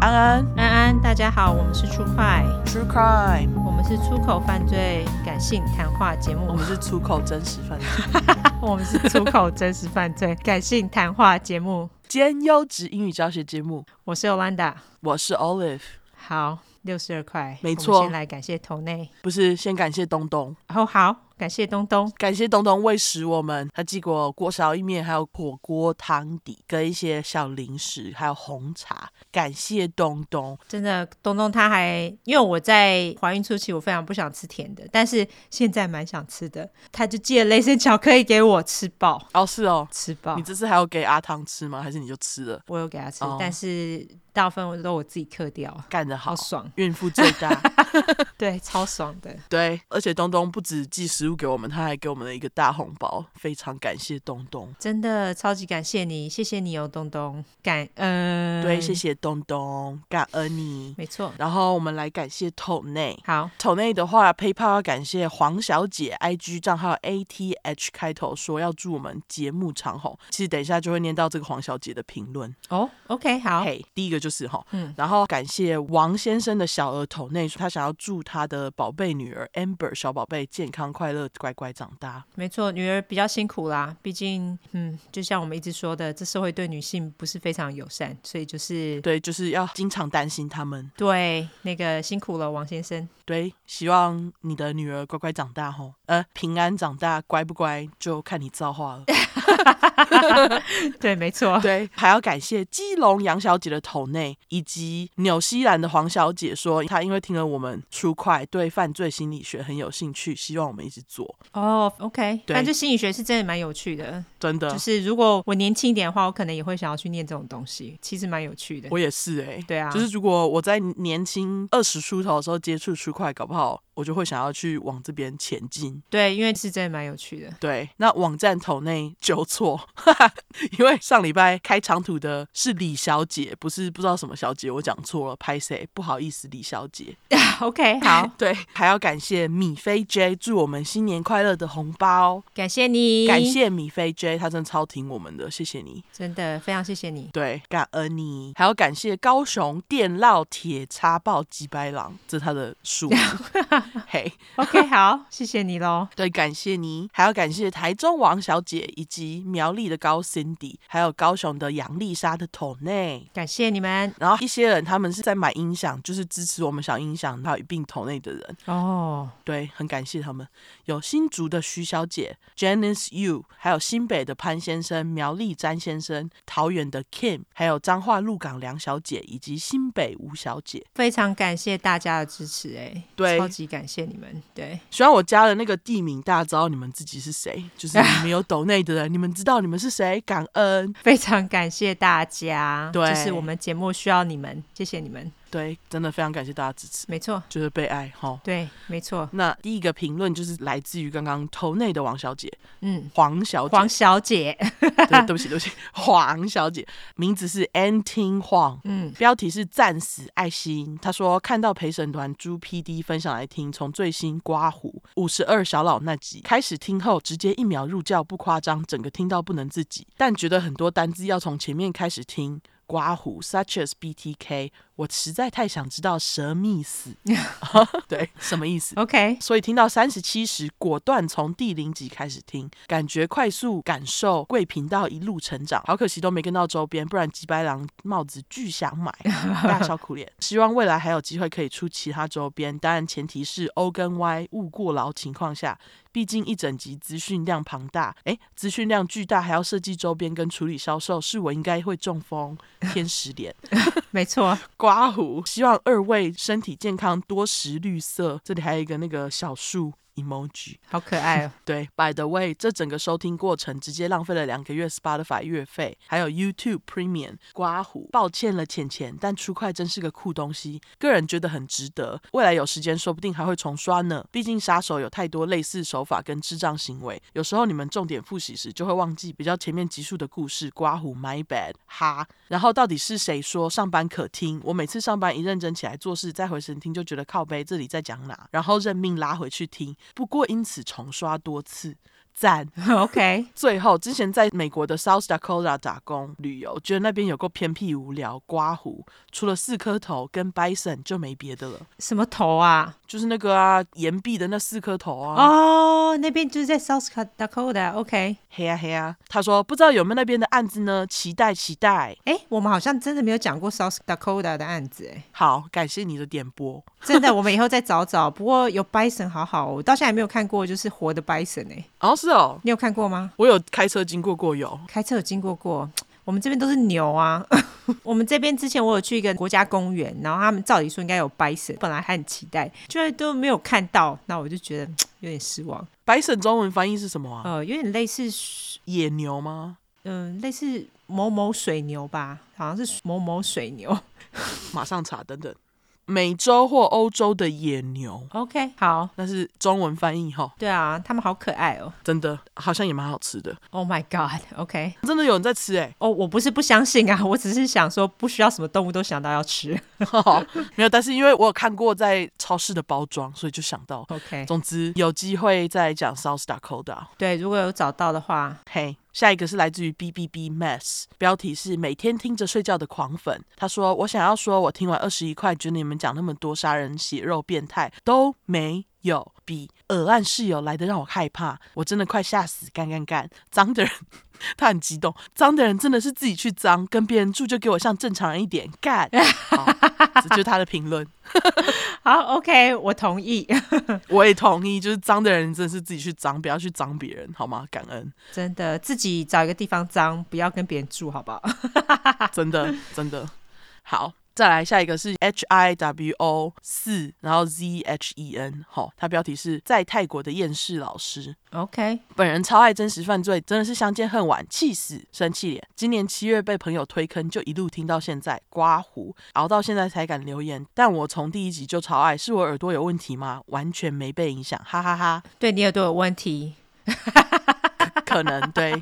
安安安，大家好，我们是出快， ，True Crime，我们是出口犯罪感性谈话节我目 们，是出口真实犯 罪，我们是出口真实犯罪感性谈话节目，兼优质英语教学节目。我是 Olanda。我是 Olive，好，六十二块，没我们错先来感谢头内，不是先感谢东东，哦好，感谢东东，感谢东东喂食我们，他寄过锅烧意面，还有火锅汤底跟一些小零食，还有红茶。感谢东东，真的东东他还因为我在怀孕初期我非常不想吃甜的，但是现在蛮想吃的，他就寄了雷神巧克力给我吃饱，哦是哦，吃饱你。这次还有给阿汤吃吗？还是你就吃了？我有给他吃，哦但是大部分我都我自己嗑掉，干得好，好爽，孕妇最 大。对，超爽的。对，而且东东不止寄食物给我们，他还给我们了一个大红包，非常感谢东东。真的超级感谢你，谢谢你哦，东东，感恩、对，谢谢，谢东东，感恩你。没错，然后我们来感谢透内。好，头内的话，PayPal 要感谢黄小姐，IG 账号 ATH 开头说要祝我们节目长红。其实等一下就会念到这个黄小姐的评论。哦，OK，好，嘿，第一个就是哈，嗯然后感谢王先生的小额头内说他想要祝他的宝贝女儿 Amber 小宝贝健康快乐，乖乖长大。没错，女儿比较辛苦啦，毕竟，嗯，就像我们一直说的，这社会对女性不是非常友善，所以就是对，就是要经常担心他们。对那个辛苦了，王 先生，对，希望你的女儿乖乖长大吼，呃，平安长大，乖不乖就看你造 化了。对，没错，对，还要感谢基隆杨小姐的头内，以及纽西兰的黄小姐说，她因为听了我们出快，对犯罪心理学很有兴趣，希望我们一直做。哦，OK，对啊反正心理学是真的蛮有趣的，真的，就是如果我年轻一点的话，我可能也会想要去念这种东西，其实蛮有趣的，我也是哎、对啊，就是如果我在年轻二十出头的时候接触出快，搞不好我就会想要去往这边前进。对，因为是真的蛮有趣的，对，那网站头内纠错， 因为上礼拜开长途的是李小姐，不是不知道什么小姐，我讲错了，拍谁？不好意思，李小姐。 OK，好 ，对，还要感谢米菲 J 祝我们新年快乐的红包，感谢你，感谢米菲 J，他真的超挺我们的，谢谢你。真的非常谢谢你，对，感恩你，还要感谢高雄电烙铁叉爆鸡白狼，这是他的书 名。嘿， OK，好， 谢谢你喽。对，感谢你，还要感谢台中王小姐以及苗栗的高 Cindy，还有高雄的杨丽莎的头内。感谢你们然后一些人他们是在买音响，就是支持我们小音响，还有一并投内的人。哦，对，很感谢他们。有新竹的徐小姐 Janice Yu，还有新北的潘先生、苗栗詹先生、桃园的 Kim，还有彰化鹿港梁小姐以及新北吴小姐。非常感谢大家的支持，哎，对超级感谢你们，对，虽然我加了那个地名，大家知道你们自己是谁，就是你们有抖内的人，你们知道你们是谁，感恩。非常感谢大家，对就是我们节目需要你们，谢谢你们，对，真的非常感谢大家支持，没错，就是被爱哈。对，没错，那第一个评论就是来自于刚刚头内的王小姐，嗯，黄小姐，黄小姐，对，对不起，对不 起，黄小姐，名字是 Antin 黄，嗯，标题是“战死爱心”。他说看到陪审团朱 PD 分享来听，从最新刮胡五十二小老那集开始听后，直接一秒入教，不夸张，整个听到不能自己，但觉得很多单字要从前面开始听。刮胡 such as BTK，我实在太想知道什么意思， 对，什么意思？ OK，所以听到三十七时，果断从第零集开始听，感觉快速感受贵频道一路成长。好可惜都没跟到周边，不然吉白狼帽子巨想买，大笑苦脸。希望未来还有机会可以出其他周边，当然前提是 O 跟 Y 勿过劳情况下。毕竟一整集资讯量庞大，诶，资讯量巨大，还要设计周边跟处理销售，是我应该会中风，天使脸。没错，刮胡，希望二位身体健康，多食绿色。这里还有一个那个小树 emoji。好可爱哦， 对，by the way，这整个收听过程直接浪费了两个月 Spotify 月费，还有 YouTube Premium 刮胡。抱歉了浅浅，但出快真是个酷东西，个人觉得很值得。未来有时间说不定还会重刷呢。毕竟杀手有太多类似手法跟智障行为，有时候你们重点复习时就会忘记比较前面集数的故事。刮胡 My bad，哈。然后到底是谁说上班可听？我每次上班一认真起来做事，再回神听就觉得靠背这里在讲哪，然后认命拉回去听。不过因此重刷多次。赞。 OK，最后，之前在美国的 South Dakota 打工旅游，觉得那边有够偏僻无聊，刮胡，除了四颗头跟 bison 就没别的了，什么头啊？就是那个啊，岩壁的那四颗头啊，哦、那边就是在 South Dakota。OK，黑啊黑啊。他说不知道有没有那边的案子呢？期待期待。哎、我们好像真的没有讲过 South Dakota 的案子、哎，好，感谢你的点播。真的，我们以后再找找。不过有 bison 好好哦，我到现在还没有看过，就是活的 bison 哎、哦，是哦，你有看过吗？我有开车经过过有。开车有经过过。我们这边都是牛啊！ 我们这边之前我有去一个国家公园，然后他们照理说应该有 bison，本来还很期待，居然都没有看到，那我就觉得有点失望。 bison 中文翻译是什么啊？呃，有点类似野牛吗？嗯、类似某某水牛吧，好像是某某水牛。马上查，等等。美洲或欧洲的野牛， OK，好，那是中文翻译哈，对啊，他们好可爱哦。真的好像也蛮好吃的， Oh my god，OK，、真的有人在吃哎、哦，我不是不相信啊， 我只是想说不需要什么动物都想到要吃。 没有，但是因为我有看过在超市的包装，所以就想到。 OK，总之有机会再讲 South Dakota。对，如果有找到的话，嘿，下一个是来自于 B B B Mess，标题是每天听着睡觉的狂粉。他说：“我想要说，我听完二十一块，觉得你们讲那么多杀人、血肉、变态都没有比恶案室友来的让我害怕，我真的快吓死！干干干，脏的人。” 他很激动，脏的人真的是自己去脏，跟别人住就给我像正常人一点干。好，这就是他的评论。好，OK，我同意， 我也同意，就是脏的人真的是自己去脏，不要去脏别人，好吗？感恩，真的自己找一个地方脏，不要跟别人住，好不好？真的真的好。再来下一个是 H I W O 四，然后 Z H E N，好，它标题是在泰国的厌世老师。 OK，本人超爱真实犯罪，真的是相见恨晚，气死，生气脸。今年七月被朋友推坑，就一路听到现在，刮胡，熬到现在才敢留言。但我从第一集就超爱，是我耳朵有问题吗？完全没被影响，哈哈哈对你耳朵有问题，可能对，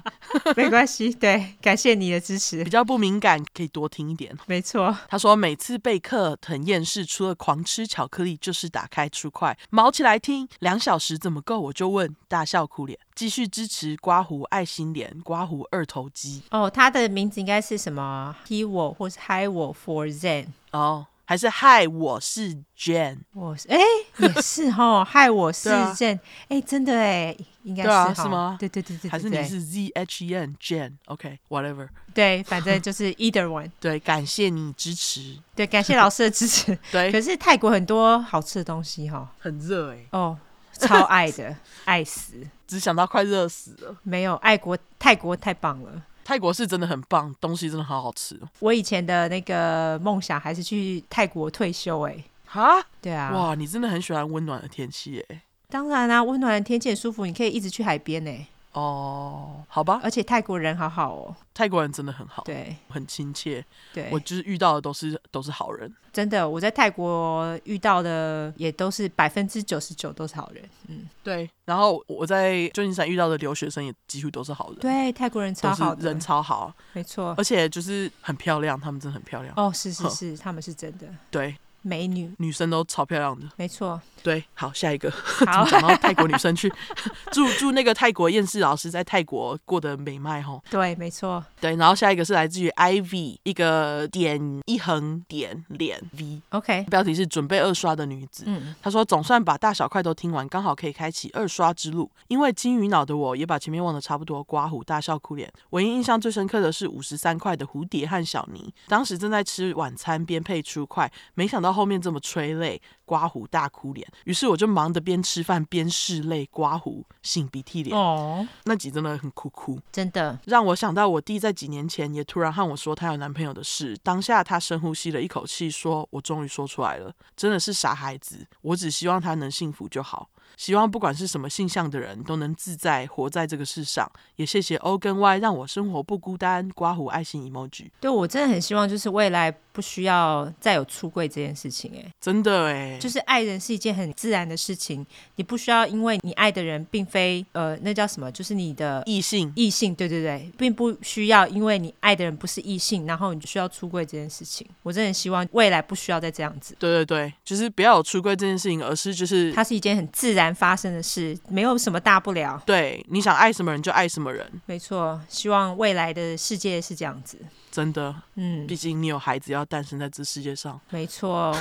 没关系，对，感谢你的支持比，较不敏感，可以多听一点。没错，他说每次备课很厌世，除了狂吃巧克力，就是打开出快毛起来听，两小时怎么够？我就问，大笑哭脸，继续支持刮胡爱心脸，刮胡二头肌哦，他的名字应该是什么 He 我或是 Hi 我 for Zen，哦，还是嗨，我是 Jane，我是哎、也是哈，害我是对啊 Zen，哎、真的哎，应该是对啊齁是吗对对对对，还是对你是 Z H E N Jane？OK，whatever，、对，反正就是 either one。对，感谢你支持，对，感谢老师的支 持。对，可是泰国很多好吃的东西哈、很热哎、哦，超爱的， 爱死！只想到快热死了。没有爱国泰国太棒了。泰国是真的很棒，东西真的好好吃哦我以前的那个梦想还是去泰国退休哎、哈，对啊，哇，你真的很喜欢温暖的天气哎、当然啦、温暖的天气很舒服，你可以一直去海边哎、哦，好吧，而且泰国人好好哦，泰国人真的很好，对很亲切。对我，就是遇到的都是都是好人，真的我在泰国遇到的也都是百分之九十九都是好人，嗯，对。然后我在旧金山遇到的留学生也几乎都是好人，，对，泰国人超都是好的，人超好，没错，而且就是很漂亮，他们真的很漂亮。哦，是是哼是，他们是真的对，美女，女生都超漂亮的。没错，对，好，下一个好讲到泰国女生去， 祝祝那个泰国厌世老师在泰国过得美迈吼。对，没错。对，然后下一个是来自于 Ivy 一个点一横点脸 V， OK，标题是准备二刷的女子。嗯，他说：“总算把大小块都听完，刚好可以开启二刷之路。因为金鱼脑的我也把前面忘得差不多，刮胡大笑哭脸。唯一印象最深刻的是五十三块的蝴蝶和小尼，当时正在吃晚餐，边配出块，没想到后面这么催泪，刮胡大哭脸。于是我就忙得边吃饭边拭泪，刮胡擤鼻涕脸。哦，那集真的很哭哭。”真的，让我想到我弟在几年前也突然和我说她有男朋友的事。当下她深呼吸了一口气，说：“我终于说出来了，真的是傻孩子。我只希望他能幸福就好，希望不管是什么性向的人都能自在活在这个世上。也谢谢 O 跟 Y 让我生活不孤单。”刮胡爱心 emoji，对我真的很希望，就是未来不需要再有出柜这件事情、哎，真的哎，就是爱人是一件很自然的事情，你不需要因为你爱的人并非呃，那叫什么，就是你的异性异性，对对对，并不需要因为你爱的人不是异性，然后你就需要出柜这件事情。我真的很希望未来不需要再这样子，对对对，就是不要有出柜这件事情，而是就是它是一件很自然发生的事，没有什么大不了。对，你想爱什么人就爱什么人，没错，希望未来的世界是这样子。真的，嗯，毕竟你有孩子要诞生在这世界上， 没错，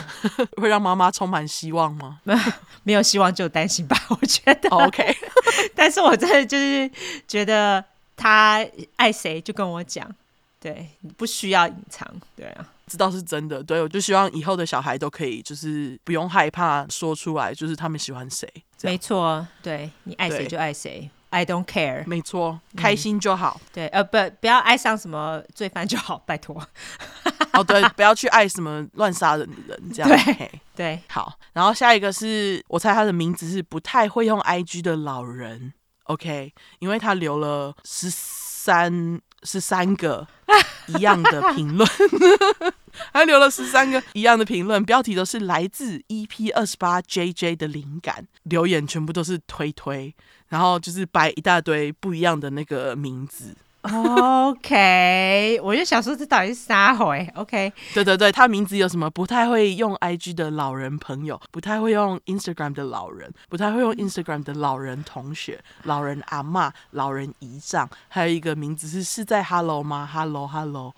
会让妈妈充满希望吗、没有希望就担心吧， 我觉 得。 o k 但是我真的就是觉得他爱谁就跟我讲，对，不需要隐藏，对啊，知道是真的。对，我就希望以后的小孩都可以，就是不用害怕说出来，就是他们喜欢谁。这样没错，对你爱谁对就爱谁，I don't care，没错，嗯开心就好。对，呃，不，不要爱上什么罪犯就好，拜托，哦，对，不要去爱什么乱杀人的人，这样。对嘿对，好，然后下一个是我猜他的名字是不太会用 IG 的老人，OK，因为他留了十三十三个一样的评论， 他留了十三个一样的评论，标题都是来自 EP 二十八 JJ 的灵感，留言全部都是推推，然后就是摆一大堆不一样的那个名字。哦 OK，我就想说这到底是啥回？OK，对对对，他名字有什么不太会用 IG 的老人朋友，不太会用 Instagram 的老人，不太会用 Instagram 的老人同学、老人阿嬷、老人姨丈，还有一个名字是是在 Hello 吗？Hello Hello，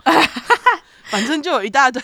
反正就有一大堆，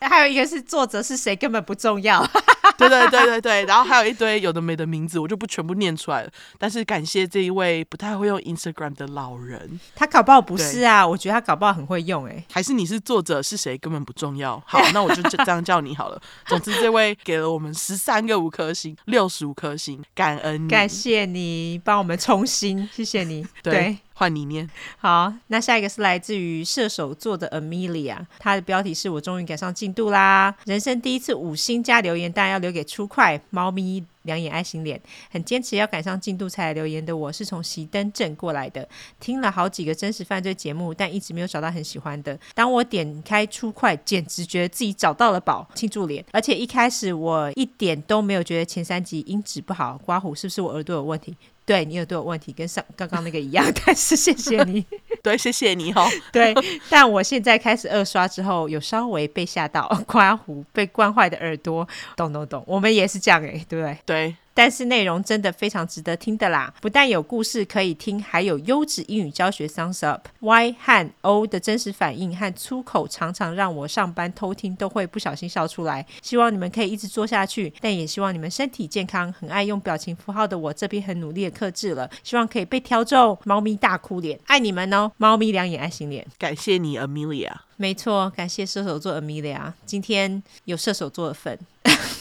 还有一个是作者是谁根本不重要。 对对对对对，然后还有一堆有的没的名字，我就不全部念出来了。但是感谢这一位不太会用 Instagram 的老人，他搞不好不是啊，我觉得他搞不好很会用哎、还是你是作者是谁根本不重要。 好，那我就这这样叫你好了。 总之，这位给了我们十三个五颗星，六十五颗星，感恩你。感谢你帮我们重新，谢谢你。对，换你念。 好，那下一个是来自于射手座的 Amelia，她的标题是我终于赶上进度啦，人生第一次五星加留言，当然要留给出快猫咪。两眼爱心脸，很坚持要赶上进度才来留言的我，是从熄灯镇过来的。听了好几个真实犯罪节目，但一直没有找到很喜欢的。当我点开出快，简直觉得自己找到了宝，庆祝脸！而且一开始我一点都没有觉得前三集音质不好，刮胡是不是我耳朵有问题？对你耳朵有问题，跟上刚刚那个一样， 但是谢谢你。对，谢谢你 哈、哦。对，但我现在开始二刷之后，有稍微被吓到， 刮胡被惯坏的耳朵，懂懂懂，我们也是这样哎、对不对？对，但是内容真的非常值得听的啦，不但有故事可以听，还有优质英语教学 Sounds Up。Y 和 O 的真实反应和粗口常常让我上班偷听都会不小心笑出来。希望你们可以一直做下去，但也希望你们身体健康。很爱用表情符号的我这边很努力的克制了，希望可以被挑中。猫咪大哭脸，爱你们哦！猫咪两眼爱心脸。感谢你，Amelia。没错，感谢射手座 Amelia，今天有射手座的份，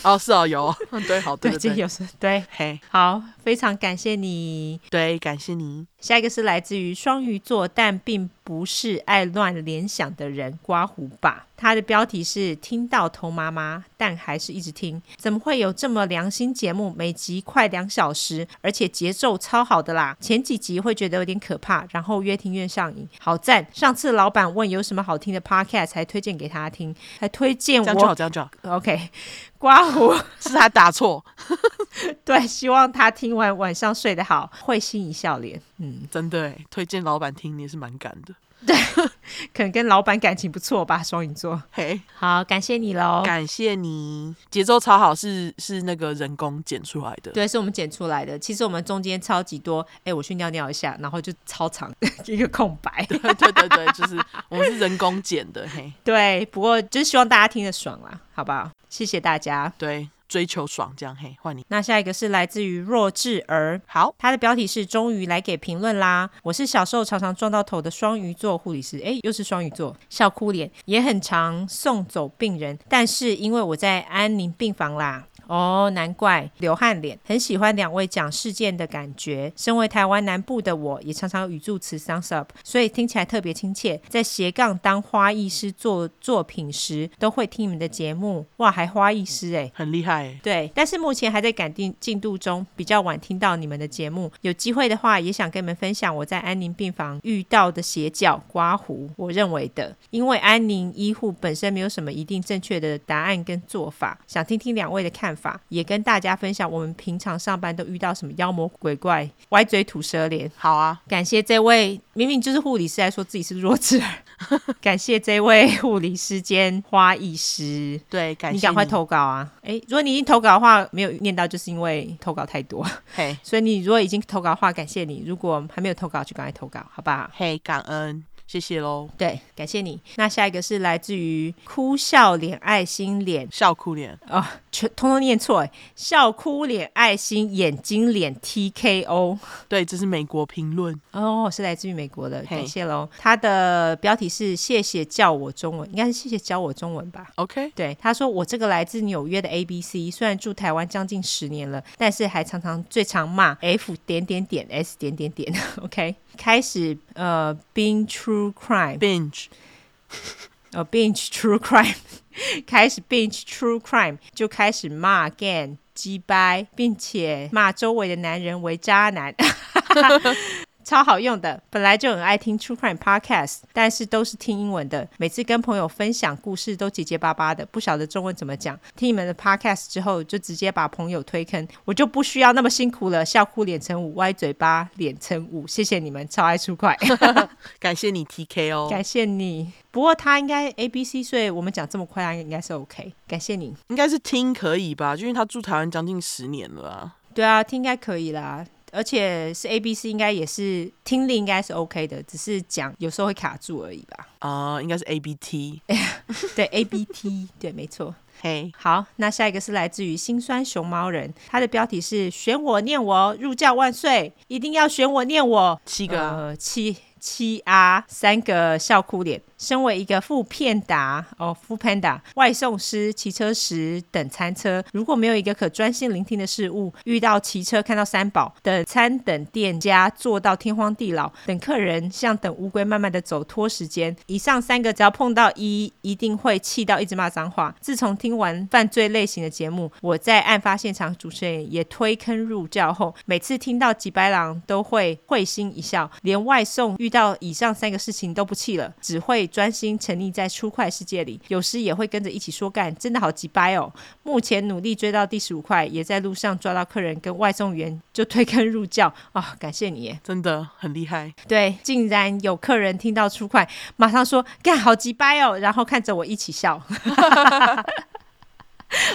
哦，是哦，有 哦。对，好，对今对天对。有射对，嘿，好，非常感谢你。对，感谢你。下一个是来自于双鱼座，但并不是爱乱联想的人刮胡吧。他的标题是“听到头麻麻，但还是一直听”。怎么会有这么良心节目？每集快两小时，而且节奏超好的啦。前几集会觉得有点可怕，然后越听越上瘾，好赞！上次老板问有什么好听的 podcast，才推荐给他听，还推荐这样就好，我。这样就好。 OK，刮 胡。是他打错，对，希望他听完晚上睡得好，会心一笑脸。 嗯。真的耶。推荐老板听，你也是蛮敢的。可能跟老板感情不错吧，双鱼座。嘿，好，感谢你喽。感谢你。节奏超好，是是那个人工剪出来的。 对，是我们剪出来的。其实我们中间超级多，哎，我去尿尿一下，然后就超长 一个空白。对对对对，就是我们是人工剪的，嘿，对，不过就是希望大家听得爽啦，好不好？谢谢大家。对，追求爽这样，嘿，换你。那下一个是来自于弱智儿，好，他的标题是“终于来给评论啦”。我是小时候常常撞到头的双鱼座护理师，诶，又是双鱼座，笑哭脸，也很常送走病人，但是因为我在安宁病房啦。哦，难怪流汗脸，很喜欢两位讲事件的感觉。身为台湾南部的我，也常常语助词 sounds up，所以听起来特别亲切。在斜杠当花艺师做作品时，都会听你们的节目。哇，还花艺师诶。很厉害耶，对，但是目前还在赶进进度中，比较晚听到你们的节目。有机会的话，也想跟你们分享我在安宁病房遇到的邪教刮胡。我认为的，因为安宁医护本身没有什么一定正确的答案跟做法，想听听两位的看法，也跟大家分享我们平常上班都遇到什么妖魔鬼怪、歪嘴吐舌脸。好啊，感谢这位明明就是护理师，还说自己是弱智儿， 感谢这位护理师兼花艺师。对，感谢你赶快投稿啊！诶，如果你已经投稿的话，没有念到，就是因为投稿太多。 嘿，所以你如果已经投稿的话，感谢你；如果还没有投稿，就赶快投稿，好不好？嘿，感恩，谢谢喽，对，感谢你。那下一个是来自于哭笑脸爱心脸，笑哭脸，哦，全通通念错，诶笑哭脸爱心眼睛脸 TKO。对，这是美国评论，哦，是来自于美国的，嘿感谢喽。他的标题是“谢谢教我中文”，应该是“谢谢教我中文”吧。 OK，对，他说我这个来自纽约的 ABC，虽然住台湾将近十年了，但是还常常最常骂 F 点点点 S 点点 点。OK，开始呃，being true crime， binge，呃，binge true crime，开始 binge true crime，就开始骂 again 鸡掰，并且骂周围的男人为渣男。 超好用的，本来就很爱听 True Crime Podcast，但是都是听英文的。每次跟朋友分享故事都结结巴巴的，不晓得中文怎么讲。听你们的 Podcast 之后，就直接把朋友推坑，我就不需要那么辛苦了。笑哭脸成五，歪嘴巴脸成五，谢谢你们，超爱出快。感谢你 TK 哦，感谢你。不过他应该 A B C，所以我们讲这么快，他应该是 OK。感谢你。应该是听可以吧，就因为他住台湾将近十年了啊，对啊，听应该可以啦。而且是 A B C，应该也是听力应该是 OK 的，只是讲有时候会卡住而已吧。啊、应 该是 ABT，对 A B T，对， 没错。嘿，好，那下一个是来自于心酸熊猫人，他的标题是“选我念我入教万岁”，一定要选我念我。七个啊、呃七七啊，三个笑哭脸。身为一个副片达哦，副 panda 外送师、骑车时等餐车，如果没有一个可专心聆听的事物，遇到骑车看到三宝等餐等店家做到天荒地老，等客人像等乌龟慢慢的走拖时间。以上三个只要碰到一，一定会气到一直骂脏话。自从听完犯罪类型的节目，我在案发现场主持人也推坑入教后，每次听到吉白狼都会会心一笑，连外送遇到以上三个事情都不气了，只会专心沉溺在出块世界里，有时也会跟着一起说干，真的好吉白哦。目前努力追到第十五块，也在路上抓到客人跟外送员就推坑入教啊、感谢你耶！真的很厉害，对，竟然有客人听到出快，马上说“干好鸡掰哦”，然后看着我一起笑，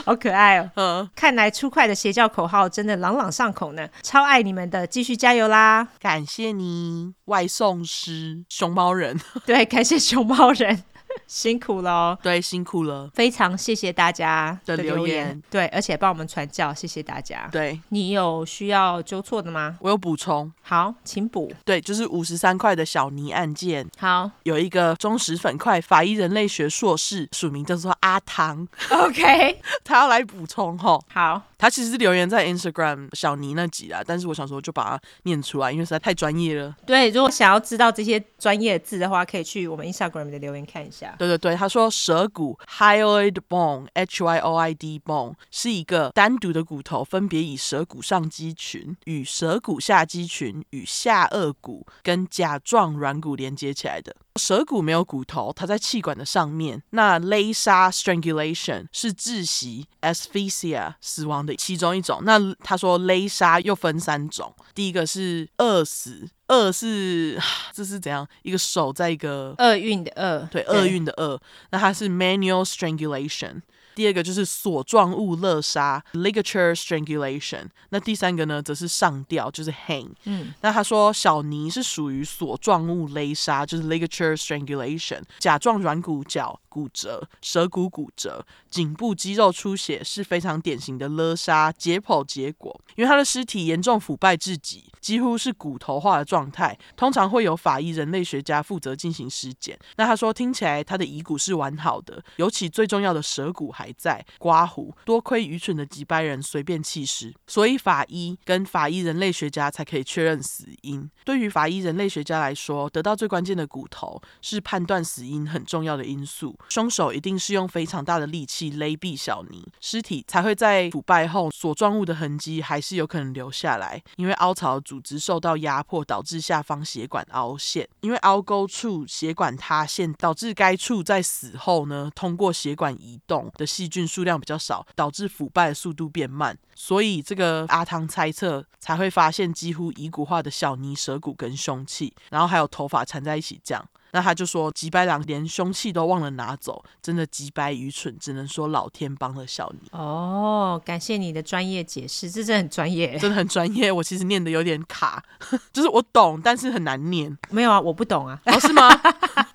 好可爱哦。嗯，看来出快的邪教口号真的朗朗上口呢，超爱你们的，继续加油啦！感谢你，外送师熊猫人，对，感谢熊猫人， 辛苦喽，对，辛苦了，非常谢谢大家的留留言对，而且帮我们传教，谢谢大家。对你有需要纠错的吗？我有补充，好，请补。对，就是五十三块的小尼案件，好有一个忠实粉块法医人类学硕士，署名叫做阿唐， ，OK，他要来补充吼，好，他其实是留言在 Instagram 小尼那集啦，但是我想说就把它念出来，因为实在太专业了。对，如果想要知道这些专业字的话，可以去我们 Instagram 的留言看一下。对对对，他说舌骨 hyoid bone h y o i d bone 是一个单独的骨头，分别以舌骨上肌群与舌骨下肌群与下颚骨跟甲状软骨连接起来的。舌骨没有骨头，它在气管的上面。那勒杀 （strangulation） 是窒息 （asphyxia） 死亡的其中一种。那他说勒杀又分三种，第一个是饿死，饿是 这是怎样？一个手在一个厄运的厄，对，厄运的厄。那它是 manual strangulation。第二个就是索状物勒杀 （ligature strangulation）。那第三个呢，则是上吊，就是 hang。嗯，那他说小尼是属于索状物勒杀，就是 ligature strangulation，甲状软骨角骨折、舌骨骨折、颈部肌肉出血是非常典型的勒杀解剖结果。因为他的尸体严重腐败至极，几乎是骨头化的状态，通常会有法医人类学家负责进行尸检。那他说听起来他的遗骨是完好的，尤其最重要的舌骨还在，刮胡，多亏愚蠢的几百人随便弃尸，所以法医跟法医人类学家才可以确认死因。对于法医人类学家来说，得到最关键的骨头是判断死因很重要的因素。凶手一定是用非常大的力气勒毙小尼，尸体才会在腐败后所撞物的痕迹还是有可能留下来，因为凹槽组织受到压迫，导致下方血管凹陷，因为凹沟处血管塌陷，导致该处在死后呢，通过血管移动的细菌数量比较少，导致腐败的速度变慢。所以这个阿汤猜测才会发现几乎遗骨化的小泥蛇骨跟凶器，然后还有头发缠在一起这样。那他就说吉白狼连凶器都忘了拿走，真的吉白愚蠢，只能说老天帮了小尼。哦，感谢你的专业解释，这真的很专业。 真的很专业，我其实念的有点卡， 就是我懂，但是很难念，没有啊，我不懂啊。 哦，是吗？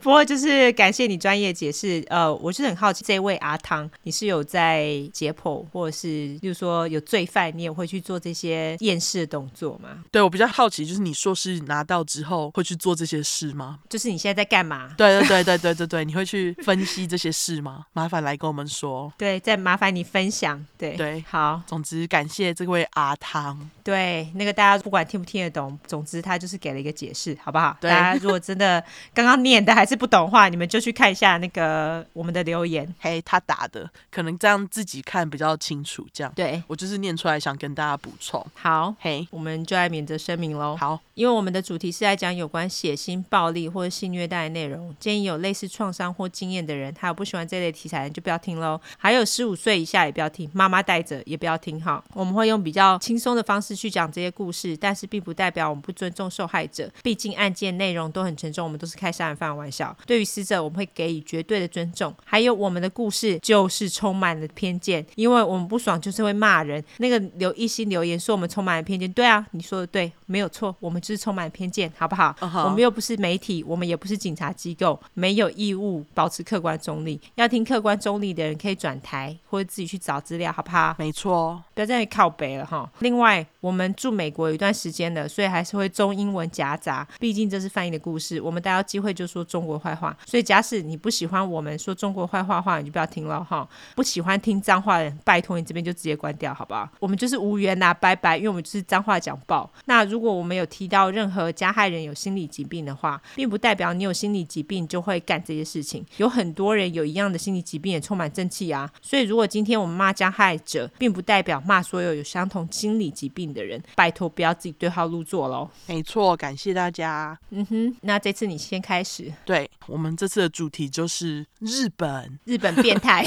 不过就是感谢你专业解释。呃，我是很好奇，这位阿汤，你是有在解剖，或者是就是说有罪犯，你也会去做这些验尸的动作吗？对我比较好奇，就是你硕士拿到之后会去做这些事吗？就是你现在在干嘛？对对对对对对对，你会去分析这些事吗？麻烦来跟我们说。对，再麻烦你分享。对对好，总之，感谢这位阿汤。对，那个大家不管听不听得懂，总之他就是给了一个解释，好不好？对大家如果真的刚刚念的还是不懂的话，你们就去看一下那个我们的留言。嘿，他打的，可能这样自己看比较清楚。这样，对，我就是念出来想跟大家补充。好，嘿，我们就来免责声明喽。好，因为我们的主题是在讲有关血腥、暴力或者性虐待的内容，建议有类似创伤或经验的人，还有不喜欢这类题材的人就不要听喽。还有十五岁以下也不要听，妈妈带着也不要听哈。我们会用比较轻松的方式去讲这些故事，但是并不代表我们不尊重受害者，毕竟案件内容都很沉重，我们都是开杀人犯的玩笑。对于死者，我们会给予绝对的尊重。还有我们的故事就是充满了偏见，因为我们不爽就是会骂人。那个刘一心留言说我们充满了偏见，对啊，你说的对，没有错，我们就是充满了偏见，好不好嗯哼我们又不是媒体，我们也不是警察机构，没有义务保持客观中立。要听客观中立的人可以转台或者自己去找资料，好不好？没错，哦不要在那里靠北了哈。另外，我们住美国有一段时间了，所以还是会中英文夹杂，毕竟这是翻译的故事，我们大家有机会就说中国坏话。所以，假使你不喜欢我们说中国坏话的话，你就不要听了哈。不喜欢听脏话的人，拜托你这边就直接关掉，好不好？我们就是无缘啦、拜拜，因为我们就是脏话讲爆。那如果我们有提到任何加害人有心理疾病的话，并不代表你有心理疾病就会干这些事情。有很多人有一样的心理疾病，也充满正气啊。所以，如果今天我们骂加害者，并不代表骂所有有相同心理疾病的人。拜托，不要自己对号入座喽。没错，感谢大家。嗯哼，那这次你先开始，对我们这次的主题就是日本， 日本变态。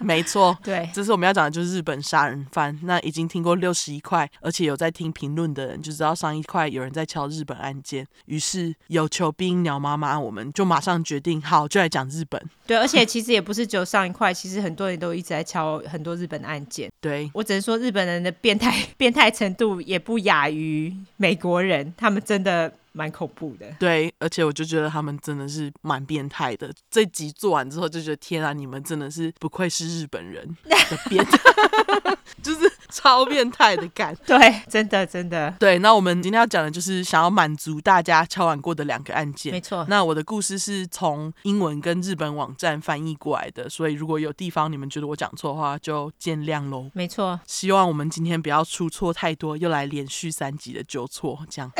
没错。对，这次我们要讲的就是日本杀人犯。那已经听过六十一块，而且有在听评论的人就知道上一块有人在敲日本案件，于是有求必应，鸟妈妈，我们就马上决定，好，就来讲日本。对，而且其实也不是只有上一块，其实很多人都一直在敲很多日本的案件。对，我只能说，日本人的变态 变态程度也不亚于美国人，他们真的蛮恐怖的。对，而且我就觉得他们真的是蛮变态的。这集做完之后就觉得，天啊，你们真的是不愧是日本人的变态， 就是超变态的感。对，真的真的，对，那我们今天要讲的就是想要满足大家敲完过的两个案件没。错。那我的故事是从英文跟日本网站翻译过来的，所以如果有地方你们觉得我讲错的话，就见谅喽。没错，希望我们今天不要出错太多，又来连续三集的纠错，这 样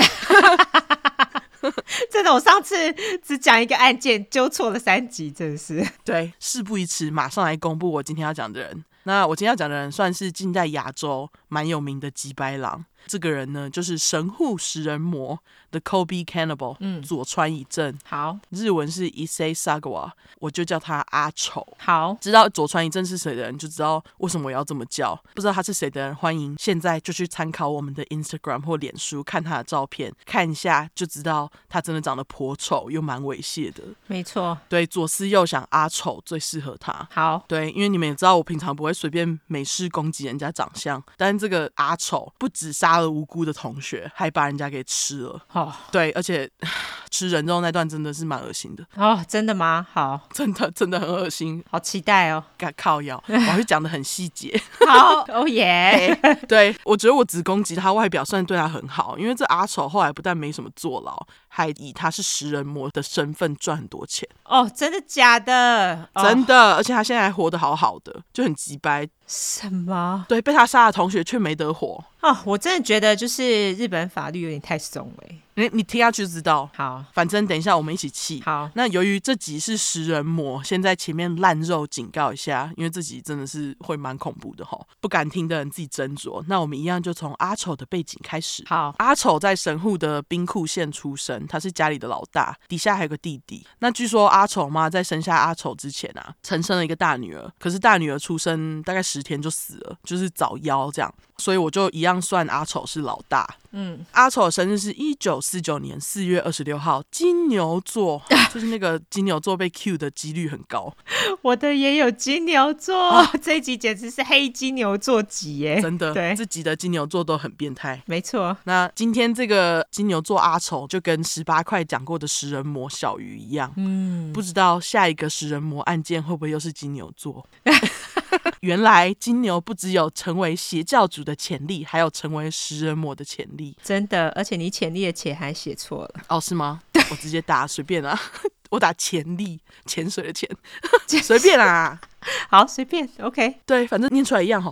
真的，我上次只讲一个案件，纠错了三集，真的是。对，事不宜迟，马上来公布我今天要讲的人。那我今天要讲的人算是近代亚洲蛮有名的吉白狼，这个人呢就是神户食人魔的 Kobe Cannibal，嗯佐川一正，好，日文是 Issei Sagawa，我就叫他阿丑。好，知道佐川一正是谁的人就知道为什么我要这么叫。不知道他是谁的人，欢迎现在就去参考我们的 Instagram 或脸书看他的照片，看一下就知道他真的长得颇丑又蛮猥亵的。没错，对，左思右想，阿丑最适合他。好，对，因为你们也知道，我平常不会随便美式攻击人家长相，但这个阿丑不止杀了无辜的同学，还把人家给吃了。哦，对，而且 吃人肉那段真的是蛮恶心的，哦，真的吗？好真的 真的很恶心，好期待哦。敢靠腰，我会讲的很细节。 好，哦耶，对，我觉得我只攻击他外表，算对他很好，因为这阿丑后来不但没什么坐牢，还以他是食人魔的身份赚很多钱，哦，真的假的？哦真的，而且他现在还活得好好的，就很鸡掰。什么？对，被他杀的同学却没得活，哦，我真的觉得就是日本法律有点太松了欸。你你听下去就知道。好，反正等一下我们一起气。好，那由于这集是食人魔，先在前面烂肉警告一下，因为这集真的是会蛮恐怖的吼，不敢听的人自己斟酌。那我们一样就从阿丑的背景开始。好，阿丑在神户的兵库县出生，他是家里的老大，底下还有个弟弟。那据说阿丑妈在生下阿丑之前啊，曾生了一个大女儿，可是大女儿出生大概十天就死了，就是早夭这样。所以我就一样算阿丑是老大。嗯，阿丑的生日是一九四九年四月二十六号，金牛 座，就是那个金牛座被 Q 的几率很高，我的也有金牛座， 这一集简直是黑金牛座集耶。哦真的，哎对自己的金牛座都很变态。没错，那今天这个金牛座阿丑就跟十八块讲过的食人魔小鱼一样，嗯，不知道下一个食人魔案件会不会又是金牛座？原来金牛不只有成为邪教主的潜力，还有成为食人魔的潜力真的，而且你潜力的且还写错了， 哦？是吗？我直接打随便啊， 我打潜力，潜水的潜，随便啊。好，随便，OK，对，反正念出来一样哈。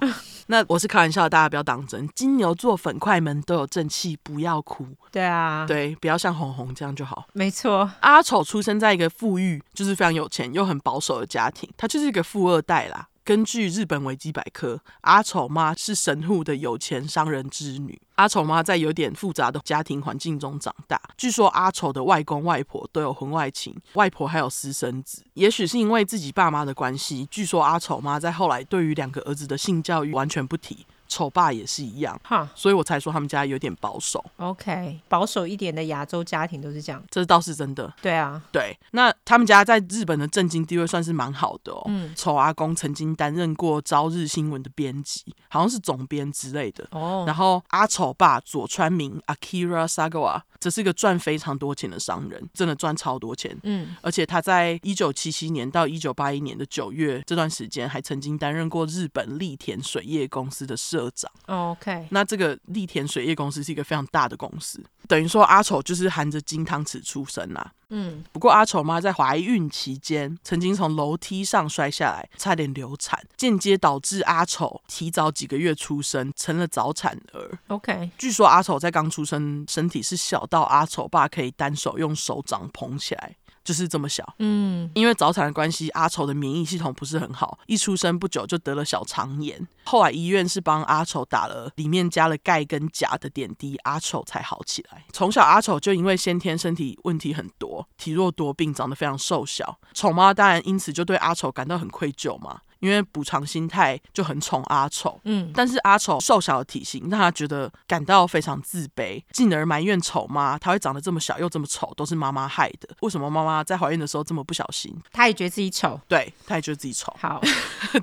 那我是开玩笑的，大家不要当真。金牛座粉块们都有正气，不要哭，对啊，，对，不要像红红这样就好。没错，阿丑出生在一个富裕，就是非常有钱又很保守的家庭，他就是一个富二代啦。根据日本维基百科，阿丑妈是神户的有钱商人之女。阿丑妈在有点复杂的家庭环境中长大。据说阿丑的外公外婆都有婚外情，外婆还有私生子。也许是因为自己爸妈的关系，据说阿丑妈在后来对于两个儿子的性教育完全不提，丑爸也是一样，哈所以我才说他们家有点保守， ，OK，保守一点的亚洲家庭都是这样，这倒是真的。对啊，对，那他们家在日本的政经地位算是蛮好的哦。嗯丑阿公曾经担任过《朝日新闻》的编辑，好像是总编之类的。哦，然后阿丑爸佐川明 （Akira Sagawa） 这是一个赚非常多钱的商人，真的赚超多钱。嗯，而且他在一九七七年到一九八一年的九月这段时间，还曾经担任过日本立田水业公司的社长。哦 OK，那这个立田水业公司是一个非常大的公司，等于说阿丑就是含着金汤匙出啊生啦、嗯，不过阿丑妈在怀孕期间，曾经从楼梯上摔下来，差点流产，间接导致阿丑提早几个月出生，成了早产儿。 OK，据说阿丑在刚出生，身体是小到阿丑爸可以单手用手掌捧起来，就是这么小。嗯，因为早产的关系，阿丑的免疫系统不是很好，一出生不久就得了小肠炎。后来医院是帮阿丑打了里面加了钙跟钾的点滴，阿丑才好起来。从小阿丑就因为先天身体问题很多，体弱多病，长得非常瘦小。丑妈当然因此就对阿丑感到很愧疚嘛，因为补偿心态就很宠阿丑。嗯，但是阿丑瘦小的体型让他觉得感到非常自卑，进而埋怨丑妈，她会长得这么小又这么丑，都是妈妈害的。为什么妈妈在怀孕的时候这么不小心？他也觉得自己丑，对，他也觉得自己丑。 好，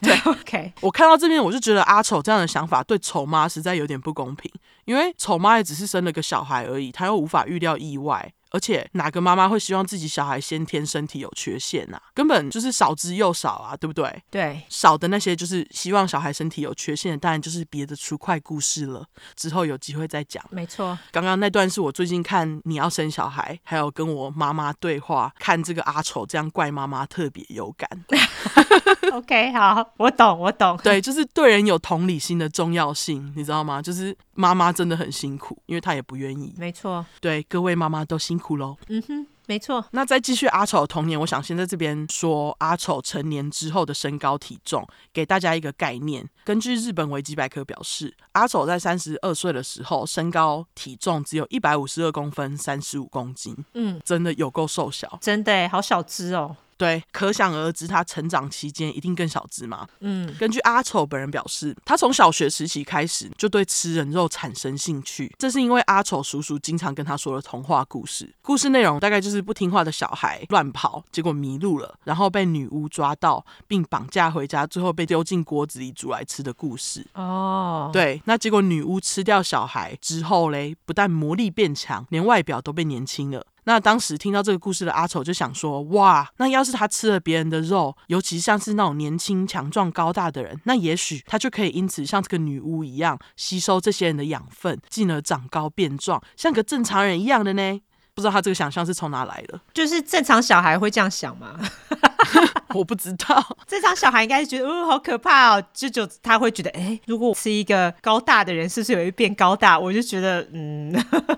对，OK， 我看到这边，我就觉得阿丑这样的想法对丑妈实在有点不公平，因为丑妈也只是生了个小孩而已，她又无法预料意外。而且哪个妈妈会希望自己小孩先天身体有缺陷啊？根本就是少之又少啊，对不对？对，少的那些就是希望小孩身体有缺陷的，当然就是别的出快故事了，之后有机会再讲。没错，刚刚那段是我最近看《你要生小孩》，还有跟我妈妈对话，看这个阿丑这样怪妈妈特别有感。 OK，好，我懂，我懂。对，就是对人有同理心的重要性，你知道吗？就是妈妈真的很辛苦，因为她也不愿意。没错，对，各位妈妈都辛苦喽。嗯哼，没错，那再继续阿丑的童年，我想先在这边说阿丑成年之后的身高体重，给大家一个概念。根据日本维基百科表示，阿丑在三十二岁的时候，身高体重只有一百五十二公分，三十五公斤，嗯，真的有够瘦小。真的耶好小只哦，对，可想而知，他成长期间一定更小只嘛。嗯，根据阿丑本人表示，他从小学时期开始就对吃人肉产生兴趣，这是因为阿丑叔叔经常跟他说的童话故事。故事内容大概就是不听话的小孩乱跑，结果迷路了，然后被女巫抓到，并绑架回家，最后被丢进锅子里煮来吃的故事。哦，，对，那结果女巫吃掉小孩之后嘞，不但魔力变强，连外表都变年轻了。那当时听到这个故事的阿丑就想说，哇，那要是他吃了别人的肉，尤其像是那种年轻、强壮、高大的人，那也许他就可以因此像这个女巫一样，吸收这些人的养分，进而长高变壮，像个正常人一样的呢。不知道他这个想象是从哪来的。 就是正常小孩会这样想嘛，我不知道， 这场小孩应该是觉得，哦，好可怕哦。就就他会觉得，哎，如果我是一个高大的人，是不是也会变高大？我就觉得，嗯，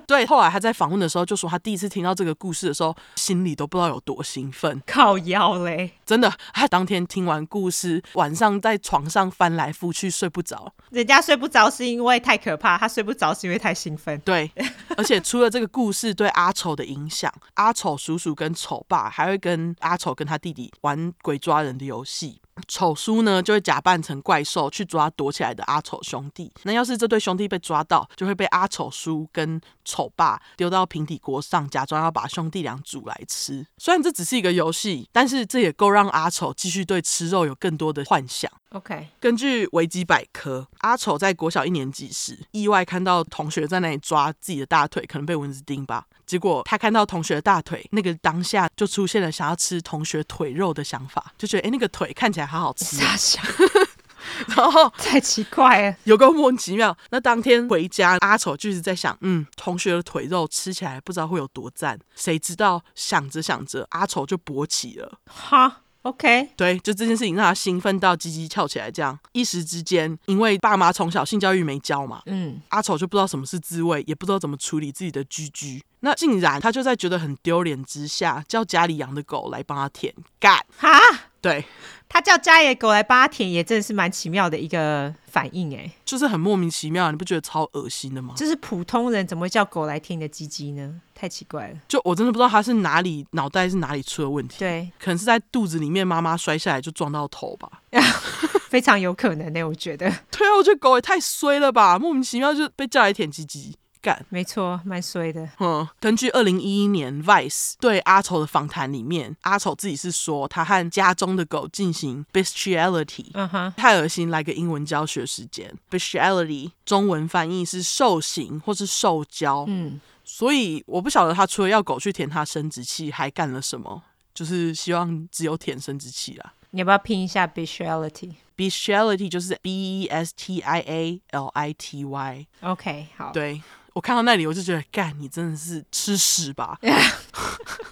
对，后来他在访问的时候就说，他第一次听到这个故事的时候，心里都不知道有多兴奋。靠腰嘞。真的，他当天听完故事，晚上在床上翻来覆去睡不着。人家睡不着是因为太可怕，他睡不着是因为太兴奋。对，而且除了这个故事对阿丑的影响，阿丑叔叔跟丑爸还会跟阿丑跟他弟弟玩鬼抓人的游戏。丑叔呢就会假扮成怪兽去抓躲起来的阿丑兄弟。那要是这对兄弟被抓到，就会被阿丑叔跟丑爸丢到平底锅上，假装要把兄弟俩煮来吃。虽然这只是一个游戏，但是这也够让阿丑继续对吃肉有更多的幻想。 OK，根据维基百科，阿丑在国小一年级时意外看到同学在那里抓自己的大腿，可能被蚊子叮吧。结果他看到同学的大腿，那个当下就出现了想要吃同学腿肉的想法，就觉得哎、诶那个腿看起来好好吃 哦、 傻笑，然后太奇怪了。有个莫名其妙。那当天回家，阿丑就是在想，嗯，同学的腿肉吃起来不知道会有多赞。谁知道想着想着，阿丑就勃起了。哈，OK，对，就这件事情让他兴奋到鸡鸡翘起来，这样一时之间，因为爸妈从小性教育没教嘛，嗯，阿丑就不知道什么是滋味，也不知道怎么处理自己的居居。那竟然他就在觉得很丢脸之下，叫家里养的狗来帮他舔干。哈，对，他叫家野狗来帮他舔，也真的是蛮奇妙的一个反应哎。就是很莫名其妙，你不觉得超恶心的吗？就是普通人怎么会叫狗来舔你的鸡鸡呢？太奇怪了。就我真的不知道他是哪里脑袋是哪里出了问题，对，可能是在肚子里面妈妈摔下来就撞到头吧。非常有可能呢、我觉得对啊，我觉得狗也太衰了吧，莫名其妙就被叫来舔鸡鸡干。没错，蛮衰的。嗯，根据二零一一年 Vice 对阿丑的访谈里面，阿丑自己是说他和家中的狗进行 bestiality，嗯哼，太恶心，来个英文教学时间 bestiality，中文翻译是兽刑或是兽交。嗯，所以我不晓得他除了要狗去舔他生殖器，还干了什么，就是希望只有舔生殖器啦。你要不要拼一下 bestiality？OK，、 bestiality 就是 b e s t i a l i t y，好对。我看到那里，我就觉得，干，你真的是吃屎吧！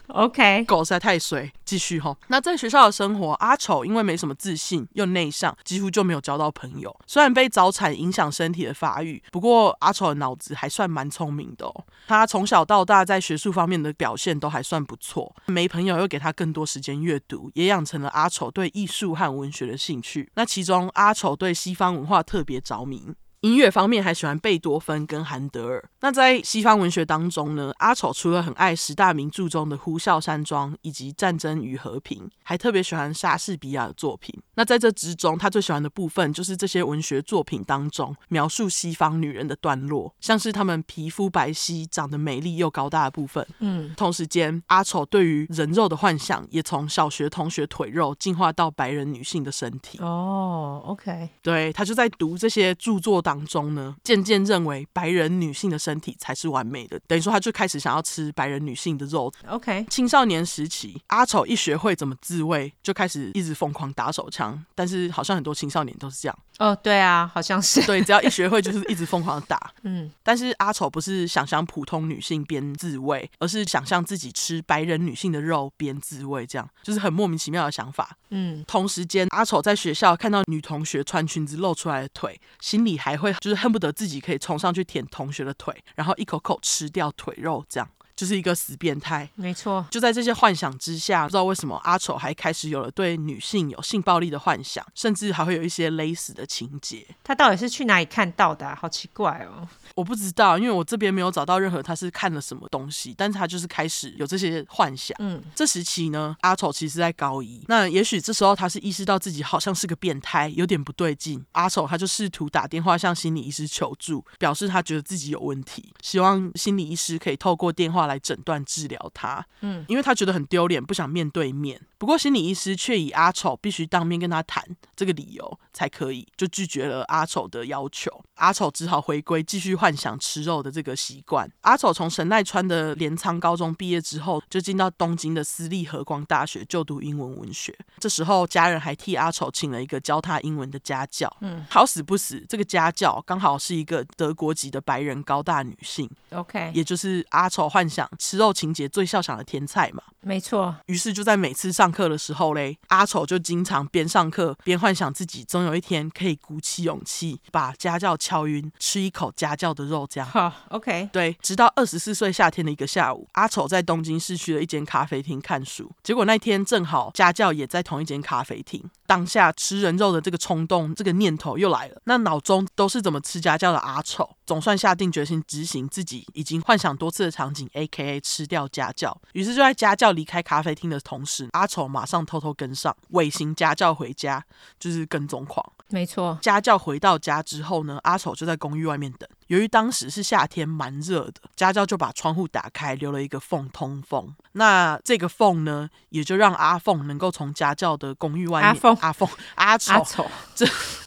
，OK，狗实在太水。继续吼，那在学校的生活，阿丑因为没什么自信，又内向，几乎就没有交到朋友。虽然被早产影响身体的发育，不过阿丑的脑子还算蛮聪明的哦。他从小到大在学术方面的表现都还算不错，没朋友又给他更多时间阅读，也养成了阿丑对艺术和文学的兴趣。那其中，阿丑对西方文化特别着迷。音乐方面还喜欢贝多芬跟韩德尔。那在西方文学当中呢，阿丑除了很爱十大名著中的《呼啸山庄》以及《战争与和平》，还特别喜欢莎士比亚的作品。那在这之中，他最喜欢的部分就是这些文学作品当中描述西方女人的段落，像是她们皮肤白皙、长得美丽又高大的部分。嗯，同时间，阿丑对于人肉的幻想也从小学同学腿肉进化到白人女性的身体。哦，OK，对他就在读这些著作当中呢，渐渐认为白人女性的身体才是完美的，等于说他就开始想要吃白人女性的肉。 OK，青少年时期，阿丑一学会怎么自慰，就开始一直疯狂打手枪，但是好像很多青少年都是这样，哦，对啊，好像是，对，只要一学会就是一直疯狂的打。 嗯，但是阿丑不是想象普通女性边自慰，而是想象自己吃白人女性的肉边自慰，这样就是很莫名其妙的想法。嗯，同时间，阿丑在学校看到女同学穿裙子露出来的腿，心里还会就是恨不得自己可以冲上去舔同学的腿，然后一口口吃掉腿肉，这样就是一个死变态。没错，就在这些幻想之下，不知道为什么阿丑还开始有了对女性有性暴力的幻想，甚至还会有一些勒死的情节。他到底是去哪里看到的啊、好奇怪哦。我不知道，因为我这边没有找到任何他是看了什么东西，但是他就是开始有这些幻想。嗯，这时期呢，阿丑其实在高一，那也许这时候他是意识到自己好像是个变态，有点不对劲。阿丑他就试图打电话向心理医师求助，表示他觉得自己有问题，希望心理医师可以透过电话来诊断治疗他。嗯，因为他觉得很丢脸，不想面对面。不过心理医师却以阿丑必须当面跟他谈这个理由才可以，就拒绝了阿丑的要求。阿丑只好回归继续幻想吃肉的这个习惯。阿丑从神奈川的镰仓高中毕业之后，就进到东京的私立和光大学就读英文文学。这时候，家人还替阿丑请了一个教他英文的家教。嗯，好死不死，这个家教刚好是一个德国籍的白人高大女性， OK，也就是阿丑幻想吃肉情节最笑想的天菜嘛。没错，于是就在每次上课的时候嘞，阿丑就经常边上课边幻想自己总有一天可以鼓起勇气把家教敲晕，吃一口家教的肉，这样。好，OK，对，直到二十四岁夏天的一个下午，阿丑在东京市区的一间咖啡厅看书，结果那天正好家教也在同一间咖啡厅。当下吃人肉的这个冲动、这个念头又来了，那脑中都是怎么吃家教的阿丑，总算下定决心执行自己已经幻想多次的场景，A K A 吃掉家教。于是就在家教离开咖啡厅的同时，阿丑马上偷偷跟上，尾行家教回家，就是跟踪狂。没错，家教回到家之后呢，阿丑就在公寓外面等。由于当时是夏天，蛮热的，家教就把窗户打开，留了一个缝通风。那这个缝呢，也就让阿凤能够从家教的公寓外面，阿凤阿凤、阿丑，阿丑，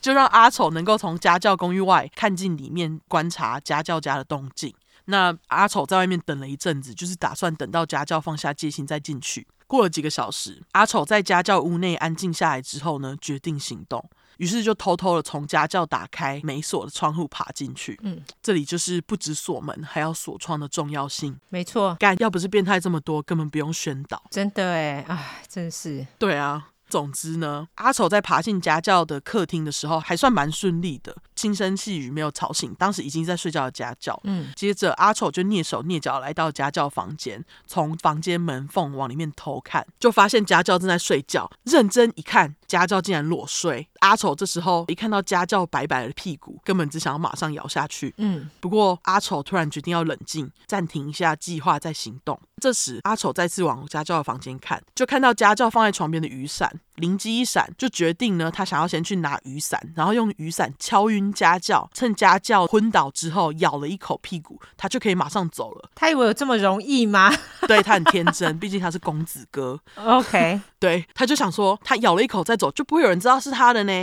就让阿丑能够从家教公寓外看进里面，观察家教家的动静。那阿丑在外面等了一阵子，就是打算等到家教放下戒心再进去。过了几个小时，阿丑在家教屋内安静下来之后呢，决定行动，于是就偷偷的从家教打开没锁的窗户爬进去。嗯，这里就是不止锁门，还要锁窗的重要性。没错，干，要不是变态这么多，根本不用宣导。真的哎，啊，真是对啊，总之呢，阿丑在爬进家教的客厅的时候，还算蛮顺利的，轻声细语没有吵醒当时已经在睡觉的家教。嗯，接着阿丑就蹑手蹑脚来到家教房间，从房间门缝往里面偷看，就发现家教正在睡觉。认真一看，家教竟然裸睡。阿丑这时候一看到家教白白的屁股，根本只想要马上咬下去。嗯，不过阿丑突然决定要冷静，暂停一下计划再行动。这时阿丑再次往家教的房间看，就看到家教放在床边的雨伞，灵机一闪，就决定呢，他想要先去拿雨伞，然后用雨伞敲晕家教，趁家教昏倒之后咬了一口屁股，他就可以马上走了。他以为有这么容易 吗对他很天真，毕竟他是公子哥。 ？OK，对，他就想说，他咬了一口再走，就不会有人知道是他的呢。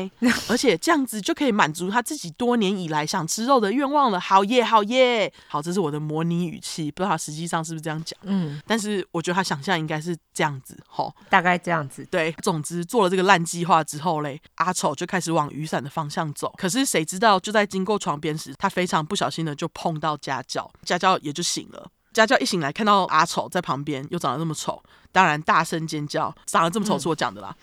而且这样子就可以满足他自己多年以来想吃肉的愿望了。好耶，好耶！好，这是我的模拟语气，不知道他实际上是不是这样讲，嗯，但是我觉得他想象应该是这样子。吼，大概这样子，对，总之做了这个烂计划之后嘞，阿丑就开始往雨伞的方向走。可是谁知道，就在经过床边时，他非常不小心的就碰到家教，家教也就醒了。家教一醒来，看到阿丑在旁边，又长得那么丑，当然大声尖叫。长得这么丑是我讲的啦，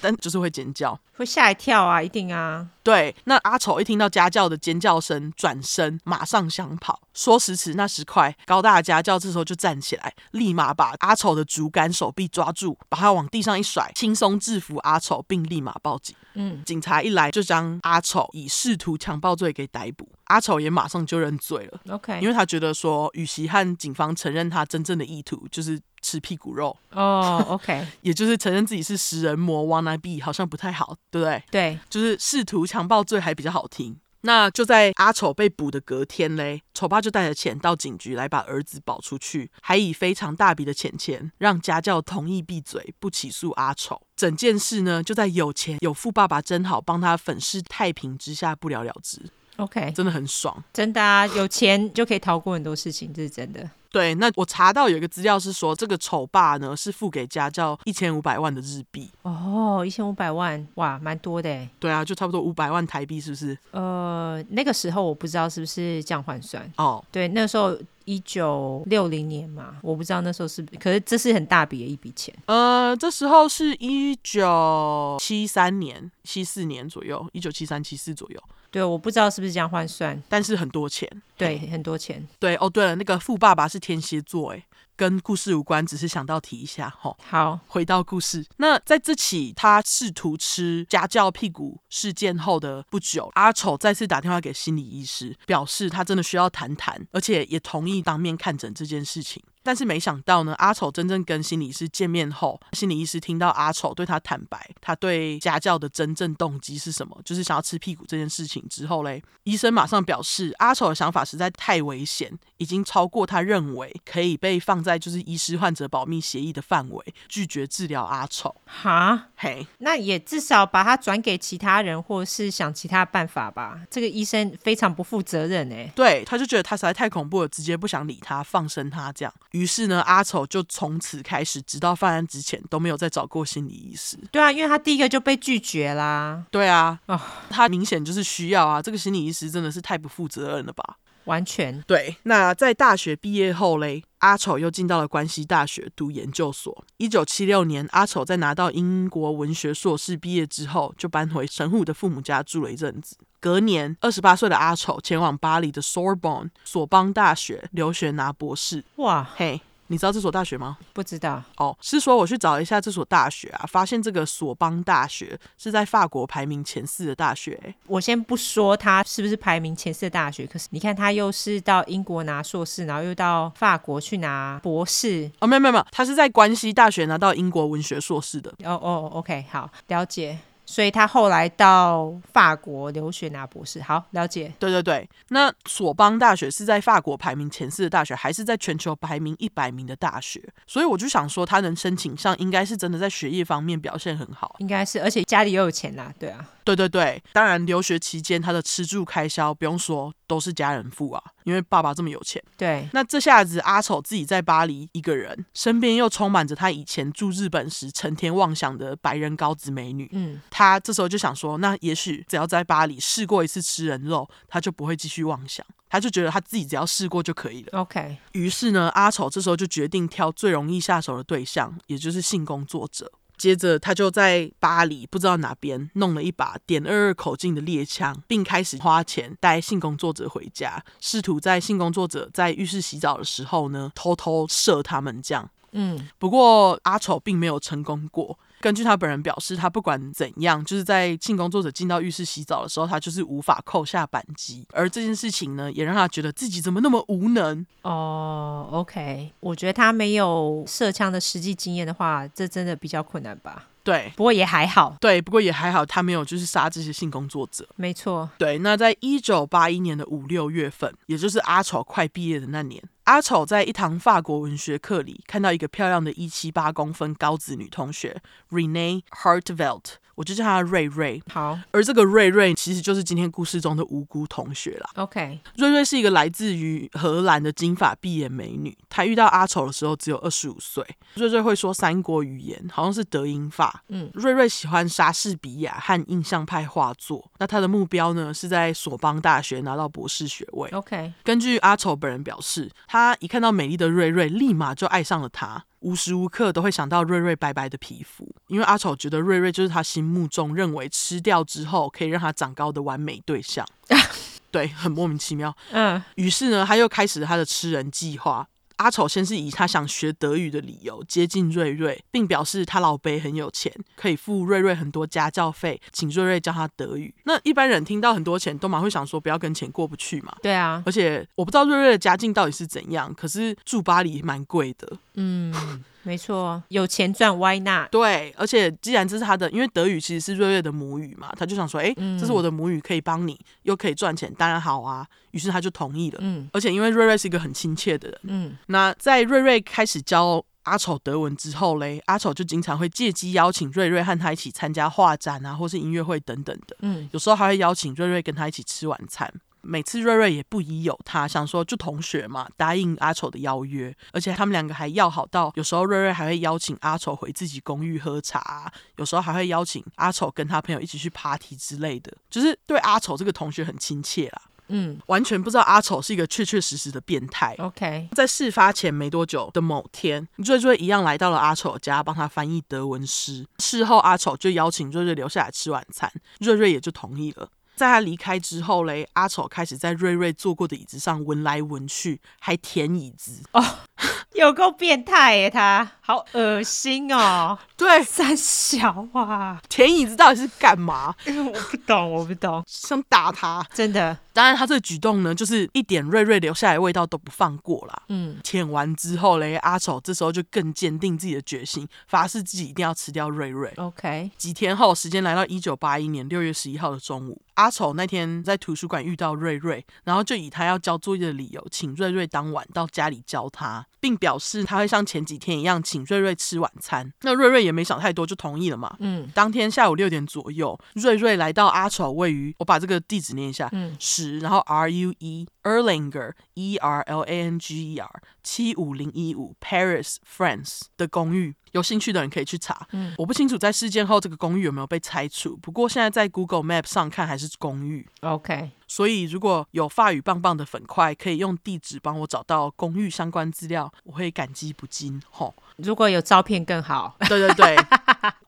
但就是会尖叫。会吓一跳啊，一定啊，对，那阿丑一听到家教的尖叫声，转身马上想跑。说时迟，那时快，高大的家教这时候就站起来，立马把阿丑的竹竿手臂抓住，把他往地上一甩，轻松制服阿丑，并立马报警。嗯，警察一来就将阿丑以试图强暴罪给逮捕，阿丑也马上就认罪了， OK，因为他觉得说，与其和警方承认他真正的意图就是吃屁股肉，哦，OK，也就是承认自己是食人魔 wanna be，好像不太好，对不对？对，就是试图强暴罪还比较好听。那就在阿丑被捕的隔天嘞，丑爸就带着钱到警局来把儿子保出去，还以非常大笔的钱钱让家教同意闭嘴，不起诉阿丑。整件事呢，就在有钱有富爸爸真好帮他粉饰太平之下不了了之， OK，真的很爽。真的啊，有钱就可以逃过很多事情，这是真的。对，那我查到有一个资料是说，这个丑爸呢是付给家教一千五百万的日币，哦，一千五百万，哇，蛮多的欸。对啊，就差不多五百万台币，是不是？呃，那个时候我不知道是不是这样换算，哦，对，那时候一九六零年嘛，我不知道那时候是不，可是这是很大笔的一笔钱。呃，这时候是一九七三年、七四年左右，一九七三、七四左右，对，我不知道是不是这样换算，但是很多钱。对，很多钱。对哦，对了，那个富爸爸是天蝎座，诶，跟故事无关，只是想到提一下吼。好，回到故事，那在这起他试图吃家教屁股事件后的不久，阿丑再次打电话给心理医师，表示他真的需要谈谈，而且也同意当面看诊这件事情。但是没想到呢，阿丑真正跟心理医师见面后，心理医师听到阿丑对他坦白他对家教的真正动机是什么，就是想要吃屁股这件事情之后嘞，医生马上表示阿丑的想法实在太危险，已经超过他认为可以被放在就是医师患者保密协议的范围，拒绝治疗阿丑。哈，嘿，那也至少把它转给其他人，或是想其他办法吧。这个医生非常不负责任哎、对，他就觉得他实在太恐怖了，直接不想理他，放生他这样。于是呢，阿丑就从此开始，直到犯案之前都没有再找过心理医师。对啊，因为他第一个就被拒绝啦，对啊，啊他明显就是需要啊，这个心理医师真的是太不负责任了吧？完全对，那在大学毕业后嘞，阿丑又进到了关西大学读研究所。一九七六年，阿丑在拿到英国文学硕士毕业之后，就搬回神户的父母家住了一阵子。隔年，二十八岁的阿丑前往巴黎的 Sorbonne 索邦大学留学拿博士。哇，嘿、你知道这所大学吗？不知道哦，是说我去找了一下这所大学啊，发现这个索邦大学是在法国排名前四的大学、欸。我先不说他是不是排名前四的大学，可是你看他又是到英国拿硕士，然后又到法国去拿博士。哦，没有没有没有，他是在关西大学拿到英国文学硕士的。哦哦，OK，好，了解。所以他后来到法国留学拿博士，好了解。对对对，那索邦大学是在法国排名前四的大学，还是在全球排名一百名的大学？所以我就想说，他能申请上，应该是真的在学业方面表现很好。应该是，而且家里又有钱啦，对啊，对对对，当然留学期间他的吃住开销不用说，都是家人付啊，因为爸爸这么有钱。对，那这下子阿丑自己在巴黎一个人，身边又充满着他以前住日本时成天妄想的白人高子美女。嗯，他这时候就想说，那也许只要在巴黎试过一次吃人肉，他就不会继续妄想。他就觉得他自己只要试过就可以了。 OK，于是呢，阿丑这时候就决定挑最容易下手的对象，也就是性工作者。接着，他就在巴黎不知道哪边弄了一把点二二口径的猎枪，并开始花钱带性工作者回家，试图在性工作者在浴室洗澡的时候呢，偷偷射他们这样。嗯，不过阿丑并没有成功过。根据他本人表示，他不管怎样，就是在性工作者进到浴室洗澡的时候，他就是无法扣下扳机。而这件事情呢，也让他觉得自己怎么那么无能。哦，OK，我觉得他没有射枪的实际经验的话，这真的比较困难吧。对不过也还好，对，不过也还好，他没有就是杀这些性工作者。没错，对，那在一九八一年的五六月份，也就是阿丑快毕业的那年，阿丑在一堂法国文学课里看到一个漂亮的一七八公分高子女同学 Renee Hartveld，我就叫她瑞瑞。好而这个瑞瑞其实就是今天故事中的无辜同学啦。 ，OK，瑞瑞是一个来自于荷兰的金发碧眼美女，她遇到阿丑的时候只有二十五岁。瑞瑞会说三国语言，好像是德英法。嗯，瑞瑞喜欢莎士比亚和印象派画作。那她的目标呢是在索邦大学拿到博士学位。 OK，根据阿丑本人表示，他一看到美丽的瑞瑞，立马就爱上了她，无时无刻都会想到瑞瑞白白的皮肤，因为阿丑觉得瑞瑞就是他心目中认为吃掉之后可以让他长高的完美对象。对，很莫名其妙。嗯，于是呢，他又开始了他的吃人计划。阿丑先是以他想学德语的理由接近瑞瑞，并表示他老北很有钱，可以付瑞瑞很多家教费，请瑞瑞教他德语。那一般人听到很多钱，都蛮会想说不要跟钱过不去嘛。对啊，而且我不知道瑞瑞的家境到底是怎样，可是住巴黎蛮贵的。嗯，没错，有钱赚 Why not？对，而且既然这是他的，因为德语其实是瑞瑞的母语嘛，他就想说，诶，这是我的母语，可以帮你，又可以赚钱，当然好啊。于是他就同意了。嗯而且因为瑞瑞是一个很亲切的人，嗯，那在瑞瑞开始教阿丑德文之后嘞，阿丑就经常会借机邀请瑞瑞和他一起参加画展啊，或是音乐会等等的。嗯，有时候还会邀请瑞瑞跟他一起吃晚餐。每次瑞瑞也不疑有他，想说就同学嘛，答应阿丑的邀约，而且他们两个还要好到，有时候瑞瑞还会邀请阿丑回自己公寓喝茶啊、有时候还会邀请阿丑跟他朋友一起去 party 之类的，就是对阿丑这个同学很亲切啦。嗯完全不知道阿丑是一个确确实实的变态。 ，OK，在事发前没多久的某天，瑞瑞一样来到了阿丑家，帮他翻译德文诗。事后，阿丑就邀请瑞瑞留下来吃晚餐，瑞瑞也就同意了。在他离开之后嘞，阿丑开始在瑞瑞坐过的椅子上闻来闻去，还舔椅子。有够变态耶，他好恶心哦！对， 三小啊，舔椅子到底是干嘛？我不懂，我不懂，想打他？真的，当然，他这个举动呢，就是一点瑞瑞留下来的味道都不放过啦。嗯，舔完之后嘞，阿丑这时候就更坚定自己的决心，发誓自己一定要吃掉瑞瑞。 OK，几天后，时间来到一九八一年六月十一号的中午，阿丑那天在图书馆遇到瑞瑞，然后就以他要交作业的理由，请瑞瑞当晚到家里教他，并表示他会像前几天一样请瑞瑞吃晚餐。那瑞瑞也没想太多，就同意了嘛。嗯当天下午六点左右，瑞瑞来到阿丑位于，我把这个地址念一下，嗯十，然后 R U E Erlanger E R L A N G E R 七五零一五 Paris France 的公寓。有兴趣的人可以去查。嗯我不清楚在事件后这个公寓有没有被拆除，不过现在在 Google Map 上看还是公寓。 ，OK，所以如果有法语棒棒的粉块，可以用地址帮我找到公寓相关资料，我会感激不尽。吼， 如果有照片更好，对对对，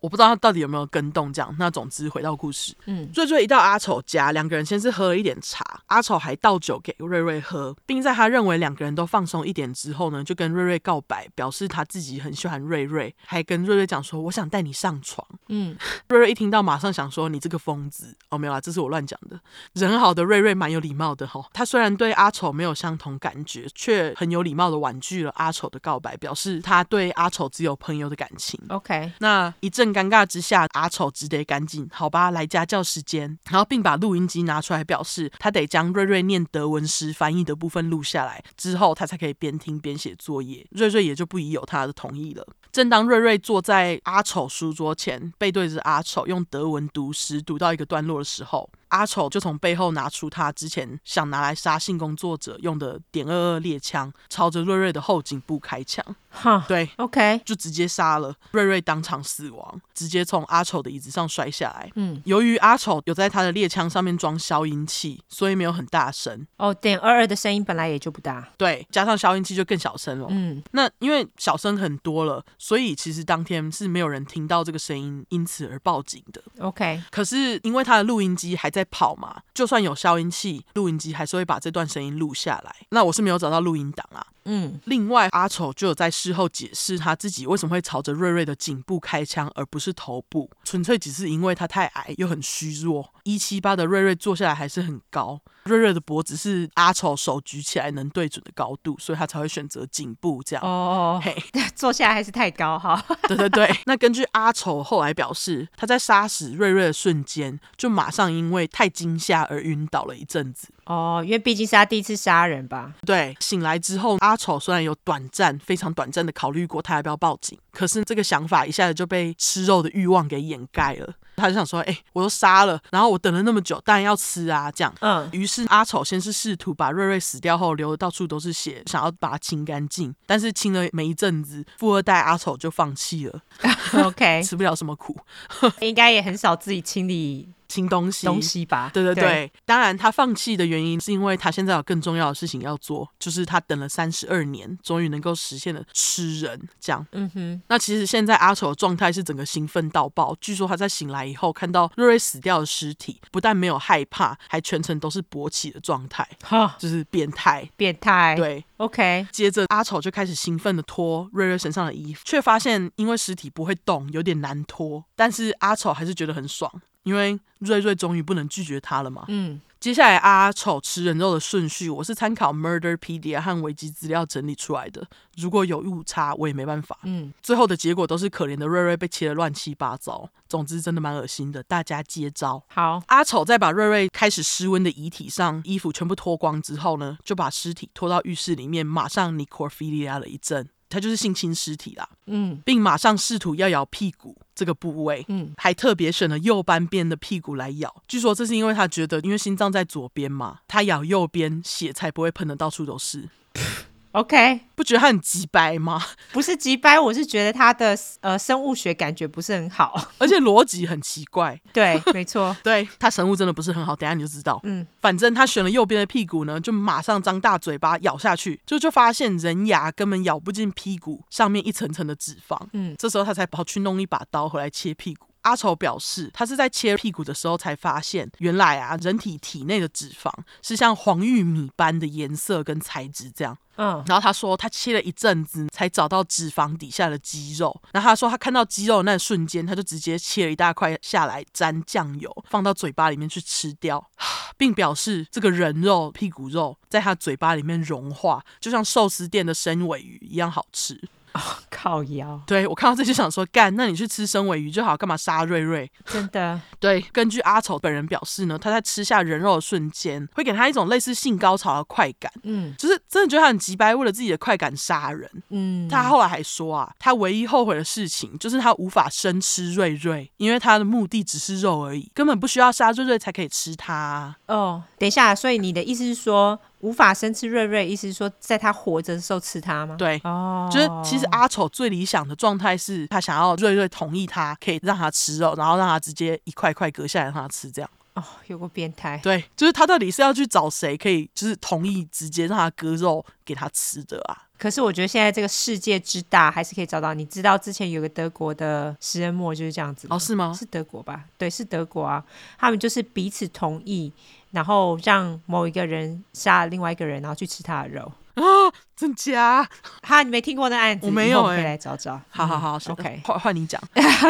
我不知道他到底有没有跟动这样。那总之回到故事，嗯瑞瑞一到阿丑家，两个人先是喝了一点茶，阿丑还倒酒给瑞瑞喝，并在他认为两个人都放松一点之后呢，就跟瑞瑞告白，表示他自己很喜欢瑞瑞，还跟瑞瑞讲说我想带你上床。嗯，瑞瑞一听到，马上想说：“你这个疯子！”哦，没有啦，这是我乱讲的。人好的瑞瑞蛮有礼貌的哈、他虽然对阿丑没有相同感觉，却很有礼貌的婉拒了阿丑的告白，表示他对阿丑只有朋友的感情。 ，OK，那一阵尴尬之下，阿丑只得赶紧好吧来家教时间，然后并把录音机拿出来，表示他得将瑞瑞念德文诗翻译的部分录下来，之后他才可以边听边写作业。瑞瑞也就不疑有他的同意了。正当瑞瑞坐在阿丑书桌前，背对着阿丑用德文读诗，读到一个段落的时候，阿丑就从背后拿出他之前想拿来杀性工作者用的点二二猎枪，朝着瑞瑞的后颈部开枪。哈对， ，OK，就直接杀了瑞瑞，当场死亡，直接从阿丑的椅子上摔下来。嗯，由于阿丑有在他的猎枪上面装消音器，所以没有很大声。哦，点二二的声音本来也就不大，对，加上消音器就更小声了。嗯那因为小声很多了，所以其实当天是没有人听到这个声音，因此而报警的。 ，OK，可是因为他的录音机还在跑嘛，就算有消音器，录音机还是会把这段声音录下来。那我是没有找到录音档啊，嗯另外，阿丑就有在事后解释他自己为什么会朝着瑞瑞的颈部开枪，而不是头部，纯粹只是因为他太矮又很虚弱。一七八的瑞瑞坐下来还是很高，瑞瑞的脖子是阿丑手举起来能对准的高度，所以他才会选择颈部这样。哦，嘿，坐下来还是太高哈，对对对。 那根据阿丑后来表示，他在杀死瑞瑞的瞬间，就马上因为太惊吓而晕倒了一阵子。 哦，因为毕竟是他第一次杀人 吧，对，醒来之后，阿丑虽然有短暂、非常短暂的考虑过他要不要报警，可是这个想法一下子就被吃肉的欲望给掩盖了。他就想说：“哎、我都杀了，然后我等了那么久，当然要吃啊！”这样。嗯于是阿丑先是试图把瑞瑞死掉后流的到处都是血，想要把它清干净，但是清了没一阵子，富二代阿丑就放弃了，哎，OK，吃不了什么苦，应该也很少自己清理清东西。东西吧？对对对，，当然他放弃的原因是因为他现在有更重要的事情要做，就是他等了三十二年，终于能够实现了吃人这样。嗯哼，那其实现在阿丑的状态是整个兴奋到爆，据说他在醒来以后看到瑞瑞死掉的尸体，不但没有害怕，还全程都是勃起的状态，哈，就是变态。变态，对， ，OK，接着阿丑就开始兴奋的脱瑞瑞身上的衣服，却发现因为尸体不会动，有点难脱。但是阿丑还是觉得很爽，因为瑞瑞终于不能拒绝他了嘛。嗯接下来阿丑吃人肉的顺序，我是参考 Murderpedia 和维基资料整理出来的。如果有误差，我也没办法。嗯，最后的结果都是可怜的瑞瑞被切得乱七八糟。总之，真的蛮恶心的，大家接招。好，阿丑在把瑞瑞开始失温的遗体上衣服全部脱光之后呢，就把尸体拖到浴室里面，马上 n i c o r p h i l i a 了一阵，他就是性侵尸体啦，嗯并马上试图要咬屁股这个部位。嗯还特别选了右半边的屁股来咬。据说这是因为他觉得，因为心脏在左边嘛，他咬右边，血才不会喷的到处都是。 ，OK，不觉得他很鸡掰吗？ 不是急掰，我是觉得他的呃生物学感觉不是很 好，而且逻辑很奇怪。对，没错，对他神物真的不是很好，等一下你就知道。嗯，反正他选了右边的屁股呢，就马上张大嘴巴咬下去，就就发现人牙根本咬不进屁股上面一层层的脂肪。嗯，这时候他才跑去弄一把刀回来切屁股。阿丑表示，他是在切屁股的时候才发现，原来啊，人体体内的脂肪是像黄玉米般的颜色跟材质这样。嗯，然后他说，他切了一阵子才找到脂肪底下的肌肉。然后他说，他看到肌肉的那瞬间，他就直接切了一大块下来，沾酱油放到嘴巴里面去吃掉， 并表示这个人肉屁股肉在他嘴巴里面融化，就像寿司店的生尾鱼一样好吃。靠腰，对我看到这就想说，干，那你去吃生尾鱼就好，干嘛杀瑞瑞？真的，对，根据阿丑本人表示呢，他在吃下人肉的瞬间，会给他一种类似性高潮的快感，嗯就是真的觉得他很急掰，为了自己的快感杀人。嗯，他后来还说啊，他唯一后悔的事情就是他无法生吃瑞瑞，因为他的目的只是肉而已，根本不需要杀瑞瑞才可以吃它啊、哦，等一下，所以你的意思是说无法生吃瑞瑞，意思是说在他活着的时候吃他吗？，对，哦，就是其实阿丑最理想的状态是他想要瑞瑞同意他可以让他吃肉，然后让他直接一块块割下来让他吃，这样。哦，有个变态，对，就是他到底是要去找谁可以就是同意直接让他割肉给他吃的啊？可是我觉得现在这个世界之大，还是可以找到。你知道之前有个德国的食人魔就是这样子吗哦，是吗？是德国吧？对，是德国啊。他们就是彼此同意，然后让某一个人杀了另外一个人，然后去吃他的肉。啊真假？哈，你没听过那案子？我没有以后我们欸可以来找找。好好嗯好是，OK。换换你讲。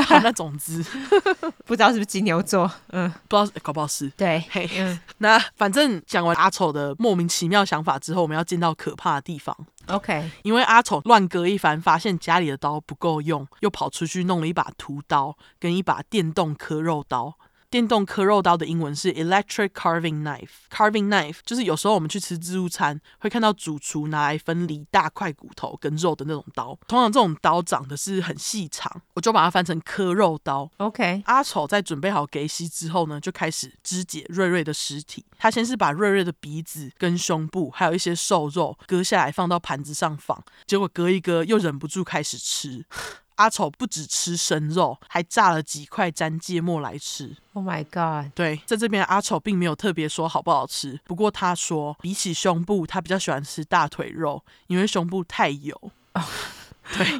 好，那总之 不知道是不是金牛座？嗯，不知道搞不好是。对，嘿， 嗯那反正讲完阿丑的莫名其妙想法之后，我们要进到可怕的地方， ，OK，因为阿丑乱割一番，发现家里的刀不够用，又跑出去弄了一把屠刀跟一把电动割肉刀。电动割肉刀的英文是 electric carving knife。carving knife 就是有时候我们去吃自助餐会看到主厨拿来分离大块骨头跟肉的那种刀，通常这种刀长得是很细长，我就把它翻成割肉刀。 OK，阿丑在准备好给息之后呢，就开始肢解瑞瑞的尸体。他先是把瑞瑞的鼻子跟胸部，还有一些瘦肉割下来放到盘子上放，结果割一割又忍不住开始吃。阿丑不止吃生肉，还炸了几块沾芥末来吃。 ，Oh my God，对，在这边阿丑并没有特别说好不好吃，不过他说比起胸部，他比较喜欢吃大腿肉，因为胸部太油。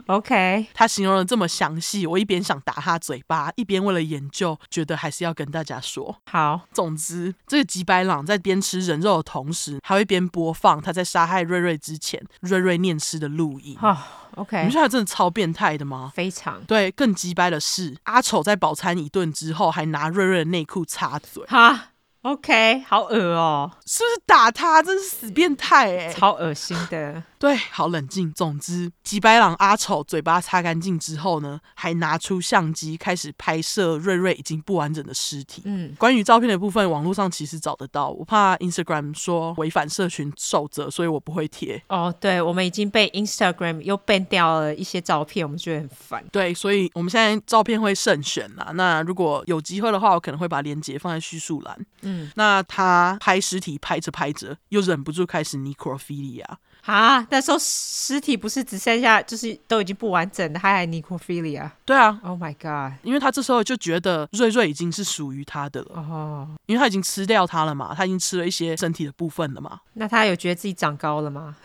OK，他形容的这么详细，我一边想打他嘴巴，一边为了研究，觉得还是要跟大家说。好，总之，这个吉白朗在边吃人肉的同时，还会边播放他在杀害瑞瑞之前瑞瑞念诗的录音。好、你 OK，们觉得他真的超变态的吗？非常，对，更鸡掰的是，阿丑在饱餐一顿之后，还拿瑞瑞的内裤擦嘴，哈，OK，好恶哦、是不是打他？真是死变态哎、超恶心的， 对，好冷静。总之，吉白朗阿丑嘴巴擦干净之后呢，还拿出相机开始拍摄瑞瑞已经不完整的尸体。嗯，关于照片的部分，网络上其实找得到，我怕 Instagram 说违反社群守则，所以我不会贴。哦，对，我们已经被 Instagram 又 ban 掉了一些照片，我们觉得很烦。对，所以我们现在照片会慎选啦。那如果有机会的话，我可能会把链接放在叙述栏。嗯，那他拍尸体拍着拍着，又忍不住开始 necrophilia。啊，那时候尸体不是只剩下，就是都已经不完整的，还还 necrophilia，Oh 对啊， my God，因为他这时候就觉得瑞瑞已经是属于他的了，哦，因为他已经吃掉他了嘛，他已经吃了一些身体的部分了嘛。那他有觉得自己长高了吗？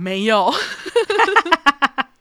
没有，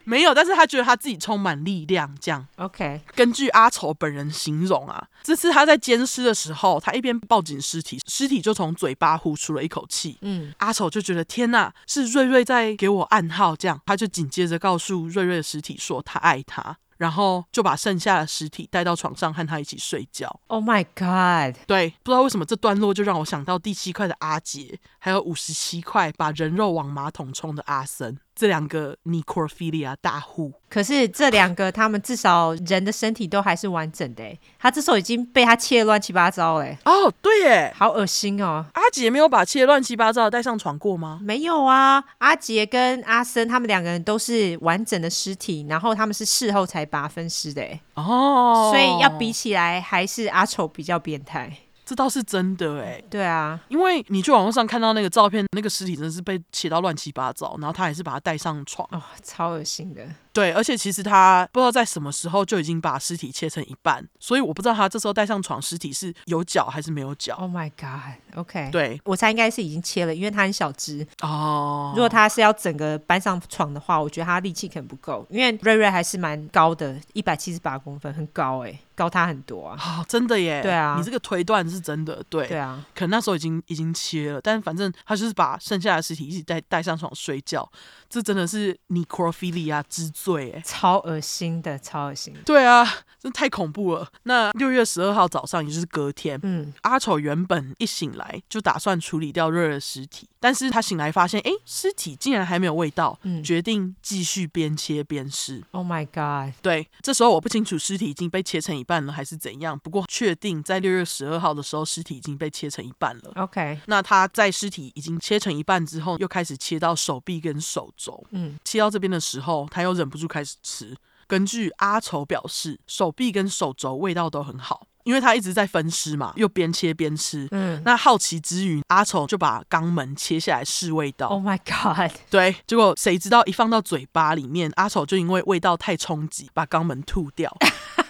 没有，但是他觉得他自己充满力量，这样。 OK，根据阿丑本人形容啊，这次他在监尸的时候，他一边抱紧尸体，尸体就从嘴巴呼出了一口气。嗯，阿丑就觉得天呐，是瑞瑞在给我暗号，这样他就紧接着告诉瑞瑞的尸体说他爱他，然后就把剩下的尸体带到床上和他一起睡觉。 Oh my God！对，不知道为什么这段落就让我想到第七块的阿杰，还有五十七块把人肉往马桶冲的阿森，这两个 necrophilia 大户。可是这两个，他们至少人的身体都还是完整的欸，他这时候已经被他切得乱七八糟嘞，哦，对耶，好恶心哦！阿杰没有把切得乱七八糟的带上床过吗？没有啊，阿杰跟阿森他们两个人都是完整的尸体，然后他们是事后才把它分尸的欸，哦，所以要比起来，还是阿丑比较变态。这倒是真的哎。对啊，因为你去网络上看到那个照片，那个尸体真的是被切到乱七八糟，然后他还是把它带上床。哦，超恶心的。对，而且其实他不知道在什么时候就已经把尸体切成一半，所以我不知道他这时候带上床尸体是有脚还是没有脚。 Oh my god，OK，、对，我猜应该是已经切了，因为他很小只。哦，如果他是要整个搬上床的话，我觉得他力气可能不够，因为瑞瑞还是蛮高的，一百七十八公分，很高哎、高他很多啊。啊、真的耶，对啊你这个推断是真的，对，对啊，可能那时候已经已经切了，但反正他就是把剩下的尸体一起带带上床睡觉，这真的是 necrophilia 之最哎。超恶心的，超恶心的。对啊，真太恐怖了。那六月十二号早上，也就是隔天，嗯，阿丑原本一醒来就打算处理掉瑞瑞的尸体，但是他醒来发现，诶，尸体竟然还没有味道，嗯决定继续边切边吃。 Oh my god，对，这时候我不清楚尸体已经被切成一半了还是怎样，不过确定在六月十二号的时候，尸体已经被切成一半了。 OK，那他在尸体已经切成一半之后，又开始切到手臂跟手肘。嗯，切到这边的时候，他又忍不住开始吃。根据阿丑表示，手臂跟手肘味道都很好，因为他一直在分尸嘛，又边切边吃。嗯那好奇之余，阿丑就把肛门切下来试味道。 ，Oh my god， 对，结果谁知道一放到嘴巴里面，阿丑就因为味道太冲击，把肛门吐掉。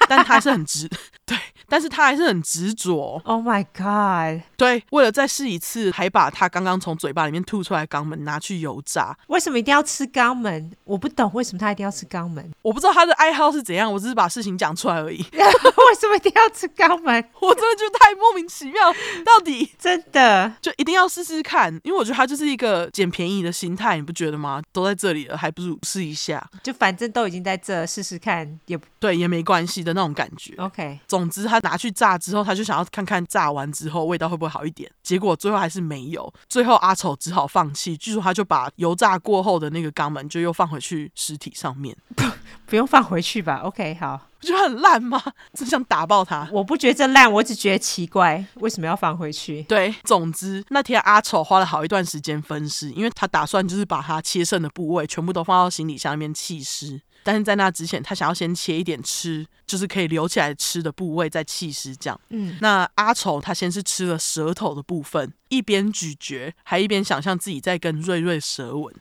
但他还是很执，对，但是他还是很执着。 Oh my God！对，为了再试一次，还把他刚刚从嘴巴里面吐出来的肛门拿去油炸。为什么一定要吃肛门？我不懂为什么他一定要吃肛门， 我不知道他的爱好是怎样，我只是把事情讲出来而已。 为什么一定要吃肛门？我真的觉得太莫名其妙，到底真的，就一定要试试看，因为我觉得他就是一个捡便宜的心态，你不觉得吗？都在这里了，还不如试一下，就反正都已经在这，试试看也不对，也没关系的那种感觉。 OK。总之，他拿去炸之后，他就想要看看炸完之后味道会不会好一点。结果最后还是没有，最后阿丑只好放弃。据说他就把油炸过后的那个肛门就又放回去尸体上面。 不用放回去吧？OK，好，不觉得很烂吗？真想打爆他。我不觉得这烂，我只觉得奇怪，为什么要放回去？对，总之那天阿丑花了好一段时间分尸，因为他打算就是把他切剩的部位全部都放到行李箱里面弃尸。但是在那之前，他想要先切一点吃，就是可以留起来吃的部位再弃尸这样。嗯，那阿丑他先是吃了舌头的部分，一边咀嚼，还一边想象自己在跟瑞瑞舌吻。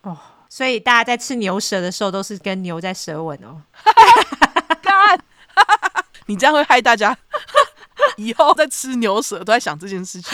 所以大家在吃牛舌的时候，都是跟牛在舌吻哦。 你这样会害大家 以后在吃牛舌都在想这件事情。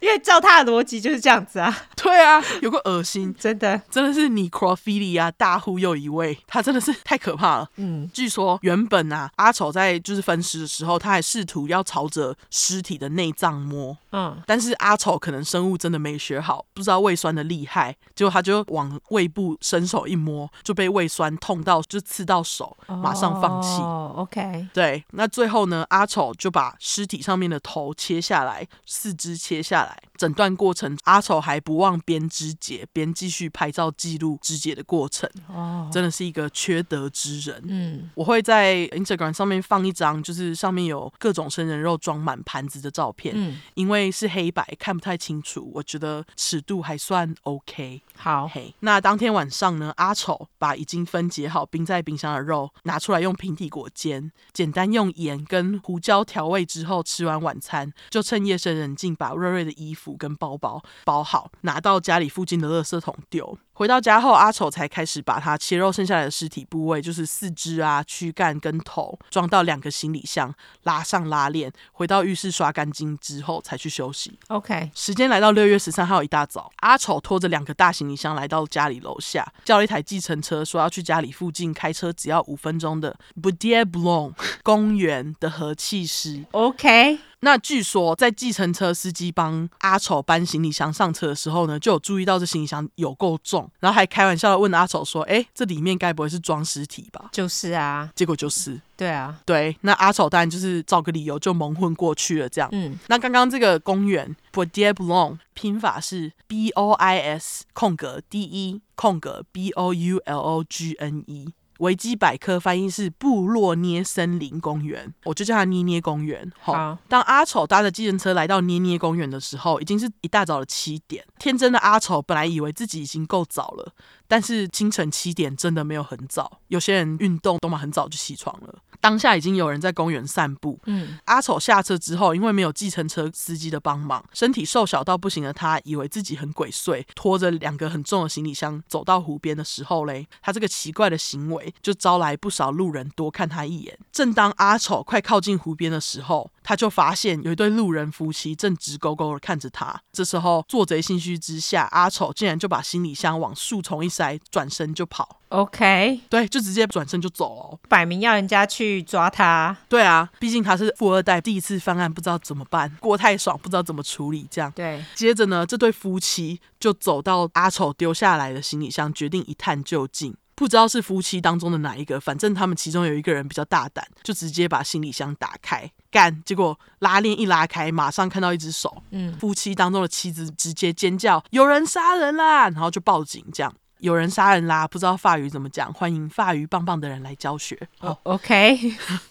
因为照他的逻辑就是这样子啊， 对啊，有个恶心。真的。真的是 necrophilia 大忽悠一位，他真的是太可怕了。嗯，据说原本啊，阿丑在就是分尸的时候，他还试图要朝着尸体的内脏摸，嗯，但是阿丑可能生物真的没学好，不知道胃酸的厉害，结果他就往胃部伸手一摸，就被胃酸痛到就刺到手，马上放弃。哦，OK，对，那最后呢，阿丑就把尸体上面的头切下来，四肢切下来。整段过程，阿丑还不忘边肢解边继续拍照记录肢解的过程，哦，真的是一个缺德之人。嗯，我会在 Instagram 上面放一张，就是上面有各种生人肉装满盘子的照片，嗯因为是黑白看不太清楚，我觉得尺度还算 OK。好，嘿，那当天晚上呢，阿丑把已经分解好冰在冰箱的肉拿出来，用平底锅煎，简单用盐跟胡椒调味之后，吃完晚餐就趁夜深人静，把瑞瑞的衣服跟包包包好，拿到家里附近的垃圾桶丢。回到家后，阿丑才开始把他切肉剩下来的尸体部位，就是四肢啊、躯干跟头，装到两个行李箱，拉上拉链，回到浴室刷干净之后才去休息。 ，OK，时间来到六月十三号一大早，阿丑拖着两个大行李箱来到家里楼下，叫了一台计程车，说要去家里附近开车只要五分钟的 b u d i e b l o n 公园的和气师。 OK，那据说在计程车司机帮阿丑搬行李箱上车的时候呢，就有注意到这行李箱有够重，然后还开玩笑的问阿丑说：“诶，这里面该不会是装尸体吧就是啊？”，结果就是，对啊，对，那阿丑当然就是找个理由就蒙混过去了，这样。嗯那刚刚这个公园 b o d i e b l o n 拼法是 B O I S 空格 D E 空格 B O U L O G N E。维基百科翻译是布洛涅森林公园，我就叫它捏捏公园。好当阿丑搭着计程车来到捏捏公园的时候，已经是一大早的七点。天真的阿丑本来以为自己已经够早了，但是清晨七点真的没有很早，有些人运动都嘛很早就起床了。当下已经有人在公园散步。嗯，阿丑下车之后，因为没有计程车司机的帮忙，身体瘦小到不行的他，以为自己很鬼祟，拖着两个很重的行李箱走到湖边的时候嘞，他这个奇怪的行为就招来不少路人多看他一眼。正当阿丑快靠近湖边的时候，他就发现有一对路人夫妻正直勾勾的看着他。这时候，做贼心虚之下，阿丑竟然就把行李箱往树丛一塞，转身就跑。 OK，对，就直接转身就走了哦。摆明要人家去抓他。对啊，毕竟他是富二代，第一次犯案不知道怎么办，过太爽不知道怎么处理，这样。对，接着呢，这对夫妻就走到阿丑丢下来的行李箱，决定一探究竟。不知道是夫妻当中的哪一个，反正他们其中有一个人比较大胆，就直接把行李箱打开干，结果拉链一拉开，马上看到一只手。嗯，夫妻当中的妻子直接尖叫：“有人杀人啦！”然后就报警。这样有人杀人啦，不知道法语怎么讲，欢迎法语棒棒的人来教学。哦，OK，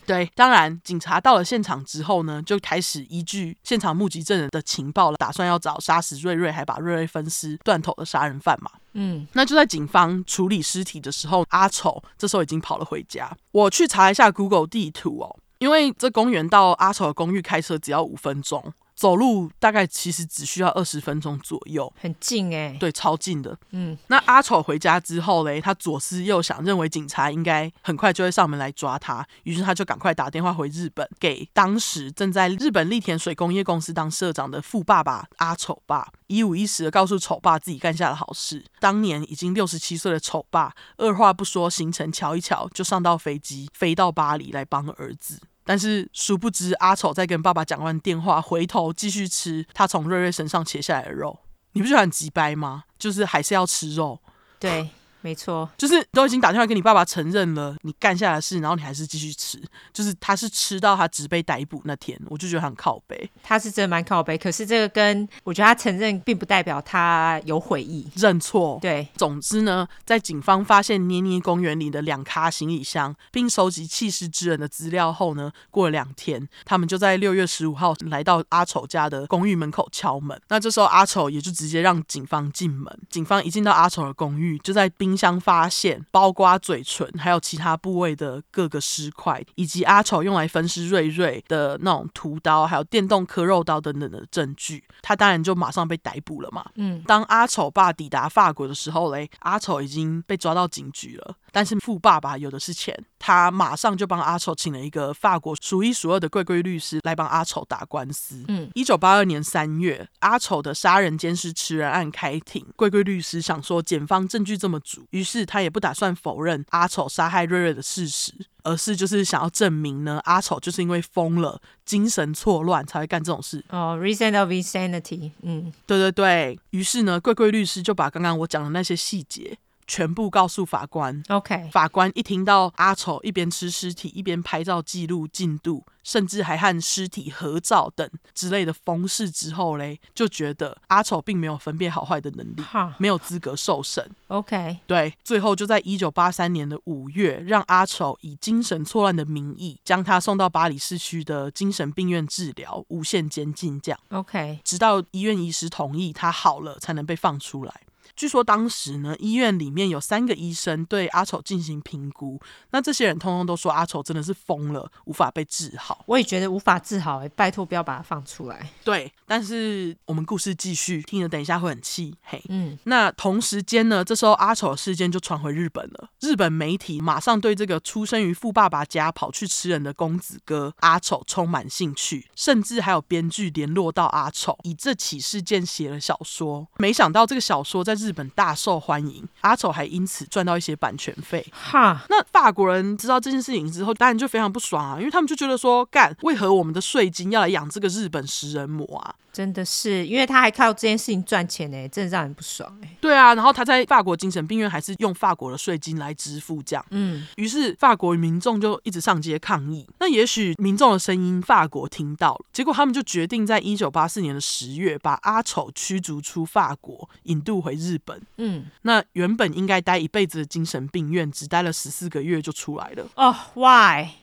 对，当然，警察到了现场之后呢，就开始依据现场目击证人的情报了，打算要找杀死瑞瑞还把瑞瑞分尸断头的杀人犯嘛。嗯，那就在警方处理尸体的时候，阿丑这时候已经跑了回家。我去查一下 Google 地图哦，因为这公园到阿丑的公寓开车只要五分钟，走路大概其实只需要二十分钟左右。很近哎、对，超近的。嗯，那阿丑回家之后嘞，他左思右想，认为警察应该很快就会上门来抓他，于是他就赶快打电话回日本，给当时正在日本立田水工业公司当社长的富爸爸阿丑爸，一五一十的告诉丑爸自己干下的好事。当年已经六十七岁的丑爸，二话不说，行程瞧一瞧，就上到飞机飞到巴黎来帮儿子。但是殊不知，阿丑在跟爸爸讲完电话，回头继续吃他从瑞瑞身上切下来的肉。你不觉得很急掰吗？就是还是要吃肉，对，没错，就是都已经打电话跟你爸爸承认了你干下的事，然后你还是继续吃，就是他是吃到他只被逮捕那天，我就觉得很靠背。他是真的蛮靠背，可是这个跟我觉得他承认，并不代表他有悔意。认错。对，总之呢，在警方发现捏捏公园里的两卡行李箱，并收集弃尸之人的资料后呢，过了两天，他们就在六月十五号来到阿丑家的公寓门口敲门。那这时候阿丑也就直接让警方进门。警方一进到阿丑的公寓，就在冰箱发现包括嘴唇还有其他部位的各个尸块，以及阿丑用来分尸瑞瑞的那种屠刀，还有电动割肉刀等等的证据。他当然就马上被逮捕了嘛。当阿丑爸抵达法国的时候嘞，阿丑已经被抓到警局了。但是富爸爸有的是钱，他马上就帮阿丑请了一个法国数一数二的贵贵律师来帮阿丑打官司。嗯，一九八二年三月，阿丑的杀人监视持人案开庭，贵贵律师想说检方证据这么足，于是他也不打算否认阿丑杀害瑞瑞的事实，而是就是想要证明呢，阿丑就是因为疯了、精神错乱才会干这种事。哦，reason of insanity，嗯，对对对，于是呢，贵贵律师就把刚刚我讲的那些细节全部告诉法官。 OK，法官一听到阿丑一边吃尸体一边拍照记录进度，甚至还和尸体合照等之类的方式之后嘞，就觉得阿丑并没有分辨好坏的能力，哈没有资格受审。 ，OK，对，最后就在一九八三年的五月，让阿丑以精神错乱的名义，将他送到巴黎市区的精神病院治疗，无限监禁这样。 OK，直到医院医师同意他好了，才能被放出来。据说当时呢，医院里面有三个医生对阿丑进行评估，那这些人通通都说阿丑真的是疯了，无法被治好。我也觉得无法治好、欸，拜托不要把它放出来。对，但是我们故事继续，听了等一下会很气，嘿。嗯，那同时间呢，这时候阿丑的事件就传回日本了。日本媒体马上对这个出生于富爸爸家跑去吃人的公子哥阿丑充满兴趣，甚至还有编剧联络到阿丑，以这起事件写了小说。没想到这个小说在日本大受欢迎，阿丑还因此赚到一些版权费。哈，那法国人知道这件事情之后，当然就非常不爽啊，因为他们就觉得说，干，为何我们的税金要来养这个日本食人魔啊？真的是，因为他还靠这件事情赚钱呢、欸，真的让人不爽哎、欸。对啊，然后他在法国精神病院还是用法国的税金来支付这样。嗯，于是法国民众就一直上街抗议。那也许民众的声音法国听到了，结果他们就决定在一九八四年的十月把阿丑驱逐出法国，引渡回日本。嗯，那原本应该待一辈子的精神病院，只待了十四个月就出来了。哦、w h y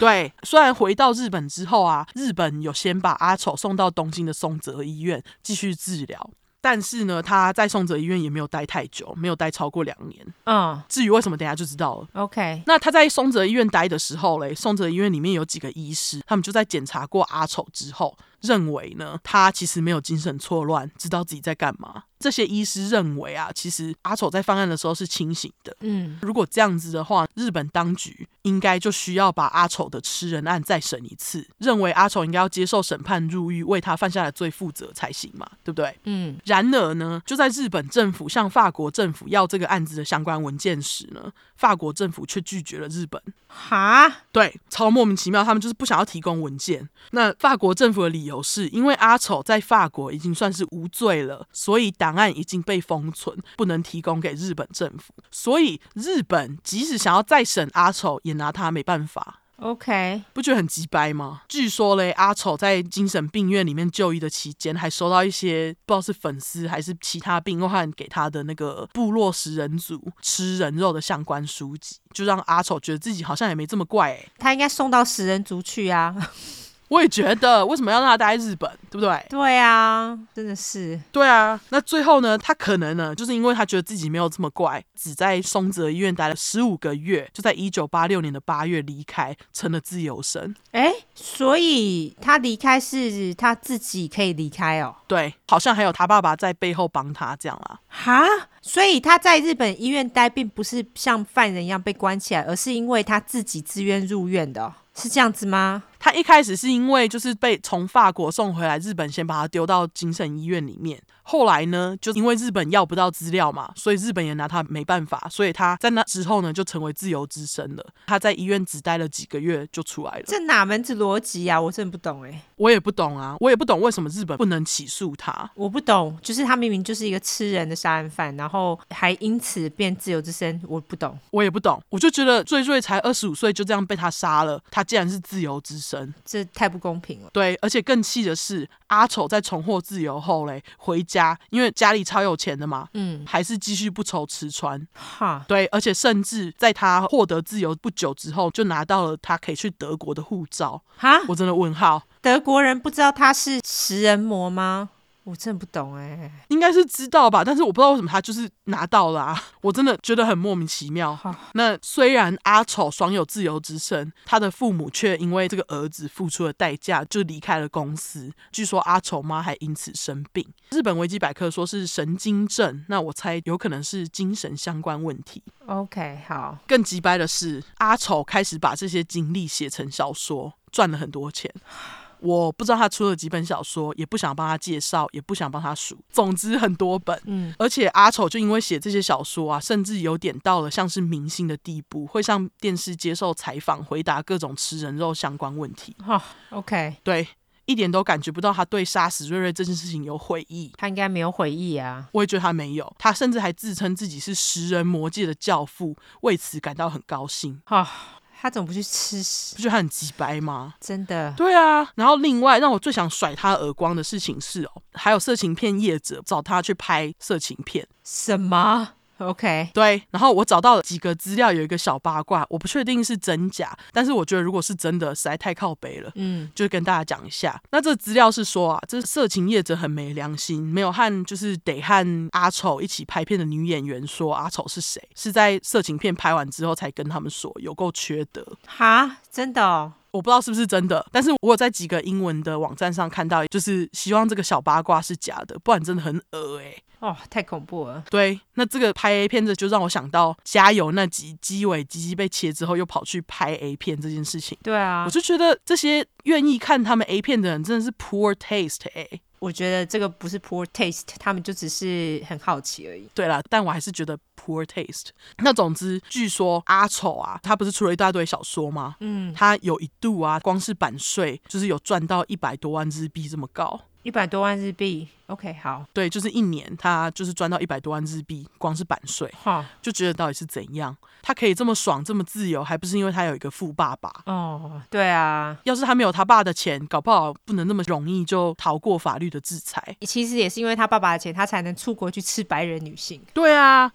对，虽然回到日本之后啊，日本有先把阿丑送到东京的松泽医院继续治疗。但是呢，他在宋哲医院也没有待太久，没有待超过两年。嗯至于为什么，等一下就知道了。 ，OK，那他在松泽医院待的时候嘞，松泽医院里面有几个医师，他们就在检查过阿丑之后，认为呢他其实没有精神错乱，知道自己在干嘛。这些医师认为啊，其实阿丑在犯案的时候是清醒的。嗯，如果这样子的话，日本当局应该就需要把阿丑的吃人案再审一次，认为阿丑应该要接受审判入狱，为他犯下的罪负责才行嘛，对不对？嗯，然而呢，就在日本政府向法国政府要这个案子的相关文件时呢，法国政府却拒绝了日本。哈，对，超莫名其妙，他们就是不想要提供文件。那法国政府的理由是因为阿丑在法国已经算是无罪了，所以档案已经被封存，不能提供给日本政府。所以日本即使想要再审阿丑，也拿他没办法。 OK，不觉得很鸡掰吗？据说嘞，阿丑在精神病院里面就医的期间，还收到一些不知道是粉丝还是其他病患给他的那个部落食人族吃人肉的相关书籍，就让阿丑觉得自己好像也没这么怪欸诶、他应该送到食人族去啊。 我也觉得，为什么要让他待在日本，对不对？对啊，真的是，对啊，那最后呢，他可能呢，就是因为他觉得自己没有这么怪，只在松泽医院待了十五个月，就在一九八六年的八月离开，成了自由身。哎，所以他离开是他自己可以离开哦。对，好像还有他爸爸在背后帮他这样啦。哈，所以他在日本医院待，并不是像犯人一样被关起来，而是因为他自己自愿入院的哦、是这样子吗？他一开始是因为就是被从法国送回来日本，先把他丢到精神医院里面。后来呢，就因为日本要不到资料嘛，所以日本也拿他没办法，所以他在那之后呢，就成为自由之身了。他在医院只待了几个月就出来了。这哪门子逻辑啊？我真的不懂哎、我也不懂啊，我也不懂为什么日本不能起诉他。我不懂，就是他明明就是一个吃人的杀人犯，然后还因此变自由之身，我不懂。我也不懂，我就觉得最最才二十五岁就这样被他杀了，他竟然是自由之身。这太不公平了。对，而且更气的是，阿丑在重获自由后嘞，回家，因为家里超有钱的嘛，嗯，还是继续不愁吃穿。哈，对，而且甚至在他获得自由不久之后，就拿到了他可以去德国的护照。哈，我真的问号，德国人不知道他是食人魔吗？我真的不懂哎、应该是知道吧？但是我不知道为什么他就是拿到了、啊， 我真的觉得很莫名其妙。好，那虽然阿丑爽有自由之身，他的父母却因为这个儿子付出了代价，就离开了公司。据说阿丑妈还因此生病。日本维基百科说是神经症，那我猜有可能是精神相关问题。 OK，好，更急掰的是，阿丑开始把这些经历写成小说，赚了很多钱。我不知道他出了几本小说，也不想帮他介绍，也不想帮他数，总之很多本。嗯，而且阿丑就因为写这些小说啊，甚至有点到了像是明星的地步，会上电视接受采访，回答各种吃人肉相关问题。好、o k 对，一点都感觉不到他对杀死瑞瑞这件事情有悔意。他应该没有悔意啊。我也觉得他没有，他甚至还自称自己是食人魔界的教父，为此感到很高兴。哈、他怎么不去吃屎？不觉得他很鸡掰吗？真的，对啊，然后另外让我最想甩他耳光的事情是哦，还有色情片业者找他去拍色情片，什么？OK，对，然后我找到了几个资料，有一个小八卦，我不确定是真假，但是我觉得如果是真的，实在太靠北了。嗯，就跟大家讲一下，那这资料是说啊，这色情业者很没良心，没有和就是得和阿丑一起拍片的女演员说阿丑是谁，是在色情片拍完之后才跟他们说，有够缺德。哈，真的哦，我不知道是不是真的，但是我有在几个英文的网站上看到，就是希望这个小八卦是假的，不然真的很恶诶、欸哦，太恐怖了。对，那这个拍 A 片的就让我想到《加油》那集鸡尾鸡鸡被切之后又跑去拍 A 片这件事情，对啊我，就觉得这些愿意看他们 A 片的人真的是 poor taste 欸诶、我觉得这个不是 poor taste，他们就只是很好奇而已。对啦，但我还是觉得 poor taste。那总之，据说阿丑啊，他不是出了一大堆小说吗？嗯，他有一度啊，光是版税就是有赚到一百多万日币这么高。一百多万日币，OK，好，对，就是一年他就是赚到一百多万日币，光是版税，哈，就觉得到底是怎样，他可以这么爽这么自由，还不是因为他有一个富爸爸？哦，对啊，要是他没有他爸的钱，搞不好不能那么容易就逃过法律的制裁。其实也是因为他爸爸的钱，他才能出国去吃白人女性，对啊，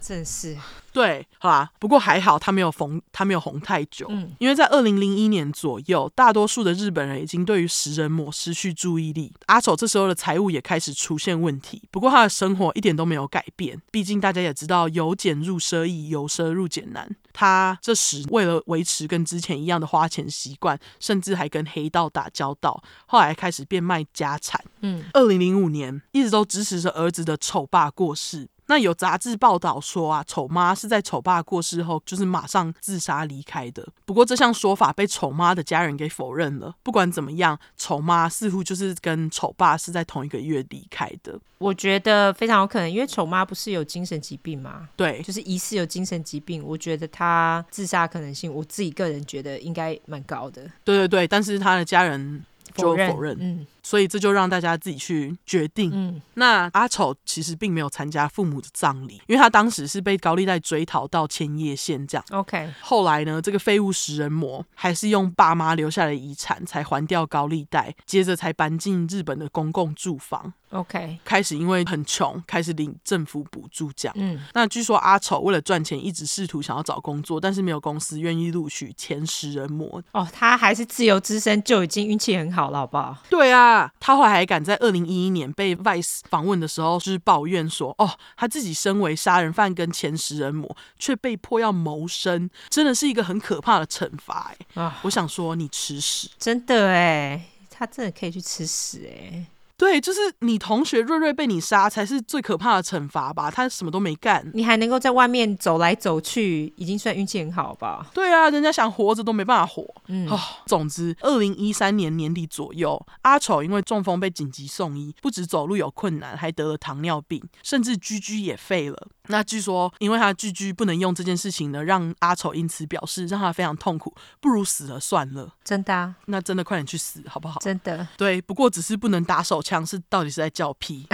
真是对，好啦，不过还好他没有红，他没有红太久，嗯因为在二零零一年左右，大多数的日本人已经对于食人魔失去注意力。阿丑这时候的财务也开始出现问题，不过他的生活一点都没有改变，毕竟大家也知道由俭入奢易，由奢入俭难。他这时为了维持跟之前一样的花钱习惯，甚至还跟黑道打交道，后来开始变卖家产。嗯，二零零五年一直都支持着儿子的丑爸过世。那有杂志报道说啊，丑妈是在丑爸过世后，就是马上自杀离开的。不过这项说法被丑妈的家人给否认了。不管怎么样，丑妈似乎就是跟丑爸是在同一个月离开的。我觉得非常有可能，因为丑妈不是有精神疾病吗？对，就是疑似有精神疾病，我觉得她自杀可能性，我自己个人觉得应该蛮高的。对对对，但是他的家人就否认，嗯所以这就让大家自己去决定。嗯那阿丑其实并没有参加父母的葬礼，因为他当时是被高利贷追讨到千叶县这样。 ，OK，后来呢，这个废物食人魔还是用爸妈留下的遗产才还掉高利贷，接着才搬进日本的公共住房， OK，开始因为很穷，开始领政府补助这样。嗯那据说阿丑为了赚钱，一直试图想要找工作，但是没有公司愿意录取前食人魔。哦，她还是自由之身就已经运气很好了，好不好？对啊，他后来还敢在二零一一年被 Vice 访问的时候，就是抱怨说，哦，他自己身为杀人犯跟前食人魔，却被迫要谋生，真的是一个很可怕的惩罚欸。啊，我想说，你吃屎。真的哎，她真的可以去吃屎哎，对，就是你同学瑞瑞被你杀才是最可怕的惩罚吧？他什么都没干。你还能够在外面走来走去，已经算运气很好吧？对啊，人家想活着都没办法活嗯哦。总之，二零一三年年底左右，阿丑因为中风被紧急送医，不止走路有困难，还得了糖尿病，甚至居居也废了。那据说，因为他居居不能用这件事情呢，让阿丑因此表示让他非常痛苦，不如死了算了。真的、啊，那真的快点去死好不好？真的，对，不过只是不能打手枪，是到底是在叫屁？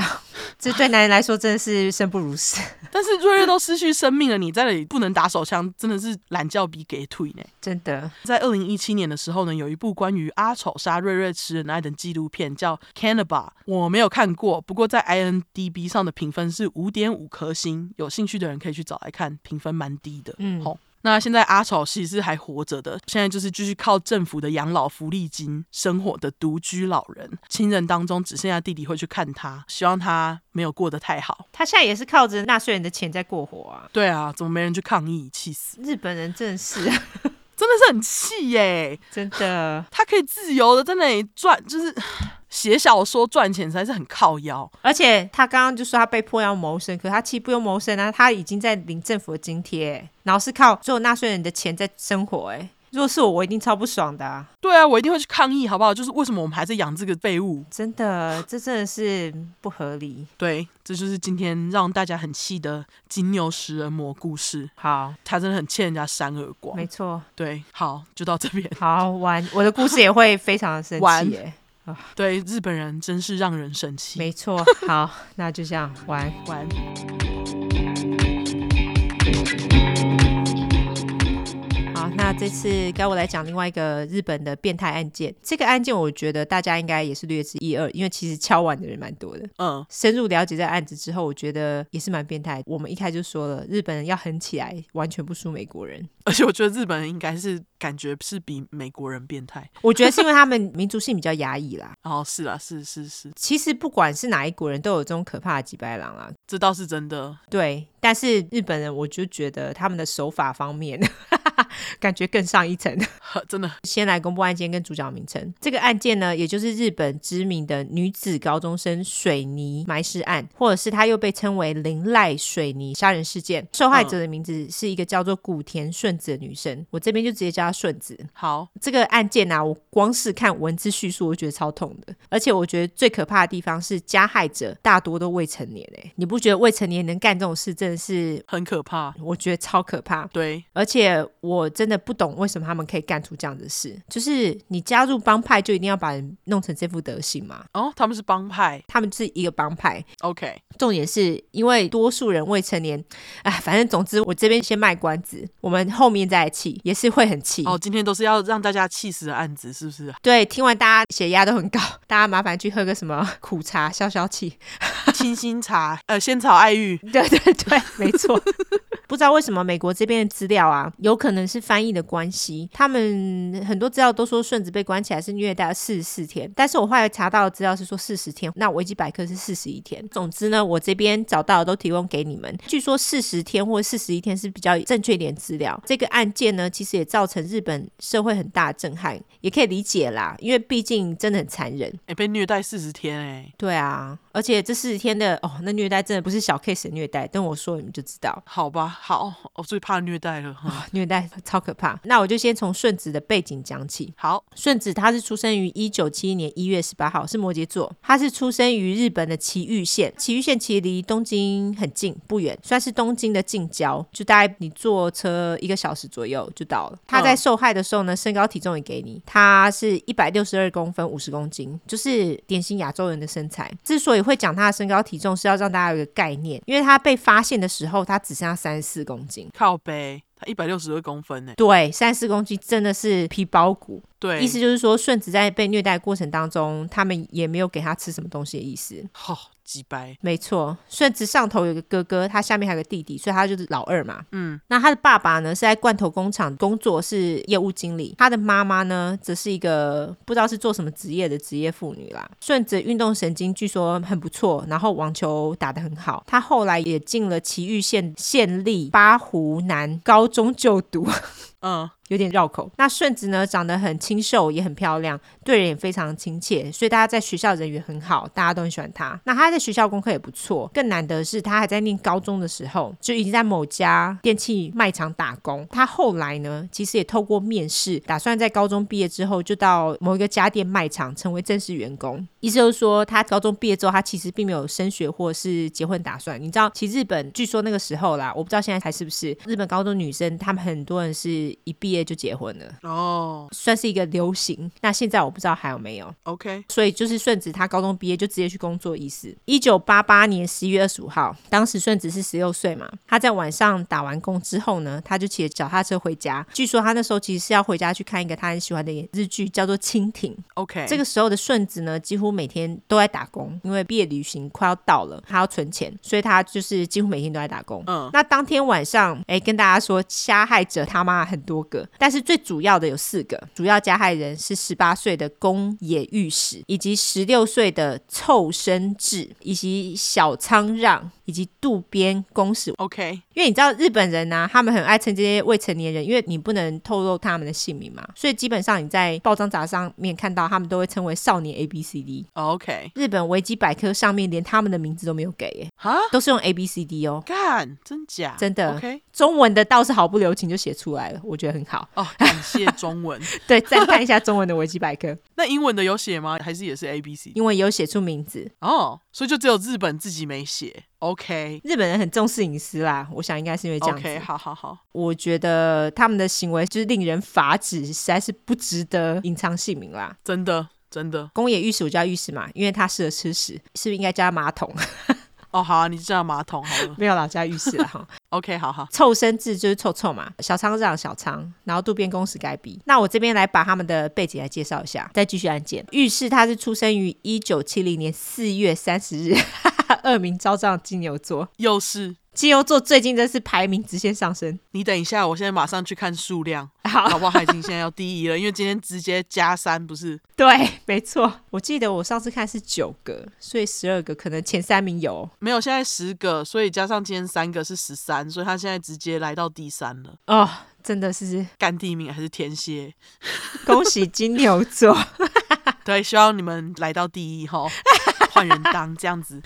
这对男人来说真的是生不如死，但是瑞瑞都失去生命了，你在那里不能打手枪，真的是懒觉比给退呢。真的。在二零一七年的时候呢，有一部关于阿丑杀瑞瑞吃人爱的纪录片叫《Cannibal》，我没有看过，不过在 INDB 上的评分是五点五颗星，有兴趣的人可以去找来看，评分蛮低的。嗯好。那现在阿丑其实是还活着的，现在就是继续靠政府的养老福利金生活的独居老人，亲人当中只剩下弟弟会去看他，希望他没有过得太好。他现在也是靠着纳税人的钱在过活啊。对啊，怎么没人去抗议？气死！日本人真的是， 真的是很气耶、真的，他可以自由的在那里赚，就是写小说赚钱，才是很靠腰。而且他刚刚就说他被迫要谋生，可他其实不用谋生啊，他已经在领政府的津贴，然后是靠所有纳税人的钱在生活。哎，如果是我，我一定超不爽的、啊，对啊，我一定会去抗议，好不好？就是为什么我们还在养这个废物？真的，这真的是不合理。对，这就是今天让大家很气的金牛食人魔故事。好，他真的很欠人家扇耳光没。错，对，好，就到这边。好完，我的故事也会非常的生完气。哎，对，日本人真是让人生气。没错，好，那就这样，晚安。关。好，那这次该我来讲另外一个日本的变态案件。这个案件我觉得大家应该也是略知一二，因为其实敲碗的人蛮多的。嗯，深入了解这个案子之后，我觉得也是蛮变态。我们一开始就说了，日本人要狠起来，完全不输美国人。而且我觉得日本人应该是感觉是比美国人变态。我觉得是因为他们民族性比较压抑啦。哦，是啦，是是是，其实不管是哪一国人都有这种可怕的几白狼啦。这倒是真的。 对，但是日本人我就觉得他们的手法方面， 感觉更上一层。呵真的，先来公布案件跟主角名称。这个案件呢，也就是日本知名的女子高中生水泥埋尸案，或者是它又被称为林濑水泥杀人事件。受害者的名字是一个叫做古田顺子的女生，我这边就直接叫她顺子。好，这个案件啊，我光是看文字叙述，我就觉得超痛的。而且我觉得最可怕的地方是，加害者大多都未成年诶、你不觉得未成年能干这种事，真的是很可怕。我觉得超可怕。对，而且我真的不懂为什么他们可以干出这样的事，就是你加入帮派就一定要把人弄成这副德行吗？哦，他们是帮派。他们是一个帮派， OK，重点是因为多数人未成年，哎，反正总之我这边先卖关子，我们后面再来气，也是会很气。哦，今天都是要让大家气死的案子，是不是？ 对，听完大家血压都很高，大家麻烦去喝个什么苦茶消消气。清新茶，呃，仙草爱玉， 对对对，没错。不知道为什么美国这边的资料啊，有可能是翻译的关系，他们很多资料都说顺子被关起来是虐待了四十四天，但是我后来查到的资料是说四十天，那维基百科是四十一天。总之呢，我这边找到的都提供给你们。据说四十天或四十一天是比较正确一点资料。这个案件呢，其实也造成日本社会很大的震撼，也可以理解啦，因为毕竟真的很残忍。哎、被虐待四十天哎、对啊，而且这四十天的哦，那虐待真的不是小 case 的虐待，等我说你们就知道。好吧，好，我最怕虐待了。哈虐待超可怕。那我就先从顺子的背景讲起。好，顺子他是出生于一九七一年一月十八号，是摩羯座。他是出生于日本的崎玉县，崎玉县其实离东京很近，不远，算是东京的近郊，就大概你坐车一个小时左右就到了。他在受害的时候呢，身高体重也给你，他是一百六十二公分，五十公斤，就是典型亚洲人的身材。之所以会讲他的身高体重，是要让大家有一个概念，因为他被发现的时候，他只剩下三十四公斤。靠背，他一百六十二公分呢、对，三十四公斤真的是皮包骨，对，意思就是说，顺子在被虐待的过程当中，他们也没有给他吃什么东西的意思。好、几掰，没错，顺子上头有个哥哥，他下面还有个弟弟，所以他就是老二嘛。嗯，那他的爸爸呢是在罐头工厂工作，是业务经理；他的妈妈呢则是一个不知道是做什么职业的职业妇女啦。顺子运动神经据说很不错，然后网球打得很好。他后来也进了崎玉县县立八湖南高中就读。嗯，有点绕口。那顺子呢，长得很清秀，也很漂亮，对人也非常亲切，所以大家在学校人缘很好，大家都很喜欢她。那她在学校功课也不错，更难得的是她还在念高中的时候就已经在某家电器卖场打工。她后来呢，其实也透过面试，打算在高中毕业之后就到某一个家电卖场成为正式员工。意思就是说，她高中毕业之后，她其实并没有升学或是结婚打算。你知道，其实日本据说那个时候啦，我不知道现在还是不是日本高中女生，她们很多人是一毕业就结婚了，哦算是一个流行。那现在我不知道还有没有。 ，OK，所以就是顺子他高中毕业就直接去工作，意思。一九八八年十一月二十五号，当时顺子是十六岁嘛，他在晚上打完工之后呢，他就骑着脚踏车回家。据说他那时候其实是要回家去看一个他很喜欢的日剧，叫做《蜻蜓》。 OK，这个时候的顺子呢，几乎每天都在打工，因为毕业旅行快要到了，他要存钱，所以他就是几乎每天都在打工。嗯那当天晚上，哎，跟大家说，加害者他妈很多个，但是最主要的有四个，主要加害人是十八岁的宫野裕史，以及十六岁的凑生智，以及小仓让，以及渡边公使。 OK，因为你知道日本人啊呐、他们很爱称这些未成年人，因为你不能透露他们的姓名嘛，所以基本上你在报章杂志上面看到他们都会称为少年 A B C D。 OK，日本维基百科上面连他们的名字都没有给耶，哈，都是用 A B C D 哦。干，真假？真的？OK，中文的倒是毫不留情就写出来了，我觉得很好。哦，感谢中 文。对，再看一下中文的维基百科， 那英文的有写吗？还是也是 A B C？因为有写出名字。哦，所以就只有日本自己没写。OK，OK，、日本人很重视隐私啦，我想应该是因为这样子。好好好，我觉得他们的行为就是令人发指，实在是不值得隐藏姓名啦。真的真的。宫野浴室我叫浴室嘛，因为它适合吃屎，是不是应该叫它马桶？ 哦，好、啊，你就叫马桶好了。没有啦，叫浴室啦哈。 OK，好好。臭生字就是臭臭嘛，小仓让小仓，然后渡边公使改笔。那我这边来把他们的背景来介绍一下，再继续案件。浴室他是出生于一九七零年四月三十日， 恶名昭彰的金牛座。又是金牛座最近真是排名直线上升。你等一下，我现在马上去看数量，好， 搞不好他已经现在要第一了，因为今天直接加三，不是？对，没错，我记得我上次看是九个，所以十二个可能前三名有哦。没有，现在十个，所以加上今天三个是十三，所以他现在直接来到第三了。哦，真的是干第一名还是天蝎？恭喜金牛座。对，希望你们来到第一哈， 换人当这样子。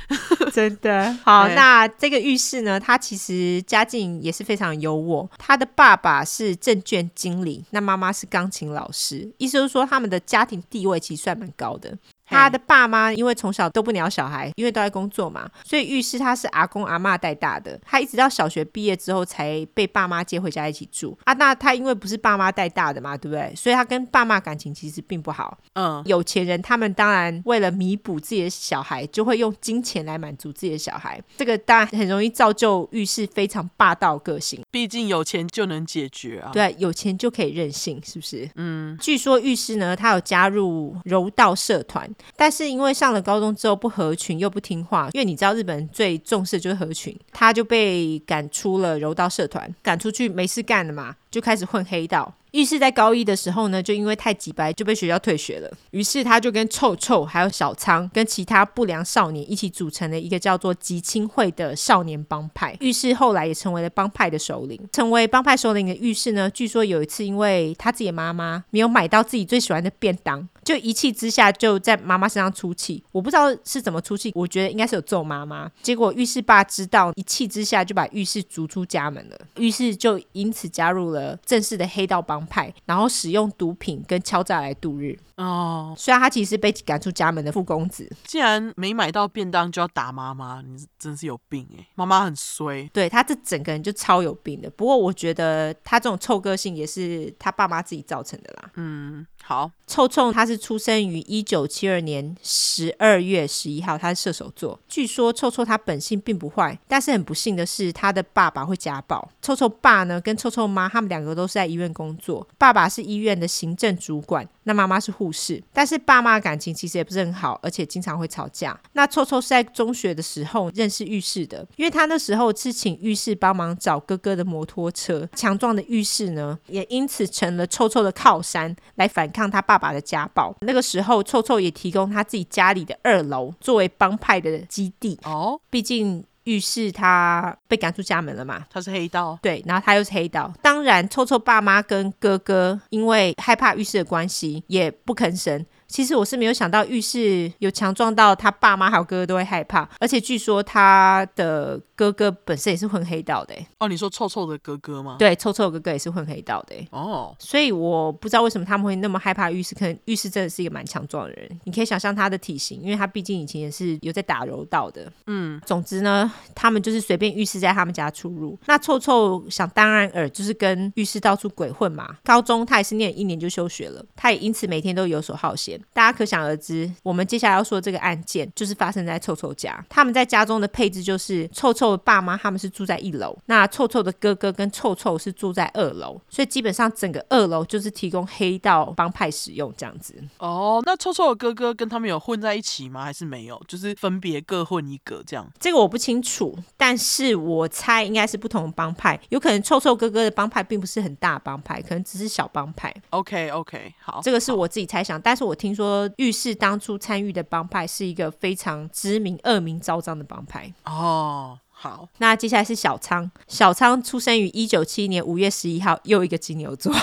真的好，对那这个浴室呢，他其实家境也是非常优渥，他的爸爸是证券经理，那妈妈是钢琴老师，意思就是说他们的家庭地位其实算蛮高的。他的爸妈因为从小都不鸟小孩，因为都在工作嘛，所以浴室他是阿公阿嬷带大的。他一直到小学毕业之后才被爸妈接回家一起住啊。那他因为不是爸妈带大的嘛，对不对？所以他跟爸妈感情其实并不好。嗯，有钱人他们当然为了弥补自己的小孩，就会用金钱来满足自己的小孩。这个当然很容易造就遇事非常霸道个性。毕竟有钱就能解决啊。对啊，有钱就可以任性，是不是？嗯，据说浴室呢，他有加入柔道社团，但是因为上了高中之后不合群又不听话，因为你知道日本人最重视的就是合群，他就被赶出了柔道社团，赶出去没事干了嘛，就开始混黑道。于是，在高一的时候呢，就因为太急白就被学校退学了。于是他就跟臭臭还有小仓跟其他不良少年一起组成了一个叫做吉青会的少年帮派。浴室后来也成为了帮派的首领。成为帮派首领的浴室呢，据说有一次因为他自己的妈妈没有买到自己最喜欢的便当，就一气之下就在妈妈身上出气。我不知道是怎么出气，我觉得应该是有揍妈妈。结果浴室爸知道，一气之下就把浴室逐出家门了。浴室就因此加入了正式的黑道帮派，然后使用毒品跟敲诈来度日。哦，虽然他其实被赶出家门的富公子，既然没买到便当就要打妈妈，你是真是有病哎、妈妈很衰，对他这整个人就超有病的。不过我觉得他这种臭个性也是他爸妈自己造成的啦。嗯，好，臭臭他是出生于一九七二年十二月十一号，他是射手座。据说臭臭他本性并不坏，但是很不幸的是，他的爸爸会家暴。臭臭爸呢跟臭臭妈他们两个都是在医院工作，爸爸是医院的行政主管，那妈妈是护士。但是爸妈的感情其实也不是很好，而且经常会吵架。那臭臭是在中学的时候认识浴室的，因为他那时候是请浴室帮忙找哥哥的摩托车。强壮的浴室呢，也因此成了臭臭的靠山，来反抗他爸爸的家暴。那个时候，臭臭也提供他自己家里的二楼作为帮派的基地，哦，毕竟浴室他被赶出家门了嘛。他是黑道，对，然后他又是黑道。当然，臭臭爸妈跟哥哥因为害怕浴室的关系，也不吭声。其实我是没有想到浴室有强壮到他爸妈还有哥哥都会害怕，而且据说他的哥哥本身也是混黑道的欸，哦，你说臭臭的哥哥吗？对，臭臭的哥哥也是混黑道的欸。哦，所以我不知道为什么他们会那么害怕浴室，可能浴室真的是一个蛮强壮的人。你可以想象他的体型，因为他毕竟以前也是有在打柔道的。嗯，总之呢，他们就是随便浴室在他们家出入。那臭臭想当然尔就是跟浴室到处鬼混嘛。高中他也是念一年就休学了，他也因此每天都游手好闲。大家可想而知，我们接下来要说这个案件就是发生在臭臭家。他们在家中的配置就是臭臭的爸妈他们是住在一楼，那臭臭的哥哥跟臭臭是住在二楼，所以基本上整个二楼就是提供黑道帮派使用这样子。哦，那臭臭的哥哥跟他们有混在一起吗？还是没有？就是分别各混一个这样？这个我不清楚，但是我猜应该是不同的帮派，有可能臭臭哥哥的帮派并不是很大的帮派，可能只是小帮派。 OK OK，好，这个是我自己猜想，但是我听说浴室当初参与的帮派是一个非常知名、恶名昭彰的帮派。哦，好，那接下来是小仓，小仓出生于一九七一年五月十一号，又一个金牛座，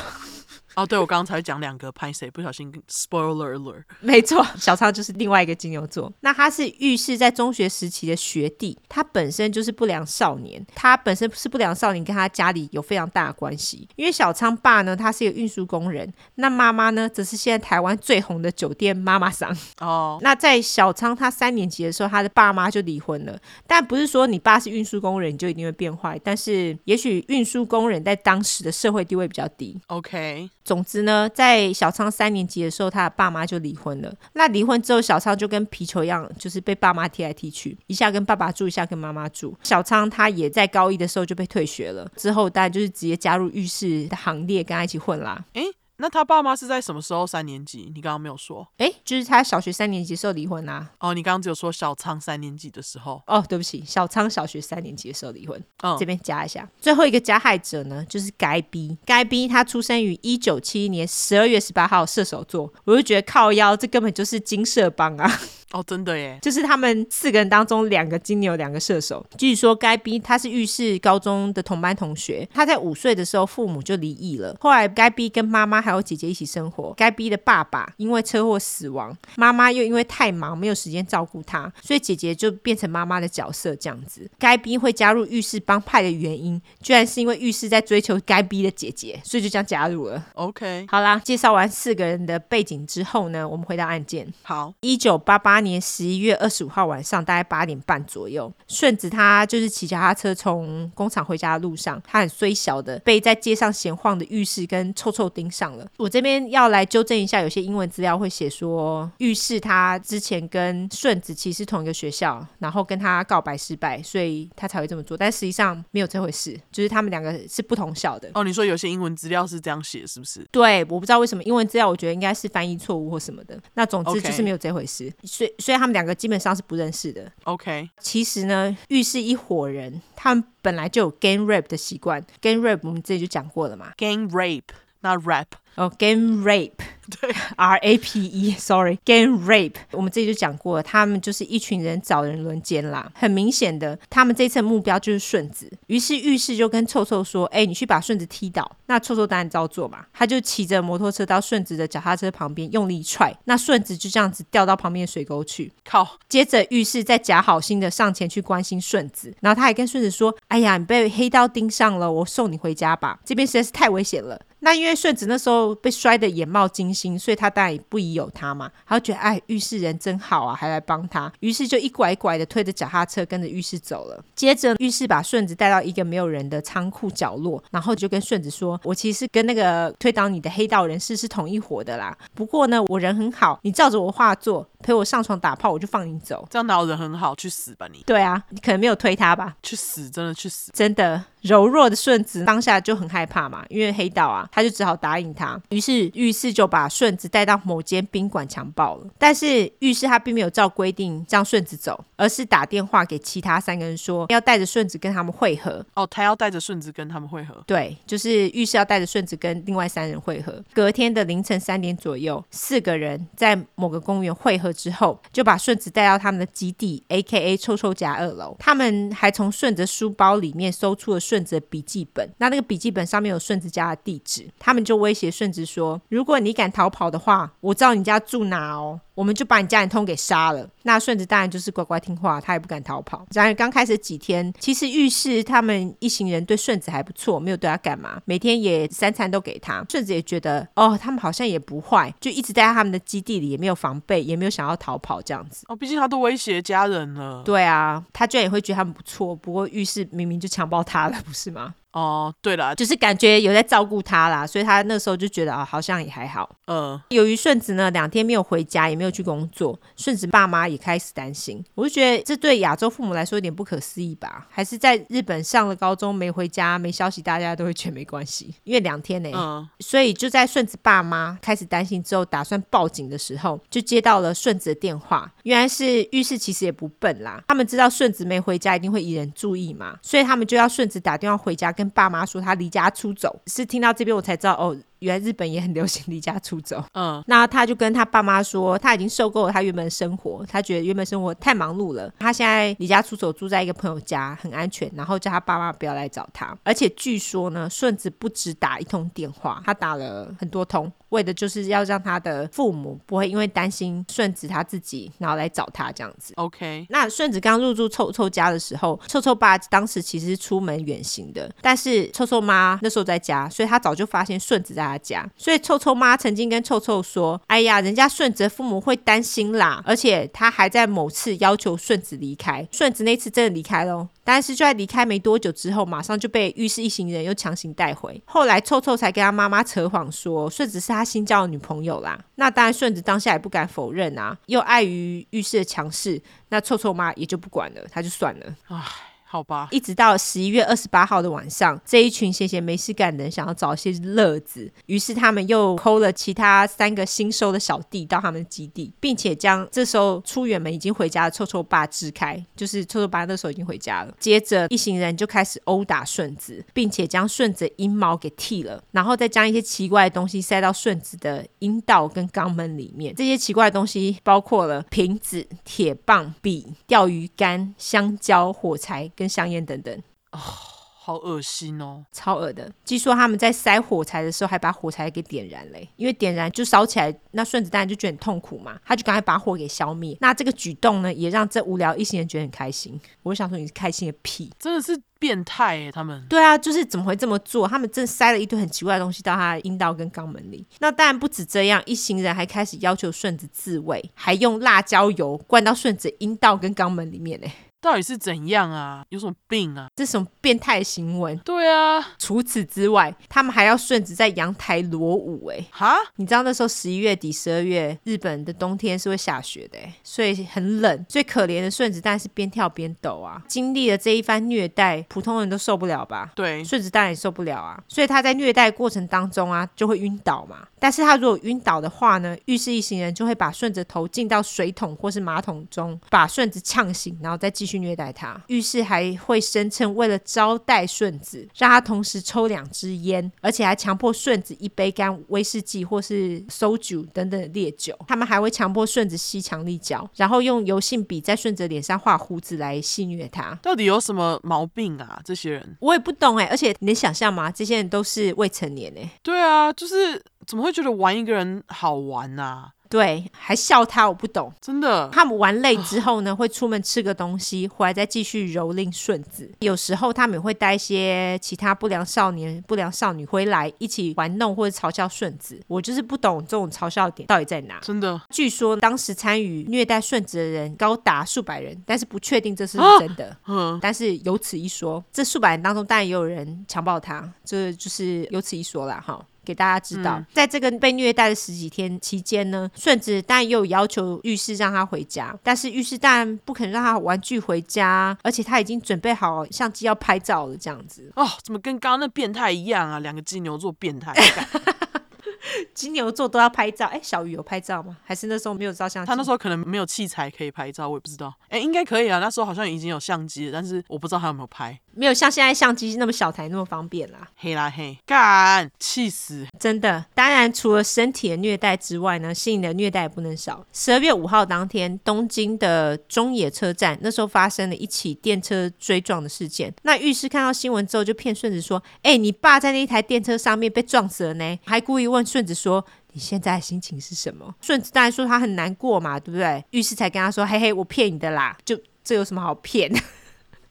哦，对我刚刚才讲两个拍谁不小心 spoiler alert，没错， 小仓就是另外一个金牛座。那他是浴室在中学时期的学弟，他本身就是不良少年，他本身是不良少年，跟他家里有非常大的关系。因为小仓爸呢，他是一个运输工人，那妈妈呢，则是现在台湾最红的酒店妈妈桑。哦，那在小仓他三年级的时候，他的爸妈就离婚了。但不是说你爸是运输工人你就一定会变坏，但是也许运输工人在当时的社会地位比较低。 OK，总之呢，在小仓三年级的时候，他的爸妈就离婚了。那离婚之后，小仓就跟皮球一样，就是被爸妈踢来踢去，一下跟爸爸住，一下跟妈妈住。小仓他也在高一的时候就被退学了，之后当然就是直接加入浴室的行列，跟他一起混啦。诶，那他爸妈是在什么时候三年级？你刚刚没有说诶，就是他小学三年级的时候离婚啦、哦，你刚刚只有说小仓三年级的时候，哦，对不起，小仓小学三年级的时候离婚，嗯这边加一下。最后一个加害者呢，就是该逼，该逼他出生于一九七一年十二月十八号，射手座。我就觉得靠腰，这根本就是金社帮啊！哦，真的耶，就是他们四个人当中，两个金牛，两个射手。据说该逼他是浴室高中的同班同学，他在五岁的时候父母就离异了，后来该逼跟妈妈还有姐姐一起生活。该逼的爸爸因为车祸死亡，妈妈又因为太忙没有时间照顾他，所以姐姐就变成妈妈的角色这样子。该逼会加入浴室帮派的原因，居然是因为浴室在追求该逼的姐姐，所以就这样加入了。 ，OK，好啦，介绍完四个人的背景之后呢，我们回到案件。好，一九八八八年十一月二十五号晚上大概八点半左右，顺子他就是骑脚踏车从工厂回家的路上，他很虽小的被在街上闲晃的浴室跟臭臭盯上了。我这边要来纠正一下，有些英文资料会写说浴室他之前跟顺子其实同一个学校，然后跟他告白失败，所以他才会这么做。但实际上没有这回事，就是他们两个是不同校的。哦，你说有些英文资料是这样写，是不是？对，我不知道为什么英文资料，我觉得应该是翻译错误或什么的。那总之 OK 就是没有这回事。所以，所以他们两个基本上是不认识的。 OK，其实呢，浴室一伙人，他们本来就有 gang rape 的习惯。gang rape 我们之前就讲过了嘛。 gang rape，那 rap 哦、g a m e rape，对，R A P E，sorry，gang rape，我们这里就讲过了，他们就是一群人找人轮奸啦。很明显的，他们这次的目标就是顺子。于是浴室就跟臭臭说：“哎、你去把顺子踢倒。”那臭臭当然照做嘛，他就骑着摩托车到顺子的脚踏车旁边用力踹，那顺子就这样子掉到旁边的水沟去。靠，接着浴室再假好心的上前去关心顺子，然后他还跟顺子说：“哎呀，你被黑道盯上了，我送你回家吧，这边实在是太危险了。”那因为顺子那时候被摔得眼冒金星，所以他当然也不疑有他嘛，他就觉得哎，浴室人真好啊，还来帮他，于是就一拐一拐的推着脚踏车跟着浴室走了。接着浴室把顺子带到一个没有人的仓库角落，然后就跟顺子说：“我其实跟那个推倒你的黑道人士是同一伙的啦，不过呢，我人很好，你照着我话做，陪我上床打炮，我就放你走。”这样哪有人很好？去死吧你！对啊，你可能没有推他吧？去死，真的去死！真的柔弱的顺子当下就很害怕嘛，因为黑道啊，他就只好答应他。于是浴室就把顺子带到某间宾馆强暴了。但是浴室他并没有照规定让顺子走，而是打电话给其他三个人说要带着顺子跟他们会合。哦，他要带着顺子跟他们会合。对，就是浴室要带着顺子跟另外三人会合。隔天的凌晨三点左右，四个人在某个公园会合之后，就把顺子带到他们的基地 （A.K.A. 臭臭家二楼）。他们还从顺子书包里面搜出了顺子的笔记本，那那个笔记本上面有顺子家的地址。他们就威胁顺子说：“如果你敢逃跑的话，我知道你家住哪哦。”我们就把你家人通给杀了。那顺子当然就是乖乖听话，他也不敢逃跑。然而刚开始几天，其实浴室他们一行人对顺子还不错，没有对他干嘛，每天也三餐都给他。顺子也觉得哦，他们好像也不坏，就一直待在他们的基地里，也没有防备，也没有想要逃跑这样子。哦，毕竟他都威胁家人了。对啊，他居然也会觉得他们不错，不过浴室明明就强暴他了，不是吗？哦，对了，就是感觉有在照顾他啦，所以他那时候就觉得啊、好像也还好。呃，由于顺子呢两天没有回家，也没有去工作，顺子爸妈也开始担心。我就觉得这对亚洲父母来说有点不可思议吧？还是在日本上了高中没回家没消息，大家都会觉得没关系，因为两天呢、嗯，所以就在顺子爸妈开始担心之后，打算报警的时候，就接到了顺子的电话。原来是浴室其实也不笨啦，他们知道顺子没回家，一定会引人注意嘛，所以他们就要顺子打电话回家跟爸妈说他离家出走。是听到这边我才知道哦，原来日本也很流行离家出走。嗯，那他就跟他爸妈说，他已经受够了他原本的生活，他觉得原本生活太忙碌了。他现在离家出走，住在一个朋友家，很安全。然后叫他爸妈不要来找他。而且据说呢，顺子不止打一通电话，他打了很多通，为的就是要让他的父母不会因为担心顺子他自己，然后来找他这样子。 OK，那顺子刚入住臭臭家的时候，臭臭爸当时其实是出门远行的，但是臭臭妈那时候在家，所以他早就发现顺子在他家，所以臭臭妈曾经跟臭臭说：“哎呀，人家顺子的父母会担心啦。”而且他还在某次要求顺子离开，顺子那次真的离开喽。但是就在离开没多久之后，马上就被浴室一行人又强行带回。后来臭臭才跟他妈妈扯谎说，顺子是他新交的女朋友啦。那当然，顺子当下也不敢否认啊，又碍于浴室的强势，那臭臭妈也就不管了，她就算了。好吧，一直到十一月二十八号的晚上，这一群闲闲没事干的人想要找一些乐子，于是他们又抠了其他三个新收的小弟到他们的基地，并且将这时候出远门已经回家的臭臭爸支开，就是臭臭爸那时候已经回家了。接着一行人就开始殴打顺子，并且将顺子的阴毛给剃了，然后再将一些奇怪的东西塞到顺子的阴道跟肛门里面。这些奇怪的东西包括了瓶子、铁棒、笔、钓鱼竿、香蕉、火柴跟香烟等等。好恶心哦！超恶的。据说他们在塞火柴的时候还把火柴给点燃嘞，因为点燃就烧起来，那顺子当然就觉得很痛苦嘛，他就赶快把火给消灭。那这个举动呢，也让这无聊一行人觉得很开心。我想说你是开心个屁。真的是变态耶，他们对啊，就是怎么会这么做？他们真塞了一堆很奇怪的东西到他的阴道跟肛门里。那当然不止这样，一行人还开始要求顺子自慰，还用辣椒油灌到顺子阴道跟肛门里面嘞。到底是怎样啊？有什么病啊？这是什么变态行为？对啊，除此之外，他们还要顺子在阳台裸舞、欸，哈，你知道那时候十一月底、十二月，日本的冬天是会下雪的欸，所以很冷。最可怜的顺子当然是边跳边抖啊！经历了这一番虐待，普通人都受不了吧？对，顺子当然也受不了啊，所以他在虐待过程当中啊，就会晕倒嘛。但是他如果晕倒的话呢，浴室一行人就会把顺子头浸到水桶或是马桶中，把顺子呛醒，然后再继续虐待他。浴室还会声称为了招待顺子，让他同时抽两支烟，而且还强迫顺子一杯干威士忌或是收酒等等的烈酒。他们还会强迫顺子吸强力胶，然后用油性笔在顺子脸上画胡子来戏虐他。到底有什么毛病啊？这些人，我也不懂哎、而且你能想象吗？这些人都是未成年哎、对啊，就是怎么会觉得玩一个人好玩啊？对，还笑他，我不懂。真的，他们玩累之后呢，会出门吃个东西，回来再继续蹂躏顺子。有时候他们也会带一些其他不良少年、不良少女回来一起玩弄或者嘲笑顺子。我就是不懂这种嘲笑点到底在哪。真的，据说当时参与虐待顺子的人高达数百人，但是不确定这是不啊是真的。嗯，但是有此一说，这数百人当中，当然也有人强暴他，这就是有此一说啦，哈。给大家知道，嗯在这个被虐待的十几天期间呢，顺子当然也有要求浴室让他回家，但是浴室当然不肯让他玩具回家，而且他已经准备好相机要拍照了，这样子。哦，怎么跟刚刚那变态一样啊？两个金牛座变态，干 金牛座都要拍照，哎，小雨有拍照吗？还是那时候没有照相机？他那时候可能没有器材可以拍照，我也不知道。哎、应该可以啊，那时候好像已经有相机了，但是我不知道他有没有拍。没有像现在相机那么小台那么方便啦。黑啦黑，干，气死！真的，当然除了身体的虐待之外呢，心理的虐待也不能少。十二月五号当天，东京的中野车站那时候发生了一起电车追撞的事件。那浴室看到新闻之后，就骗顺子说：“哎、你爸在那一台电车上面被撞死了呢。”还故意问顺子说。你现在的心情是什么？顺子当然说他很难过嘛，对不对？浴室才跟他说：“嘿嘿，我骗你的啦，就这有什么好骗？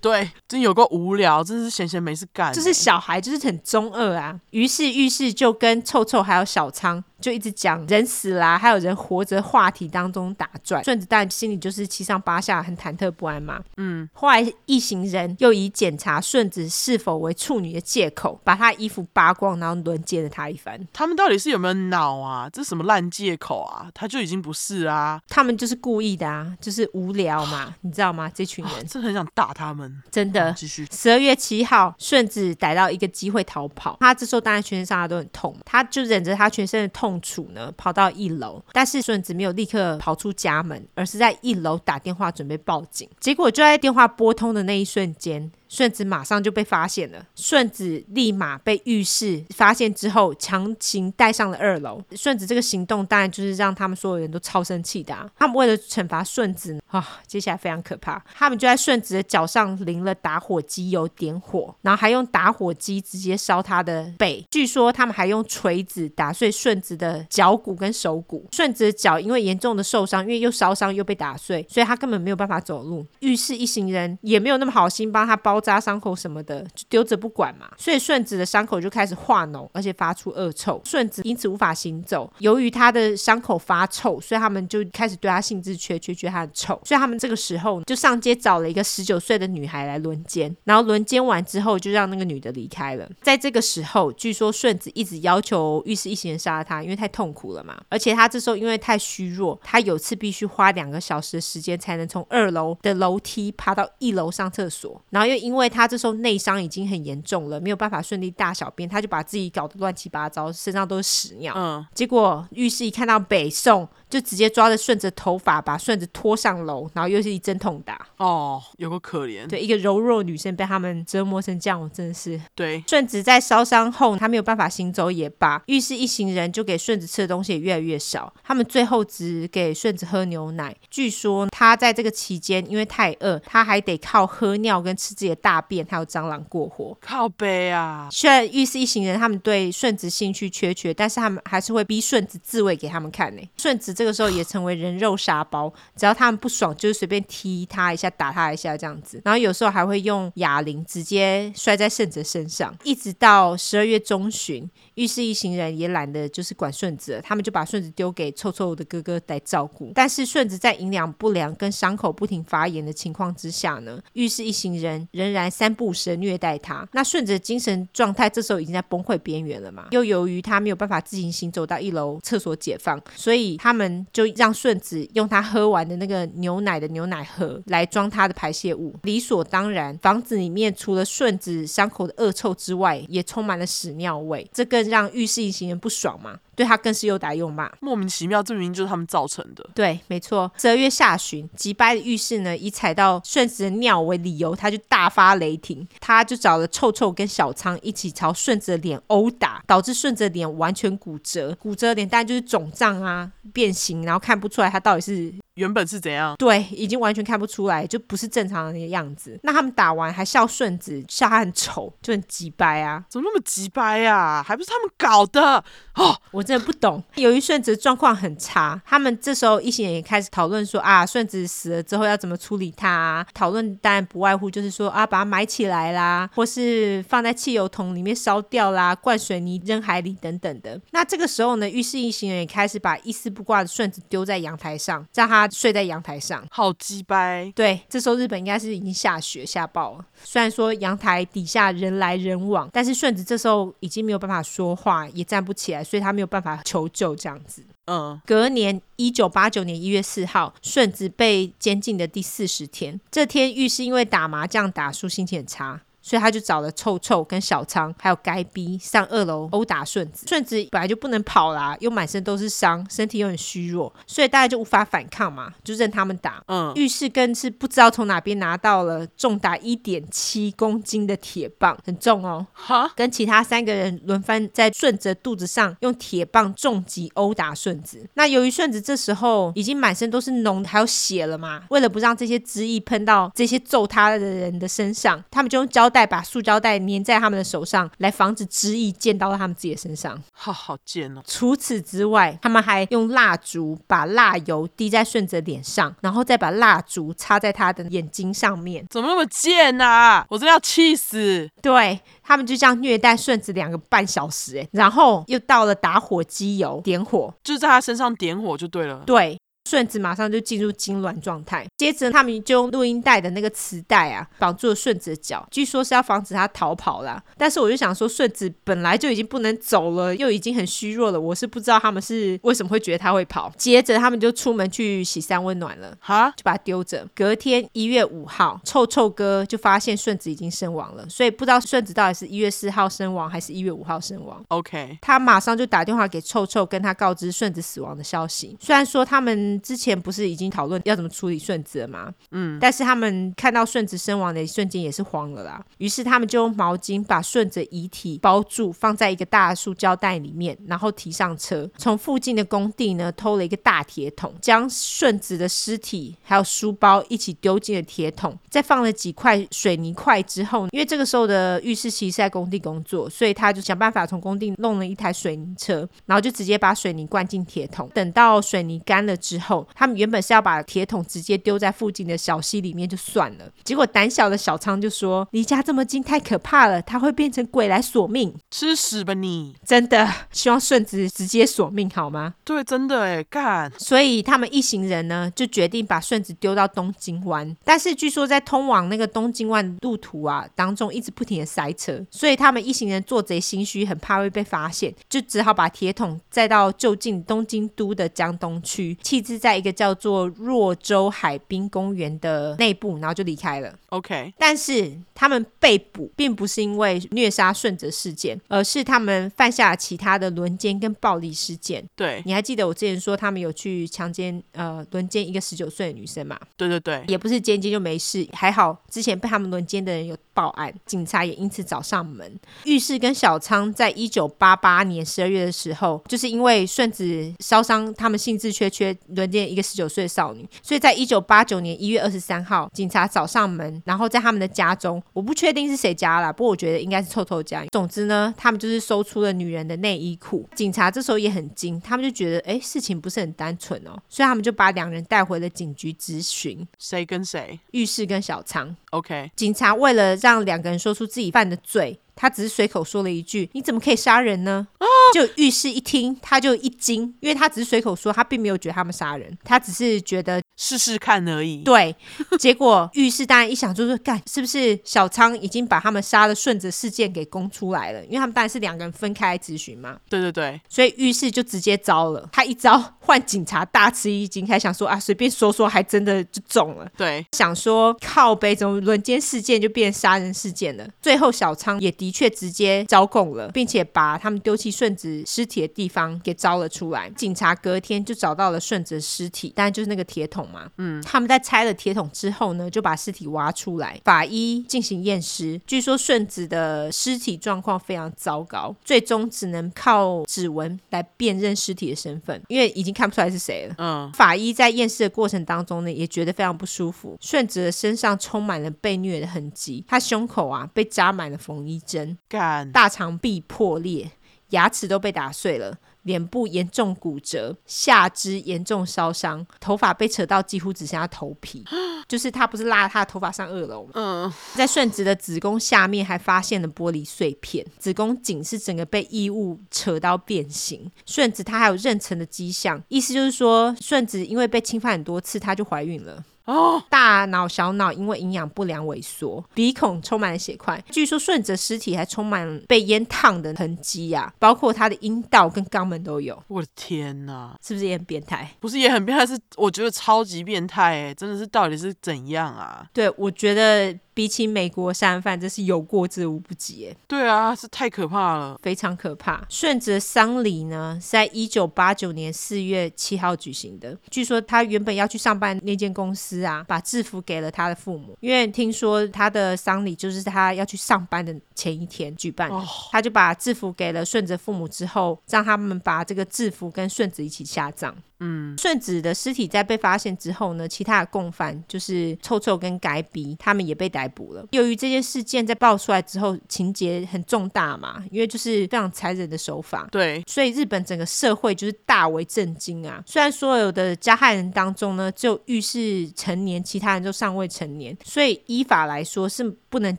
对，真有够无聊，真是闲闲没事干。就是小孩就是很中二啊。于是浴室就跟臭臭还有小仓就一直讲人死啦、还有人活着话题当中打转，顺子蛋心里就是七上八下，很忐忑不安嘛。嗯，后来一行人又以检查顺子是否为处女的借口，把她衣服扒光，然后轮奸了她一番。他们到底是有没有脑啊？这什么烂借口啊？他就已经不是啊，他们就是故意的啊，就是无聊嘛，你知道吗？这群人哦真的很想打他们。真的继续，十二月七号，顺子逮到一个机会逃跑。他这时候当然全身上下都很痛，他就忍着他全身的痛楚呢，跑到一楼。但是顺子没有立刻跑出家门，而是在一楼打电话准备报警。结果就在电话拨通的那一瞬间。顺子马上就被发现了，顺子立马被浴室发现之后，强行带上了二楼。顺子这个行动当然就是让他们所有人都超生气的、啊。他们为了惩罚顺子呢啊，接下来非常可怕，他们就在顺子的脚上淋了打火机油点火，然后还用打火机直接烧他的背。据说他们还用锤子打碎顺子的脚骨跟手骨。顺子的脚因为严重的受伤，因为又烧伤又被打碎，所以他根本没有办法走路。浴室一行人也没有那么好心帮他包扎伤口什么的，就丢着不管嘛。所以顺子的伤口就开始化脓，而且发出恶臭。顺子因此无法行走。由于他的伤口发臭，所以他们就开始对他兴致缺缺，觉得他很臭。所以他们这个时候就上街找了一个十九岁的女孩来轮奸，然后轮奸完之后就让那个女的离开了。在这个时候，据说顺子一直要求浴室一行人杀了他，因为太痛苦了嘛。而且他这时候因为太虚弱，他有次必须花两个小时的时间才能从二楼的楼梯爬到一楼上厕所。然后又因为他这时候内伤已经很严重了，没有办法顺利大小便，他就把自己搞得乱七八糟，身上都是屎尿。嗯，结果浴室一看到北宋，就直接抓着顺子头发，把顺子拖上楼，然后又是一阵痛打。哦，有够可怜。对，一个柔弱女生被他们折磨成这样，我真的是对顺子在烧伤后，她没有办法行走也罢，浴室一行人就给顺子吃的东西也越来越少，他们最后只给顺子喝牛奶。据说她在这个期间因为太饿，她还得靠喝尿跟吃自己的大便还有蟑螂过活。靠背啊！虽然玉四一行人他们对顺子兴趣缺缺，但是他们还是会逼顺子自卫给他们看呢、顺子这个时候也成为人肉沙包，只要他们不爽，就是随便踢他一下、打他一下这样子。然后有时候还会用哑铃直接摔在顺子身上，一直到十二月中旬，玉四一行人也懒得就是管顺子了，他们就把顺子丢给臭臭的哥哥来照顾。但是顺子在营养不良跟伤口不停发炎的情况之下呢，玉氏一行人仍然三不五时地虐待他。那顺子的精神状态这时候已经在崩溃边缘了嘛，又由于他没有办法自行行走到一楼厕所解放，所以他们就让顺子用他喝完的那个牛奶的牛奶盒来装他的排泄物。理所当然，房子里面除了顺子伤口的恶臭之外，也充满了屎尿味，这更让浴室一行人不爽嘛，对他更是又打又骂。莫名其妙，这明明就是他们造成的。对，没错。十二月下旬，吉拜的浴室呢，以踩到顺子的尿为理由，他就大发雷霆，他就找了臭臭跟小仓一起朝顺子的脸殴打，导致顺子的脸完全骨折，骨折的脸当然就是肿胀啊、变形，然后看不出来他到底是原本是怎样？对，已经完全看不出来，就不是正常人的样子。那他们打完还笑顺子，笑他很丑，就很鸡掰啊。怎么那么急掰啊？还不是他们搞的哦！我真的不懂。由于顺子状况很差，他们这时候一行人也开始讨论说啊，顺子死了之后要怎么处理他、啊？讨论当然不外乎就是说啊，把它埋起来啦，或是放在汽油桶里面烧掉啦，灌水泥扔海里等等的。那这个时候呢，浴室一行人也开始把一丝不挂的顺子丢在阳台上，让他睡在阳台上。好鸡掰，对，这时候日本应该是已经下雪下暴了。虽然说阳台底下人来人往，但是顺子这时候已经没有办法说话，也站不起来，所以他没有办法求救这样子。嗯，隔年，一九八九年一月四号，顺子被监禁的第四十天。这天，玉是因为打麻将打输，心情很差。所以他就找了臭臭跟小仓，还有该逼上二楼殴打顺子。顺子本来就不能跑啦，又满身都是伤，身体又很虚弱，所以大家就无法反抗嘛，就任他们打。嗯浴室更是不知道从哪边拿到了重达一点七公斤的铁棒，很重哦。哈，跟其他三个人轮番在顺子的肚子上用铁棒重击殴打顺子。那由于顺子这时候已经满身都是脓还有血了嘛，为了不让这些汁液喷到这些揍他的人的身上，他们就用胶带把塑胶带粘在他们的手上，来防止汁液溅到他们自己的身上。好好贱哦！除此之外，他们还用蜡烛把蜡油滴在顺子的脸上，然后再把蜡烛插在他的眼睛上面。怎么那么贱啊？我真的要气死！对他们就这样虐待顺子两个半小时，哎，然后又到了打火机油点火，就在他身上点火就对了。对。顺子马上就进入痉挛状态，接着他们就用录音带的那个磁带啊绑住了顺子的脚，据说是要防止他逃跑啦。但是我就想说，顺子本来就已经不能走了，又已经很虚弱了，我是不知道他们是为什么会觉得他会跑。接着他们就出门去洗三温暖了。哈，就把它丢着。隔天一月五号，臭臭哥就发现顺子已经身亡了，所以不知道顺子到底是一月四号身亡还是一月五号身亡。 OK，他马上就打电话给臭臭，跟他告知顺子死亡的消息。虽然说他们之前不是已经讨论要怎么处理顺子了吗？嗯，但是他们看到顺子身亡的一瞬间也是慌了啦。于是他们就用毛巾把顺子遗体包住，放在一个大塑胶袋里面，然后提上车，从附近的工地呢偷了一个大铁桶，将顺子的尸体还有书包一起丢进了铁桶，再放了几块水泥块之后，因为这个时候的浴室其实是在工地工作，所以他就想办法从工地弄了一台水泥车，然后就直接把水泥灌进铁桶。等到水泥干了之后，他们原本是要把铁桶直接丢在附近的小溪里面就算了，结果胆小的小仓就说：“离家这么近太可怕了，他会变成鬼来索命。”吃屎吧你！真的，希望顺子直接索命好吗？对，真的哎，干所以他们一行人呢，就决定把顺子丢到东京湾。但是据说在通往那个东京湾路途啊当中，一直不停的塞车，所以他们一行人做贼心虚，很怕会被发现，就只好把铁桶载到就近东京都的江东区，弃置在一个叫做若州海滨公园的内部，然后就离开了。 OK，但是他们被捕，并不是因为虐杀顺子事件，而是他们犯下了其他的轮奸跟暴力事件。对，你还记得我之前说他们有去强奸呃轮奸一个十九岁的女生嘛？对对对，也不是奸奸就没事，还好之前被他们轮奸的人有报案，警察也因此找上门。浴室跟小仓在一九八八年十二月的时候，就是因为顺子烧伤，他们兴致缺缺轮奸一个十九岁的少女，所以在一九八九年一月二十三号，警察找上门，然后在他们的家中，我不确定是谁家啦，不过我觉得应该是臭臭家。总之呢，他们就是搜出了女人的内衣裤。警察这时候也很惊，他们就觉得哎，诶事情不是很单纯哦，所以他们就把两人带回了警局咨询，谁跟谁浴室跟小仓。 ？OK，警察为了让两个人说出自己犯的罪，他只是随口说了一句：“你怎么可以杀人呢？”就浴室一听，他就一惊，因为他只是随口说，他并没有觉得他们杀人，他只是觉得试试看而已。对。结果浴室当然一想，就是干，是不是小仓已经把他们杀了顺着事件给供出来了？因为他们当然是两个人分开咨询嘛。对对对，所以浴室就直接招了。他一招，换警察大吃一惊，还想说啊，随便说说，还真的就中了。对，想说靠北，怎么轮奸事件就变成杀人事件了？最后小仓也的确直接招供了，并且把他们丢弃顺子尸体的地方给招了出来。警察隔天就找到了顺子的尸体，当然就是那个铁桶嘛。嗯，他们在拆了铁桶之后呢，就把尸体挖出来，法医进行验尸。据说顺子的尸体状况非常糟糕，最终只能靠指纹来辨认尸体的身份，因为已经看不出来是谁了。嗯，法医在验尸的过程当中呢，也觉得非常不舒服。顺子的身上充满了被虐的痕迹，他胸口啊被扎满了缝衣针，干大肠壁破裂，牙齿都被打碎了。脸部严重骨折，下肢严重烧伤，头发被扯到几乎只剩下头皮，就是他不是拉他的头发上二楼吗？嗯，在顺子的子宫下面还发现了玻璃碎片，子宫颈是整个被异物扯到变形。顺子她还有妊娠的迹象，意思就是说，顺子因为被侵犯很多次，她就怀孕了。哦，大脑、小脑因为营养不良萎缩，鼻孔充满了血块。据说顺子尸体还充满被烟烫的痕迹呀、包括她的阴道跟肛门都有，我的天哪！是不是也很变态？不是也很变态，是我觉得超级变态哎、真的是到底是怎样啊？对，我觉得比起美国杀人犯，这是有过之无不及耶。对啊，是太可怕了。非常可怕。顺子的丧礼呢，是在一九八九年四月七号举行的。据说他原本要去上班那间公司啊，把制服给了他的父母，因为听说他的丧礼就是他要去上班的前一天举办的。哦他就把制服给了顺子父母之后，让他们把这个制服跟顺子一起下葬。嗯，顺子的尸体在被发现之后呢，其他的共犯就是臭臭跟改比，他们也被逮捕了。由于这件事件在爆出来之后，情节很重大嘛，因为就是非常残忍的手法，对，所以日本整个社会就是大为震惊啊！虽然所有的加害人当中呢，只有浴室成年，其他人都尚未成年，所以依法来说是不能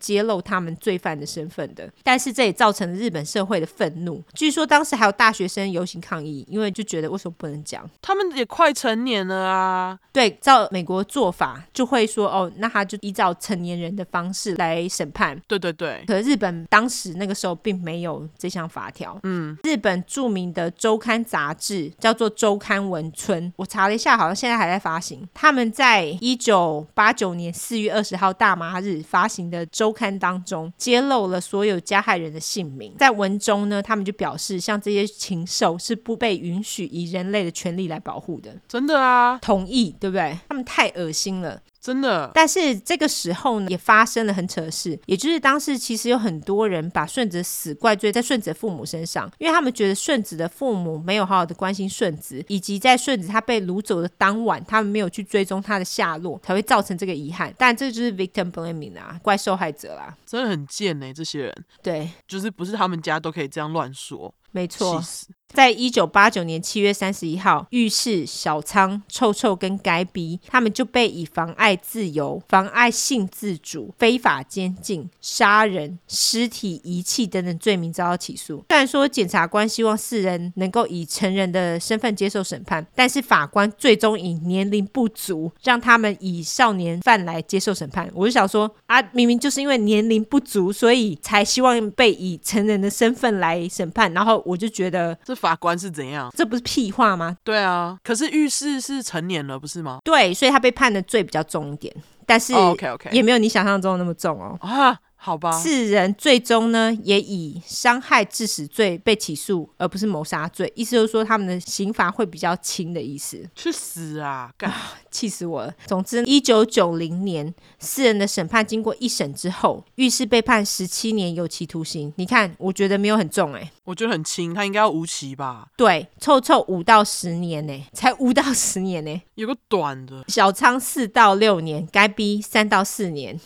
揭露他们罪犯的身份的。但是这也造成了日本社会的愤怒。据说当时还有大学生游行抗议，因为就觉得为什么不能讲？他们也快成年了啊。对，照美国做法就会说哦，那他就依照成年人的方式来审判。对对对，可日本当时那个时候并没有这项法条。嗯，日本著名的周刊杂志叫做《周刊文春》，我查了一下，好像现在还在发行。他们在一九八九年四月二十号大麻日发行的周刊当中，揭露了所有加害人的姓名。在文中呢，他们就表示，像这些禽兽是不被允许以人类的权利来保护的。真的啊，同意，对不对？他们太恶心了。真的。但是这个时候呢，也发生了很扯的事，也就是当时其实有很多人把顺子死怪罪在顺子的父母身上，因为他们觉得顺子的父母没有好好的关心顺子，以及在顺子他被掳走的当晚，他们没有去追踪他的下落，才会造成这个遗憾。但这就是 victim blaming 啊，怪受害者啦。真的很贱呢、这些人对，就是不是他们家都可以这样乱说，没气错。死！在一九八九年七月三十一号，浴室、小仓、臭臭跟该逼，他们就被以妨碍自由、妨碍性自主、非法监禁、杀人、尸体遗弃等等罪名遭到起诉。虽然说检察官希望四人能够以成人的身份接受审判，但是法官最终以年龄不足，让他们以少年犯来接受审判。我就想说啊，明明就是因为年龄不足，所以才希望被以成人的身份来审判，然后我就觉得。这法官是怎样？这不是屁话吗？对啊，可是浴室是成年了，不是吗？对，所以他被判的罪比较重一点，但是 o k OK 也没有你想象中那么重哦。啊，好吧，四人最终呢也以伤害致死罪被起诉，而不是谋杀罪。意思就是说他们的刑罚会比较轻的意思。去死啊！干，气死我了！总之，一九九零年四人的审判经过一审之后，狱士被判十七年有期徒刑。你看，我觉得没有很重哎、我觉得很轻，他应该要无期吧？对，凑凑五到十年呢、才五到十年呢、有个短的小仓四到六年，该逼三到四年，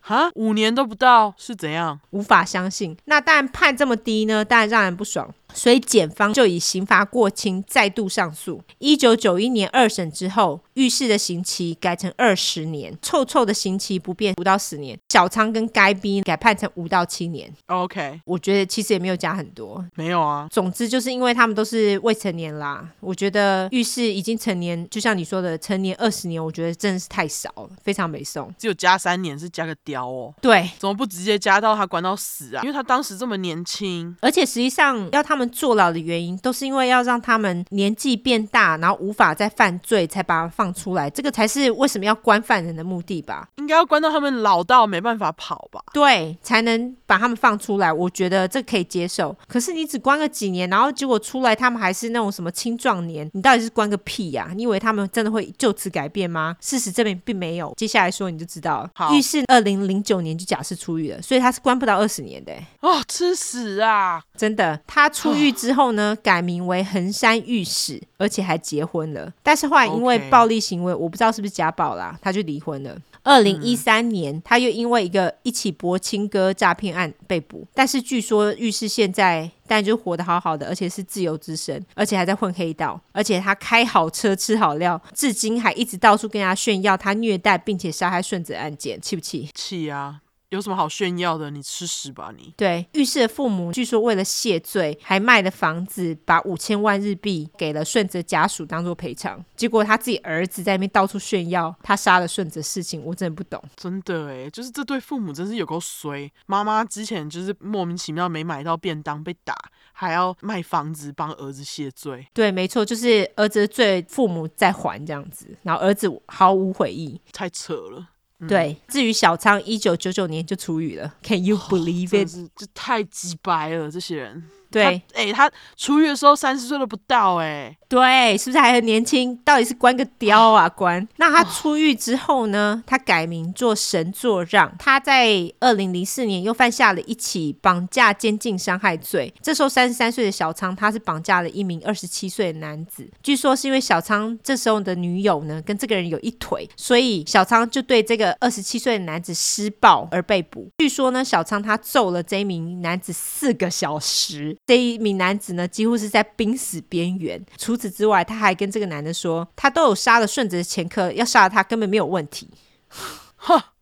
哈，五年都不到是怎样？无法相信。那当然判这么低呢，当然让人不爽。所以检方就以刑罚过轻再度上诉。一九九一年二审之后，狱士的刑期改成二十年，臭臭的刑期不变五到十年，小仓跟该逼改判成五到七年。 OK，我觉得其实也没有加很多。没有啊，总之就是因为他们都是未成年啦，我觉得浴室已经成年，就像你说的，成年二十年，我觉得真的是太少了，非常没送。只有加三年是加个雕哦，对，怎么不直接加到他关到死啊？因为他当时这么年轻，而且实际上要他们坐牢的原因，都是因为要让他们年纪变大，然后无法再犯罪，才把他放出来，这个才是为什么要关犯人的目的吧？应该要关到他们老到没办法跑吧？对，才能把他们放出来，我觉得这可以接受。可是你只关个几年，然后结果出来他们还是那种什么青壮年，你到底是关个屁呀、你以为他们真的会就此改变吗？事实证明并没有。接下来说你就知道了。好狱士二零零九年就假释出狱了，所以他是关不到二十年的、欸哦，吃屎啊！真的，他出狱之后呢，改名为横山御史，而且还结婚了。但是后来因为 OK 暴力行为，我不知道是不是家暴啦，他就离婚了。二零一三年，他又因为一个一起博亲哥诈骗案被捕，但是据说御史现在但就活得好好的，而且是自由之身，而且还在混黑道，而且他开好车吃好料，至今还一直到处跟人家炫耀他虐待并且杀害顺子案件，气不气？气啊！有什么好炫耀的？你吃屎吧你！对，浴室的父母据说为了谢罪，还卖了房子，把五千万日币给了顺子家属当做赔偿。结果他自己儿子在那边到处炫耀他杀了顺子的事情，我真的不懂。真的诶，就是这对父母真是有够衰。妈妈之前就是莫名其妙没买到便当被打，还要卖房子帮儿子谢罪。对，没错，就是儿子的罪，父母在还这样子，然后儿子毫无悔意。太扯了，对，至于小仓，一九九九年就出狱了，Can you believe 哦真 it？、是这太鸡掰了，这些人。对他，哎、他出狱的时候三十岁都不到、哎，对，是不是还很年轻？到底是关个雕啊关？那他出狱之后呢？他改名做神作让。他在二零零四年又犯下了一起绑架、监禁、伤害罪。这时候三十三岁的小仓，他是绑架了一名二十七岁的男子。据说是因为小仓这时候的女友呢跟这个人有一腿，所以小仓就对这个二十七岁的男子施暴而被捕。据说呢，小仓他揍了这一名男子四个小时，这一名男子呢几乎是在濒死边缘。除此之外，他还跟这个男的说，他都有杀了顺子的前科，要杀了他根本没有问题。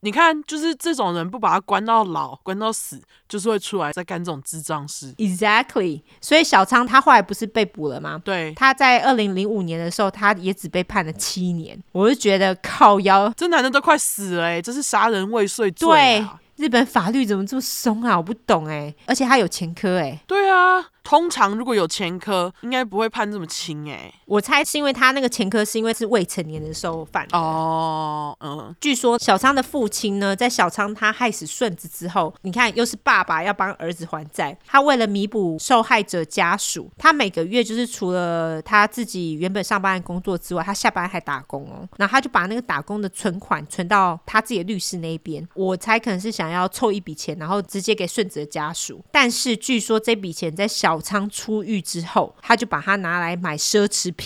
你看，就是这种人不把他关到老，关到死，就是会出来再干这种智障事。 Exactly，所以小仓他后来不是被捕了吗？对，他在二零零五年的时候，他也只被判了七年。我就觉得靠腰，这男的都快死了、哎，这是杀人未遂罪、对啊。，日本法律怎么这么松啊？我不懂哎、而且他有前科哎、对啊，通常如果有前科，应该不会判这么轻、欸我猜是因为他那个前科是因为是未成年的时候犯哎，的。哦，嗯，据说小仓的父亲呢，在小仓他害死顺子之后，你看又是爸爸要帮儿子还债，他为了弥补受害者家属，他每个月就是除了他自己原本上班的工作之外，他下班还打工哦，然后他就把那个打工的存款存到他自己的律师哦那一边，我猜可能是想要凑一笔钱，然后直接给顺子的家属，但是据说这笔钱在小仓出狱之后，他就把它拿来买奢侈品。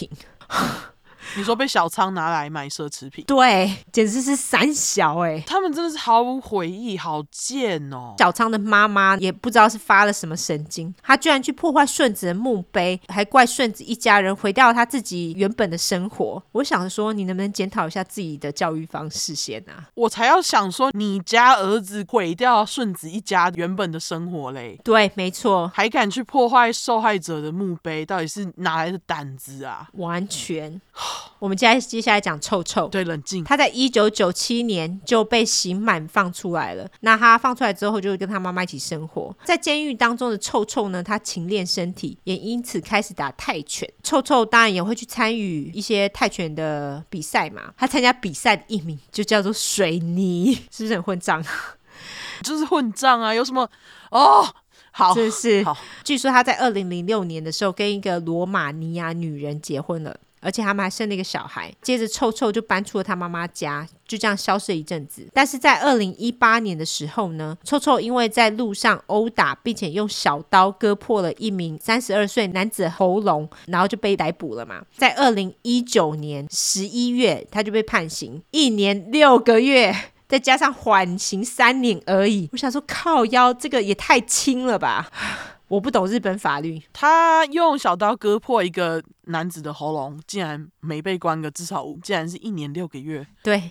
你说被小仓拿来买奢侈品，对，简直是三小哎、他们真的是毫无悔意，好贱哦、小仓的妈妈也不知道是发了什么神经，她居然去破坏顺子的墓碑，还怪顺子一家人毁掉了她自己原本的生活。我想说，你能不能检讨一下自己的教育方式先啊？我才要想说，你家儿子毁掉顺子一家原本的生活嘞。对，没错，还敢去破坏受害者的墓碑，到底是哪来的胆子啊？完全。我们接下来接下来讲臭臭。对，冷静。他在一九九七年就被刑满放出来了。那他放出来之后，就跟他妈妈一起生活。在监狱当中的臭臭呢，他勤练身体，也因此开始打泰拳。臭臭当然也会去参与一些泰拳的比 赛嘛。他参加比赛的艺名就叫做水泥，是不是很混账？就是混账啊！有什么哦？好，是不是好？据说他在二零零六年的时候跟一个罗马尼亚女人结婚了，而且他们还生了一个小孩。接着臭臭就搬出了他妈妈家，就这样消失了一阵子。但是在二零一八年的时候呢，臭臭因为在路上殴打，并且用小刀割破了一名三十二岁男子的喉咙，然后就被逮捕了嘛。在二零一九年十一月，他就被判刑一年六个月。再加上缓刑三年而已，我想说靠腰这个也太轻了吧！我不懂日本法律，他用小刀割破一个男子的喉咙，竟然没被关个至少五，竟然是一年六个月。对，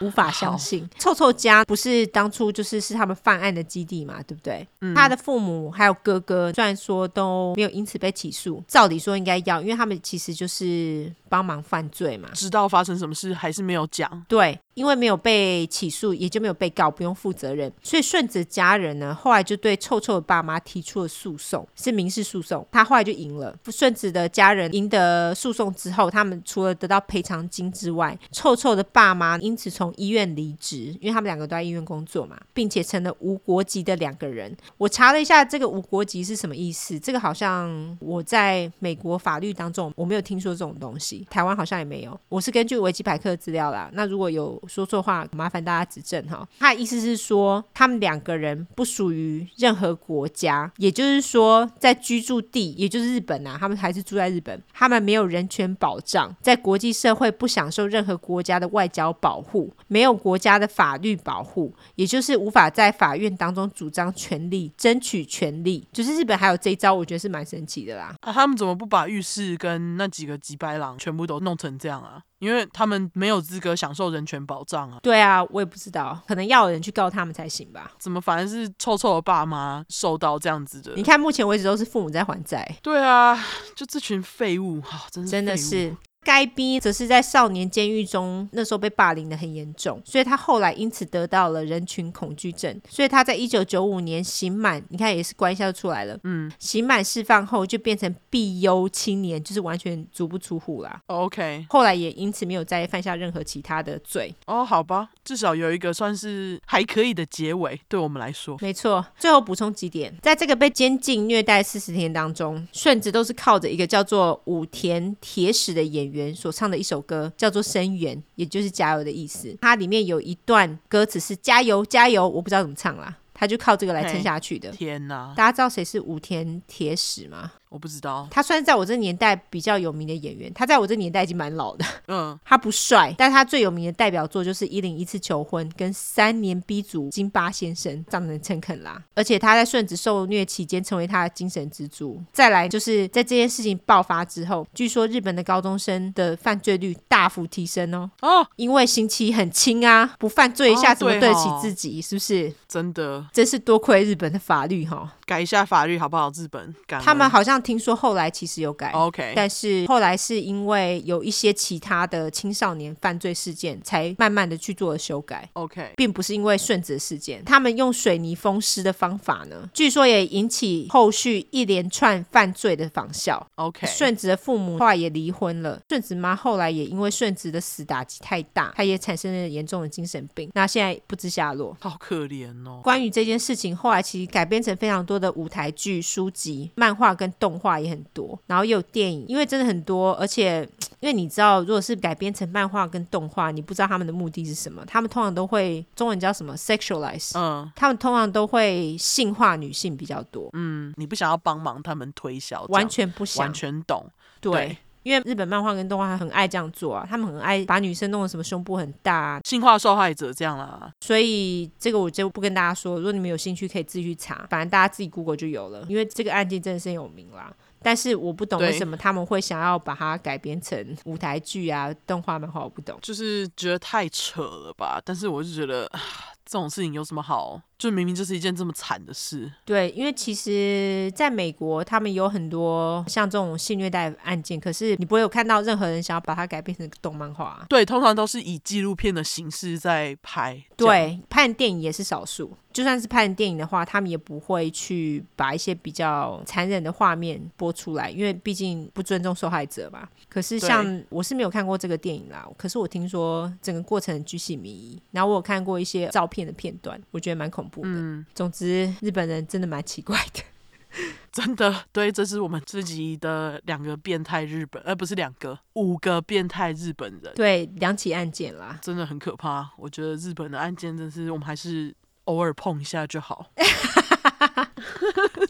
无法相信。臭臭家不是当初就是是他们犯案的基地嘛，对不对？他的父母还有哥哥，虽然说都没有因此被起诉，照理说应该要，因为他们其实就是帮忙犯罪嘛。知道发生什么事还是没有讲，对，因为没有被起诉，也就没有被告，不用负责任。所以顺子家人呢，后来就对臭臭的爸妈提出了诉讼，是民事诉讼。他后来就赢了。顺子的家人赢得诉讼之后，他们除了得到赔偿金之外，臭臭的爸妈因此从医院离职，因为他们两个都在医院工作嘛，并且成了无国籍的两个人。我查了一下这个无国籍是什么意思，这个好像我在美国法律当中我没有听说这种东西，台湾好像也没有。我是根据维基百科的资料啦，那如果有说错话，麻烦大家指正哈。他的意思是说，他们两个人不属于任何国家，也就是说，在居住地，也就是日本啊，他们还是住在日本，他们没有人权保障，在国际社会不享受任何国家的外交保护，没有国家的法律保护，也就是无法在法院当中主张权利、争取权利。就是日本还有这一招，我觉得是蛮神奇的啦。啊，他们怎么不把浴室跟那几个吉白狼全部都弄成这样啊？因为他们没有资格享受人权保障啊！对啊，我也不知道，可能要有人去告他们才行吧。怎么反而是臭臭的爸妈受到这样子的你？看，目前为止都是父母在还债，对啊，就这群废物，啊、真是真的废物是。该逼则是在少年监狱中，那时候被霸凌的很严重，所以他后来因此得到了人群恐惧症，所以他在一九九五年刑满，你看也是关一下就出来了，嗯，刑满释放后就变成必优青年，就是完全足不出户啦。哦 OK 后来也因此没有再犯下任何其他的罪。哦，好吧，至少有一个算是还可以的结尾，对我们来说。没错，最后补充几点，在这个被监禁虐待四十天当中，顺子都是靠着一个叫做武田铁史的演员所唱的一首歌，叫做《声援》，也就是加油的意思。它里面有一段歌词是“加油加油”，我不知道怎么唱啦，他就靠这个来撑下去的。天哪，大家知道谁是武田铁史吗？我不知道。他算是在我这年代比较有名的演员，他在我这年代已经蛮老的。嗯，他不帅，但他最有名的代表作就是《一零一次求婚》跟《三年 B 组金巴先生》，长得很诚恳啦。而且他在顺子受虐期间成为他的精神支柱。再来就是在这件事情爆发之后，据说日本的高中生的犯罪率大幅提升哦，哦，因为刑期很轻啊，不犯罪一下哦怎么对对得起哦自己？是不是？真的真是多亏日本的法律哈、改一下法律好不好？日本，感恩他们好像听说后来其实有改。 OK，但是后来是因为有一些其他的青少年犯罪事件，才慢慢的去做了修改。 OK，并不是因为顺子的事件，他们用水泥封尸的方法呢，据说也引起后续一连串犯罪的仿效。 OK，顺子的父母后来也离婚了，顺子妈后来也因为顺子的死打击太大，她也产生了严重的精神病，那现在不知下落。好可怜哦。关于这件事情，后来其实改编成非常多的舞台剧、书籍、漫画跟动画也很多，然后也有电影，因为真的很多，而且因为你知道，如果是改编成漫画跟动画，你不知道他们的目的是什么，他们通常都会中文叫什么 sexualize，、嗯他们通常都会性化女性比较多，嗯，你不想要帮忙他们推销，完全不想完全懂。对。对因为日本漫画跟动画很爱这样做啊，他们很爱把女生弄得什么胸部很大啊、性化受害者这样啦，所以这个我就不跟大家说，如果你们有兴趣，可以自己去查，反正大家自己 Google 就有了。因为这个案件真的是很有名啦，但是我不懂对为什么他们会想要把它改编成舞台剧啊、动画、漫画，我不懂。就是觉得太扯了吧。但是我就觉得啊 这种事情有什么好？就明明就是一件这么惨的事。对，因为其实在美国，他们有很多像这种性虐待案件，可是你不会有看到任何人想要把它改编成动漫画啊、对，通常都是以纪录片的形式在拍。这样，对，拍成电影也是少数。就算是拍成电影的话，他们也不会去把一些比较残忍的画面播出来，因为毕竟不尊重受害者嘛。可是像我是没有看过这个电影啦，可是我听说整个过程很巨细靡遗，然后我有看过一些照片的片段，我觉得蛮恐怖的。嗯总之，日本人真的蛮奇怪的。 真的，对，这是我们自己的两个变态日本，呃，不是两个，五个变态日本人，对，两起案件啦，真的很可怕。我觉得日本的案件真是，我们还是偶尔碰一下就好，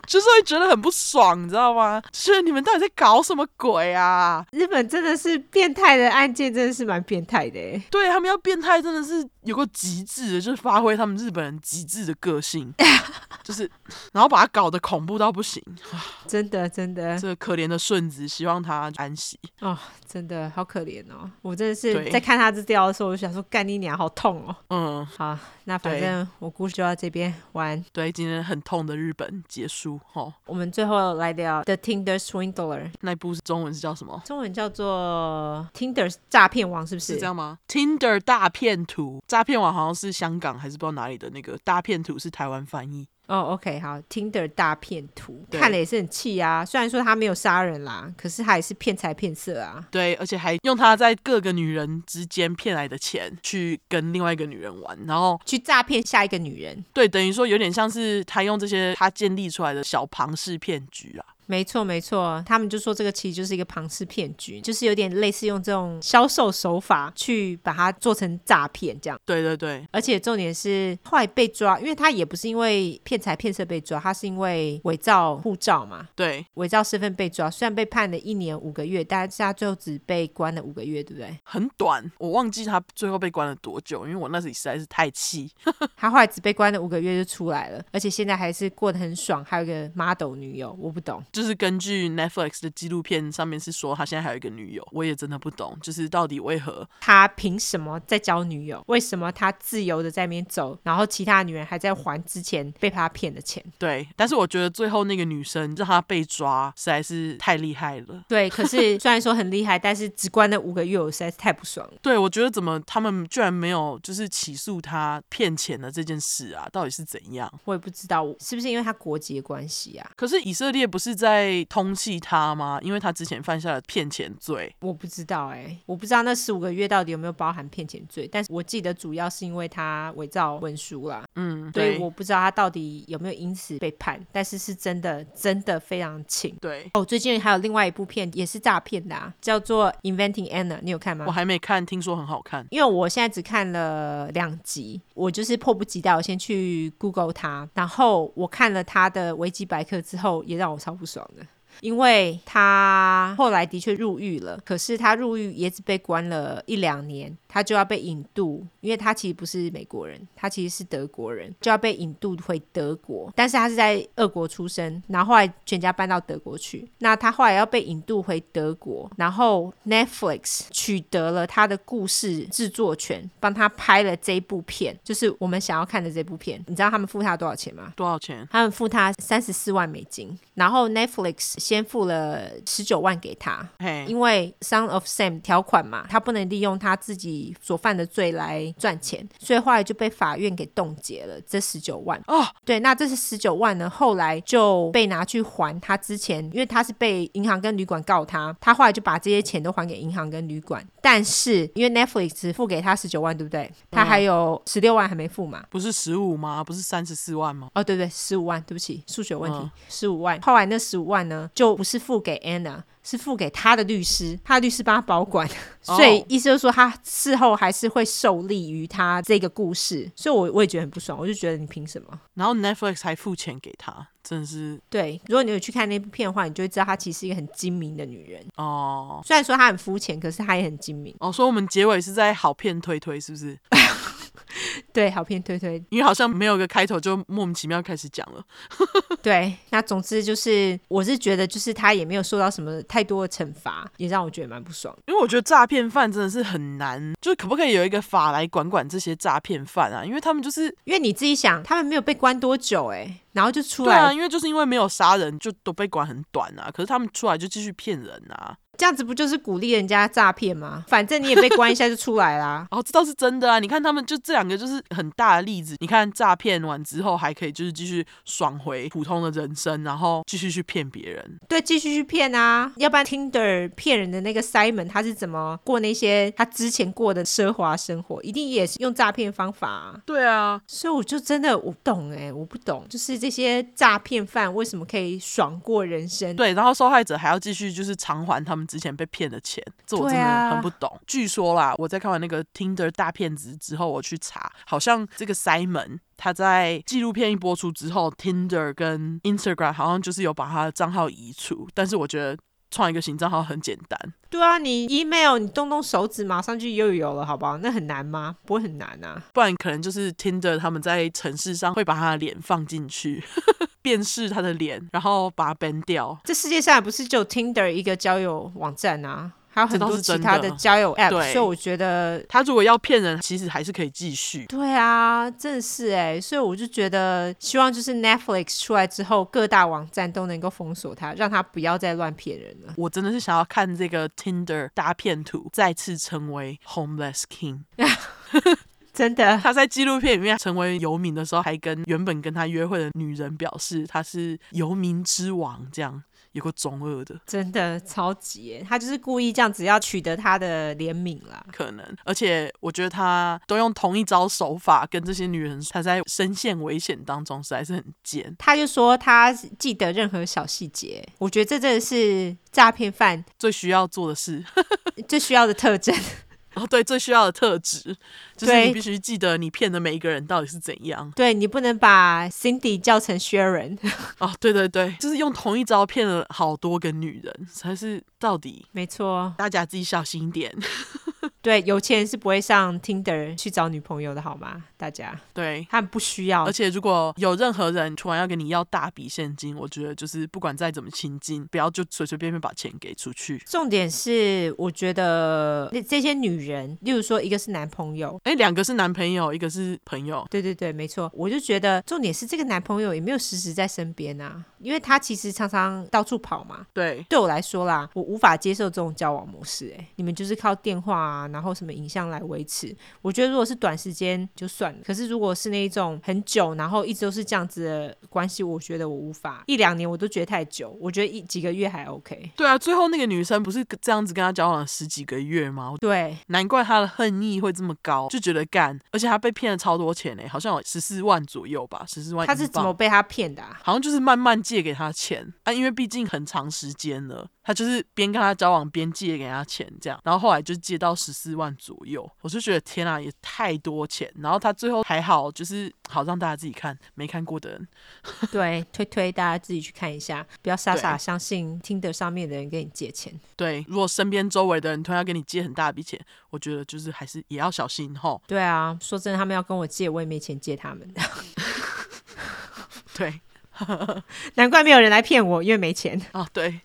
就是会觉得很不爽，你知道吗？就是你们到底在搞什么鬼啊？日本真的是变态的案件，真的是蛮变态的欸。对他们要变态，真的是有个极致的，就是发挥他们日本人极致的个性，就是然后把他搞得恐怖到不行。真的真的这个可怜的顺子，希望他安息。哦，真的好可怜哦！我真的是对在看他这条的时候，我就想说，干你娘，好痛哦！嗯，好，那反对正我故事就到这边完。对，今天很痛的日本结束吼，我们最后来聊《The Tinder Swindler》，那一部是中文是叫什么？中文叫做《Tinder 诈骗王》，是不是？是这样吗？Tinder 大骗图，诈骗网好像是香港还是不知道哪里的那个大骗图是台湾翻译。哦、o k 好，《Tinder 大骗图》对看了也是很气啊。虽然说他没有杀人啦，可是他也是骗财骗色啊。对，而且还用他在各个女人之间骗来的钱去跟另外一个女人玩，然后去诈骗下一个女人，对，等于说有点像是他用这些他建立出来的小庞氏骗局啊。没错，没错，他们就说这个其实就是一个庞氏骗局，就是有点类似用这种销售手法去把它做成诈骗这样。对对对，而且重点是后来被抓，因为他也不是因为骗财骗色被抓，他是因为伪造护照嘛，对，伪造身份被抓。虽然被判了一年五个月，但是他最后只被关了五个月，对不对？ 很短，我忘记他最后被关了多久，因为我那时实在是太气。他后来只被关了五个月就出来了，而且现在还是过得很爽，还有一个 model 女友，我不懂。就是根据 Netflix 的纪录片上面是说他现在还有一个女友，我也真的不懂，就是到底为何？他凭什么在交女友？为什么他自由的在那边走，然后其他女人还在还之前被他骗的钱？对，但是我觉得最后那个女生让她被抓实在是太厉害了。对，可是虽然说很厉害，但是只关了五个月，我实在是太不爽了。对，我觉得怎么他们居然没有就是起诉他骗钱的这件事啊？到底是怎样？我也不知道是不是因为他国籍的关系啊，可是以色列不是在通缉他吗？因为他之前犯下了骗钱罪。我不知道哎、我不知道那十五个月到底有没有包含骗钱罪，但是我记得主要是因为他伪造文书啦，嗯，所以对，我不知道他到底有没有因此被判，但是是真的真的非常轻。对哦，最近还有另外一部片也是诈骗的、啊，叫做《Inventing Anna》，你有看吗我？还没看，听说很好看。因为我现在只看了两集，我就是迫不及待，我先去 Google 它，然后我看了它的维基百科之后，也让我超不爽的。因为他后来的确入狱了，可是他入狱也只被关了一两年，他就要被引渡，因为他其实不是美国人，他其实是德国人，就要被引渡回德国。但是他是在俄国出生，然后后来全家搬到德国去。那他后来要被引渡回德国，然后 Netflix 取得了他的故事制作权，帮他拍了这一部片，就是我们想要看的这部片。你知道他们付他多少钱吗？多少钱？他们付他三十四万美金，然后 Netflix 先付了十九万给他，嘿，因为 Son of Sam 条款嘛，他不能利用他自己所犯的罪来赚钱，所以后来就被法院给冻结了这十九万。哦，对，那这是十九万呢，后来就被拿去还他之前，因为他是被银行跟旅馆告他，他后来就把这些钱都还给银行跟旅馆，但是因为 Netflix 只付给他十九万，对不对？他还有十六万还没付嘛，不是十五吗？不是三十四万吗？哦，对对，十五万，对不起，数学问题嗯，十五、万。后来那十五万呢，就不是付给 Anna，是付给他的律师，他的律师帮他保管， 哦所以意思就是说他事后还是会受利于他这个故事，所以我我也觉得很不爽，我就觉得你凭什么？然后 Netflix 还付钱给他，真的是对，如果你有去看那部片的话，你就会知道她其实是一个很精明的女人。哦虽然说她很肤浅，可是她也很精明。哦，所以我们结尾是在好片推推，是不是？对，好片推推，因为好像没有一个开头就莫名其妙开始讲了。对，那总之就是，我是觉得就是她也没有受到什么太多的惩罚，也让我觉得蛮不爽。因为我觉得诈骗犯真的是很难，就是可不可以有一个法来管管这些诈骗犯啊？因为他们就是因为你自己想，他们没有被关多久、欸，然后就出对来啊，因为就是因为没有杀人，就都被管很短啊。可是他们出来就继续骗人啊。。这样子不就是鼓励人家诈骗吗？ 反正你也被关一下就出来啦 哦，这倒是真的啊！你看他们就这两个就是很大的例子。你看诈骗完之后，还可以就是继续爽回普通的人生，然后继续去骗别人。对，继续去骗啊，要不然 Tinder 骗人的那个 Simon 他是怎么过那些他之前过的奢华生活？一定也是用诈骗方法、啊。对啊，所以我就真的我不懂哎、我不懂，就是这些诈骗犯为什么可以爽过人生？对，然后受害者还要继续就是偿还他们之前被骗的钱，这我真对的啊很不懂。据说啦，我在看完那个 Tinder 大骗子之后，我去查，好像这个 Simon 他在纪录片一播出之后，Tinder 跟 Instagram 好像就是有把他的账号移除，但是我觉得创一个新账号很简单。对啊，你 email 你动动手指，马上就又有了，好不好？那很难吗？不会很难啊。不然可能就是 Tinder 他们在城市上会把他的脸放进去， 辨识他的脸，然后把它 ban 掉。这世界上也不是只有 Tinder 一个交友网站啊，还有很这倒多是其真他的的交友 app，对所以我觉得他如果要骗人，其实还是可以继续。对啊，真的是哎，所以我就觉得，希望就是 Netflix 出来之后，各大网站都能够封锁它，让它不要再乱骗人了。我真的是想要看这个 Tinder 大骗图再次成为 homeless king。真的，他在纪录片里面成为游民的时候，还跟原本跟他约会的女人表示他是游民之王，这样有个中二的。真的超级耶，他就是故意这样子要取得他的怜悯啦。可能，而且我觉得他都用同一招手法跟这些女人，他在深陷危险当中实在是很贱。他就说他记得任何小细节，我觉得这真的是诈骗犯最需要做的事， 最需要的特征。 哦，对，最需要的特质，就是对你必须记得你骗的每一个人到底是怎样。对你不能把 Cindy 叫成 Sharon，哦，对对对，就是用同一招骗了好多个女人，才是到底没错，大家自己小心一点。 对，有钱人是不会上 Tinder 去找女朋友的好吗？大家，对，他们不需要而，且如果有任何人突然要跟你要大笔现金，我觉得就是不管再怎么亲近，不要就随随便便把钱给出去。重点是，我觉得那这些女人，例如说，一个是男朋友，哎，两个是男朋友，一个是朋友。对对对，没错，我就觉得重点是这个男朋友也没有时时在身边啊，因为他其实常常到处跑嘛。对，对我来说啦，我无法接受这种交往模式、欸。哎，你们就是靠电话啊，然后什么影像来维持。我觉得如果是短时间就算了，可是如果是那一种很久，然后一直都是这样子的关系，我觉得我无法一两年我都觉得太久，我觉得一几个月还 OK。对啊，最后那个女生不是这样子跟他交往了十几个月吗？对，难怪他的恨意会这么高，就觉得干，而且他被骗了超多钱呢、好像有十四万左右吧，十四万英他镑。哦是怎么被他骗的、啊？好像就是慢慢借给他钱啊，因为毕竟很长时间了，他就是边跟他交往边借给他钱这样，然后后来就借到十四万左右，我就觉得天啊，也太多钱。然后他最后还好，就是好让大家自己看，没看过的人， 对，推推大家自己去看一下，不要傻对傻相信听得上面的人跟你借钱。对，如果身边周围的人突然要跟你借很大笔钱，我觉得就是还是也要小心吼。对啊，说真的，他们要跟我借，我也没钱借他们， 对，难怪没有人来骗我，因为没钱。啊，对。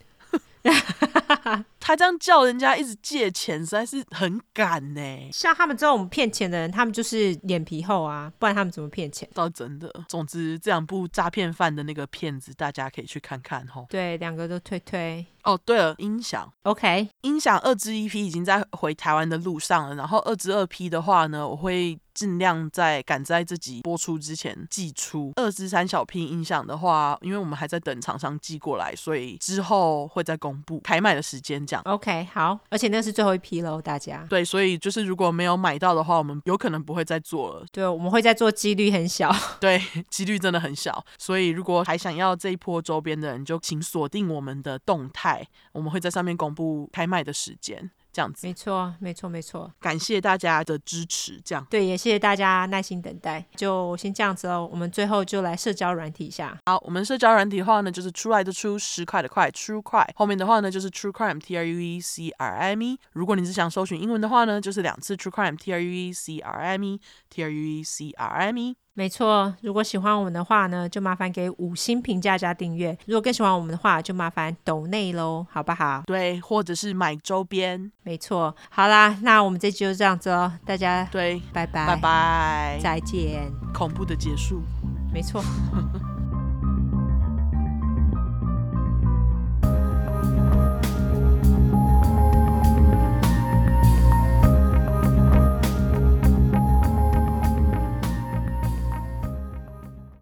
他这样叫人家一直借钱，实在是很欸敢呢、像他们这种骗钱的人，他们就是脸皮厚啊，不然他们怎么骗钱？倒真的，总之这两部诈骗犯的那个片子，大家可以去看看吼。对，两个都推推。哦，对了，音响， OK，音响二支一 P 已经在回台湾的路上了。然后二支二 P 的话呢，我会尽量在赶在这集播出之前寄出。二支三小 P 音响的话，因为我们还在等厂商寄过来，所以之后会再公布开卖的时间这样。 OK，好，而且那是最后一批喽，大家。对，所以就是如果没有买到的话，我们有可能不会再做了。对，我们会再做，几率很小。 对，几率真的很小。所以如果还想要这一波周边的人，就请锁定我们的动态，我们会在上面公布开卖的时间。这样子，没错，没错，没错。感谢大家的支持。这样对，也谢谢大家耐心等待，就先这样子喽。我们最后就来社交软体一下。好，我们社交软体的话呢，就是出来的出，十块的块，True 块。后面的话呢，就是 True Crime T R U E C R I M E。如果你是想搜寻英文的话呢，就是两次 True Crime T R U E C R I M E T R U E C R I M E。没错，如果喜欢我们的话呢，就麻烦给五星评价加订阅；如果更喜欢我们的话，就麻烦抖内喽，好不好？对，或者是买周边。没错，好啦，那我们这期就这样子哦，大家对，拜拜，拜拜。再见。恐怖的结束。没错。